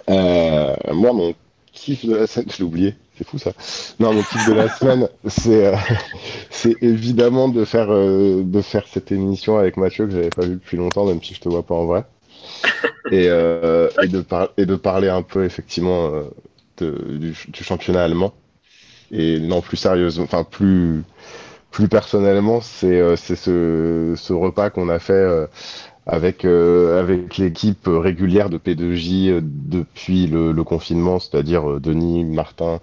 S3: Euh, moi, mon kiff de la semaine, je l'ai oublié, c'est fou ça. Non, mon kiff de la semaine, c'est euh, c'est évidemment de faire, euh, de faire cette émission avec Mathieu que j'avais pas vu depuis longtemps, même si je te vois pas en vrai. Et, euh, et, de, par- et de parler un peu effectivement euh, de- du, ch- du championnat allemand. Et non, plus sérieusement, enfin plus, plus personnellement, c'est euh, c'est ce, ce repas qu'on a fait. euh, avec, euh, avec l'équipe régulière de P2J euh, depuis le, le confinement, c'est-à-dire euh, Denis, Martin,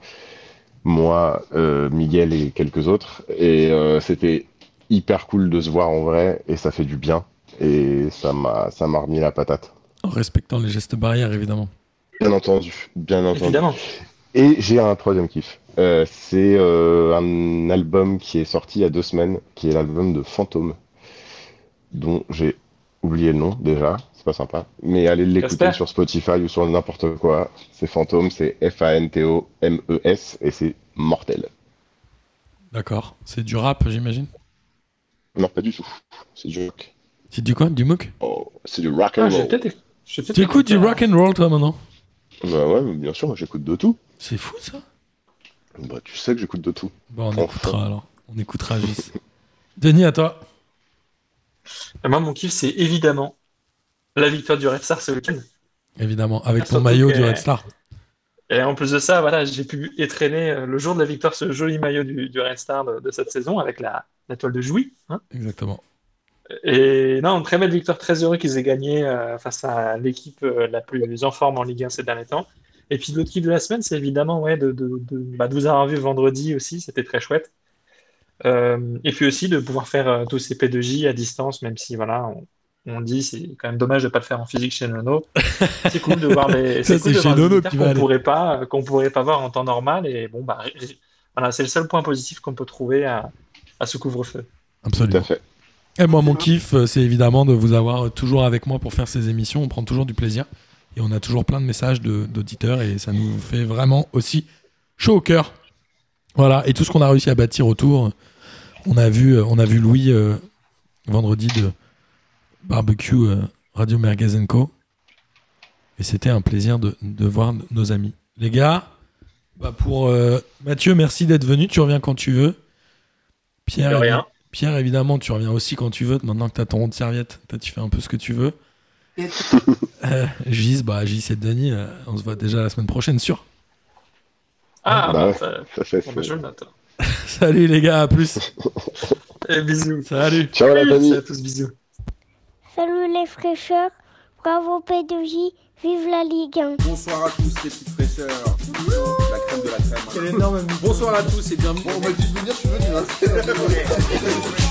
S3: moi, euh, Miguel et quelques autres. Et euh, c'était hyper cool de se voir en vrai et ça fait du bien. Et ça m'a ça m'a remis la patate.
S4: En respectant les gestes barrières, évidemment.
S3: Bien entendu, bien entendu.
S2: Évidemment.
S3: Et j'ai un troisième kiff. Euh, c'est euh, un album qui est sorti il y a deux semaines, qui est l'album de Fantôme, dont j'ai oublié le nom déjà, c'est pas sympa. Mais allez l'écouter
S2: Casper
S3: sur Spotify ou sur n'importe quoi. C'est Fantôme, c'est F-A-N-T-O-M-E-S E et c'est mortel.
S4: D'accord. C'est du rap, j'imagine.
S3: Non, pas du tout. C'est du rock.
S4: Tu dis quoi Du mook
S3: Oh, c'est du rock
S2: Ah,
S3: and
S2: j'ai
S3: roll.
S2: peut-être. j'ai peut-être
S4: Tu écoutes du
S2: écouté un-
S4: rock and roll, toi, maintenant
S3: Bah ouais, mais bien sûr, moi j'écoute de tout.
S4: C'est fou, ça
S3: Bah tu sais que j'écoute de tout.
S4: Bon, on
S3: Enfin.
S4: écoutera, alors. On écoutera, Gis. Denis, à toi.
S2: Moi, mon kiff, c'est évidemment la victoire du Red Star ce week-end.
S4: Évidemment, avec ton
S3: Ah,
S2: Surtout
S4: maillot
S2: que-
S4: du Red Star.
S2: Et en plus de ça, voilà, j'ai pu étraîner euh, le jour de la victoire ce joli maillot du, du Red Star de, de cette saison avec la, la toile de Jouy. hein.
S4: Exactement.
S2: Et non, très belle victoire, très heureux qu'ils aient gagné euh, face à l'équipe euh, la plus en forme en Ligue 1 ces derniers temps. Et puis l'autre kiff de la semaine, c'est évidemment ouais, de, de, de, bah, de vous avoir vu vendredi aussi, c'était très chouette. Euh, et puis aussi de pouvoir faire euh, tous ces P2J à distance, même si voilà, on, on dit c'est quand même dommage de ne pas le faire en physique chez Nono. C'est cool de voir les
S4: Ça,
S2: c'est
S4: c'est
S2: cool de voir
S4: chez
S2: les
S4: Nono
S2: militaires
S4: qu'il va
S2: qu'on
S4: aller.
S2: pourrait pas euh, qu'on pourrait pas voir en temps normal. Et bon bah ré- ré- voilà, c'est le seul point positif qu'on peut trouver à, à ce couvre-feu.
S3: Tout à
S4: Absolument.
S3: fait.
S4: Et moi, mon kiff, euh, c'est évidemment de vous avoir euh, toujours avec moi pour faire ces émissions. On prend toujours du plaisir et on a toujours plein de messages de- d'auditeurs et ça nous fait vraiment aussi chaud au cœur. Voilà, et tout ce qu'on a réussi à bâtir autour. euh, On a vu, euh, on a vu Louis euh, vendredi de barbecue euh, Radio Merguez Co. Et c'était un plaisir de, de voir n- nos amis. Les gars, bah pour euh, Mathieu, merci d'être venu. Tu reviens quand tu veux. Pierre,
S6: De rien.
S4: Pierre, évidemment, tu reviens aussi quand tu veux. Maintenant que tu as ton rond de serviette, toi, tu fais un peu ce que tu veux.
S5: Et-
S4: Euh, Gis, bah, Gis et Denis, euh, on se voit déjà la semaine prochaine, sûr.
S2: Ah,
S3: Bah
S2: bon,
S3: ouais.
S2: ça-
S3: Ça fait.
S2: bon, bah, je le note.
S4: Salut les gars, à plus.
S2: Et bisous.
S4: Salut.
S3: Ciao la
S2: Salut
S3: famille.
S2: à tous, bisous.
S8: Salut les fraîcheurs, bravo P2J, vive la Ligue 1.
S1: Bonsoir à tous les petites fraîcheurs. La crème hein. de la crème.
S5: Quelle énorme
S9: Bonsoir à tous et bienvenue.
S1: Bon, on m'a dit de venir, tu veux, tu vas.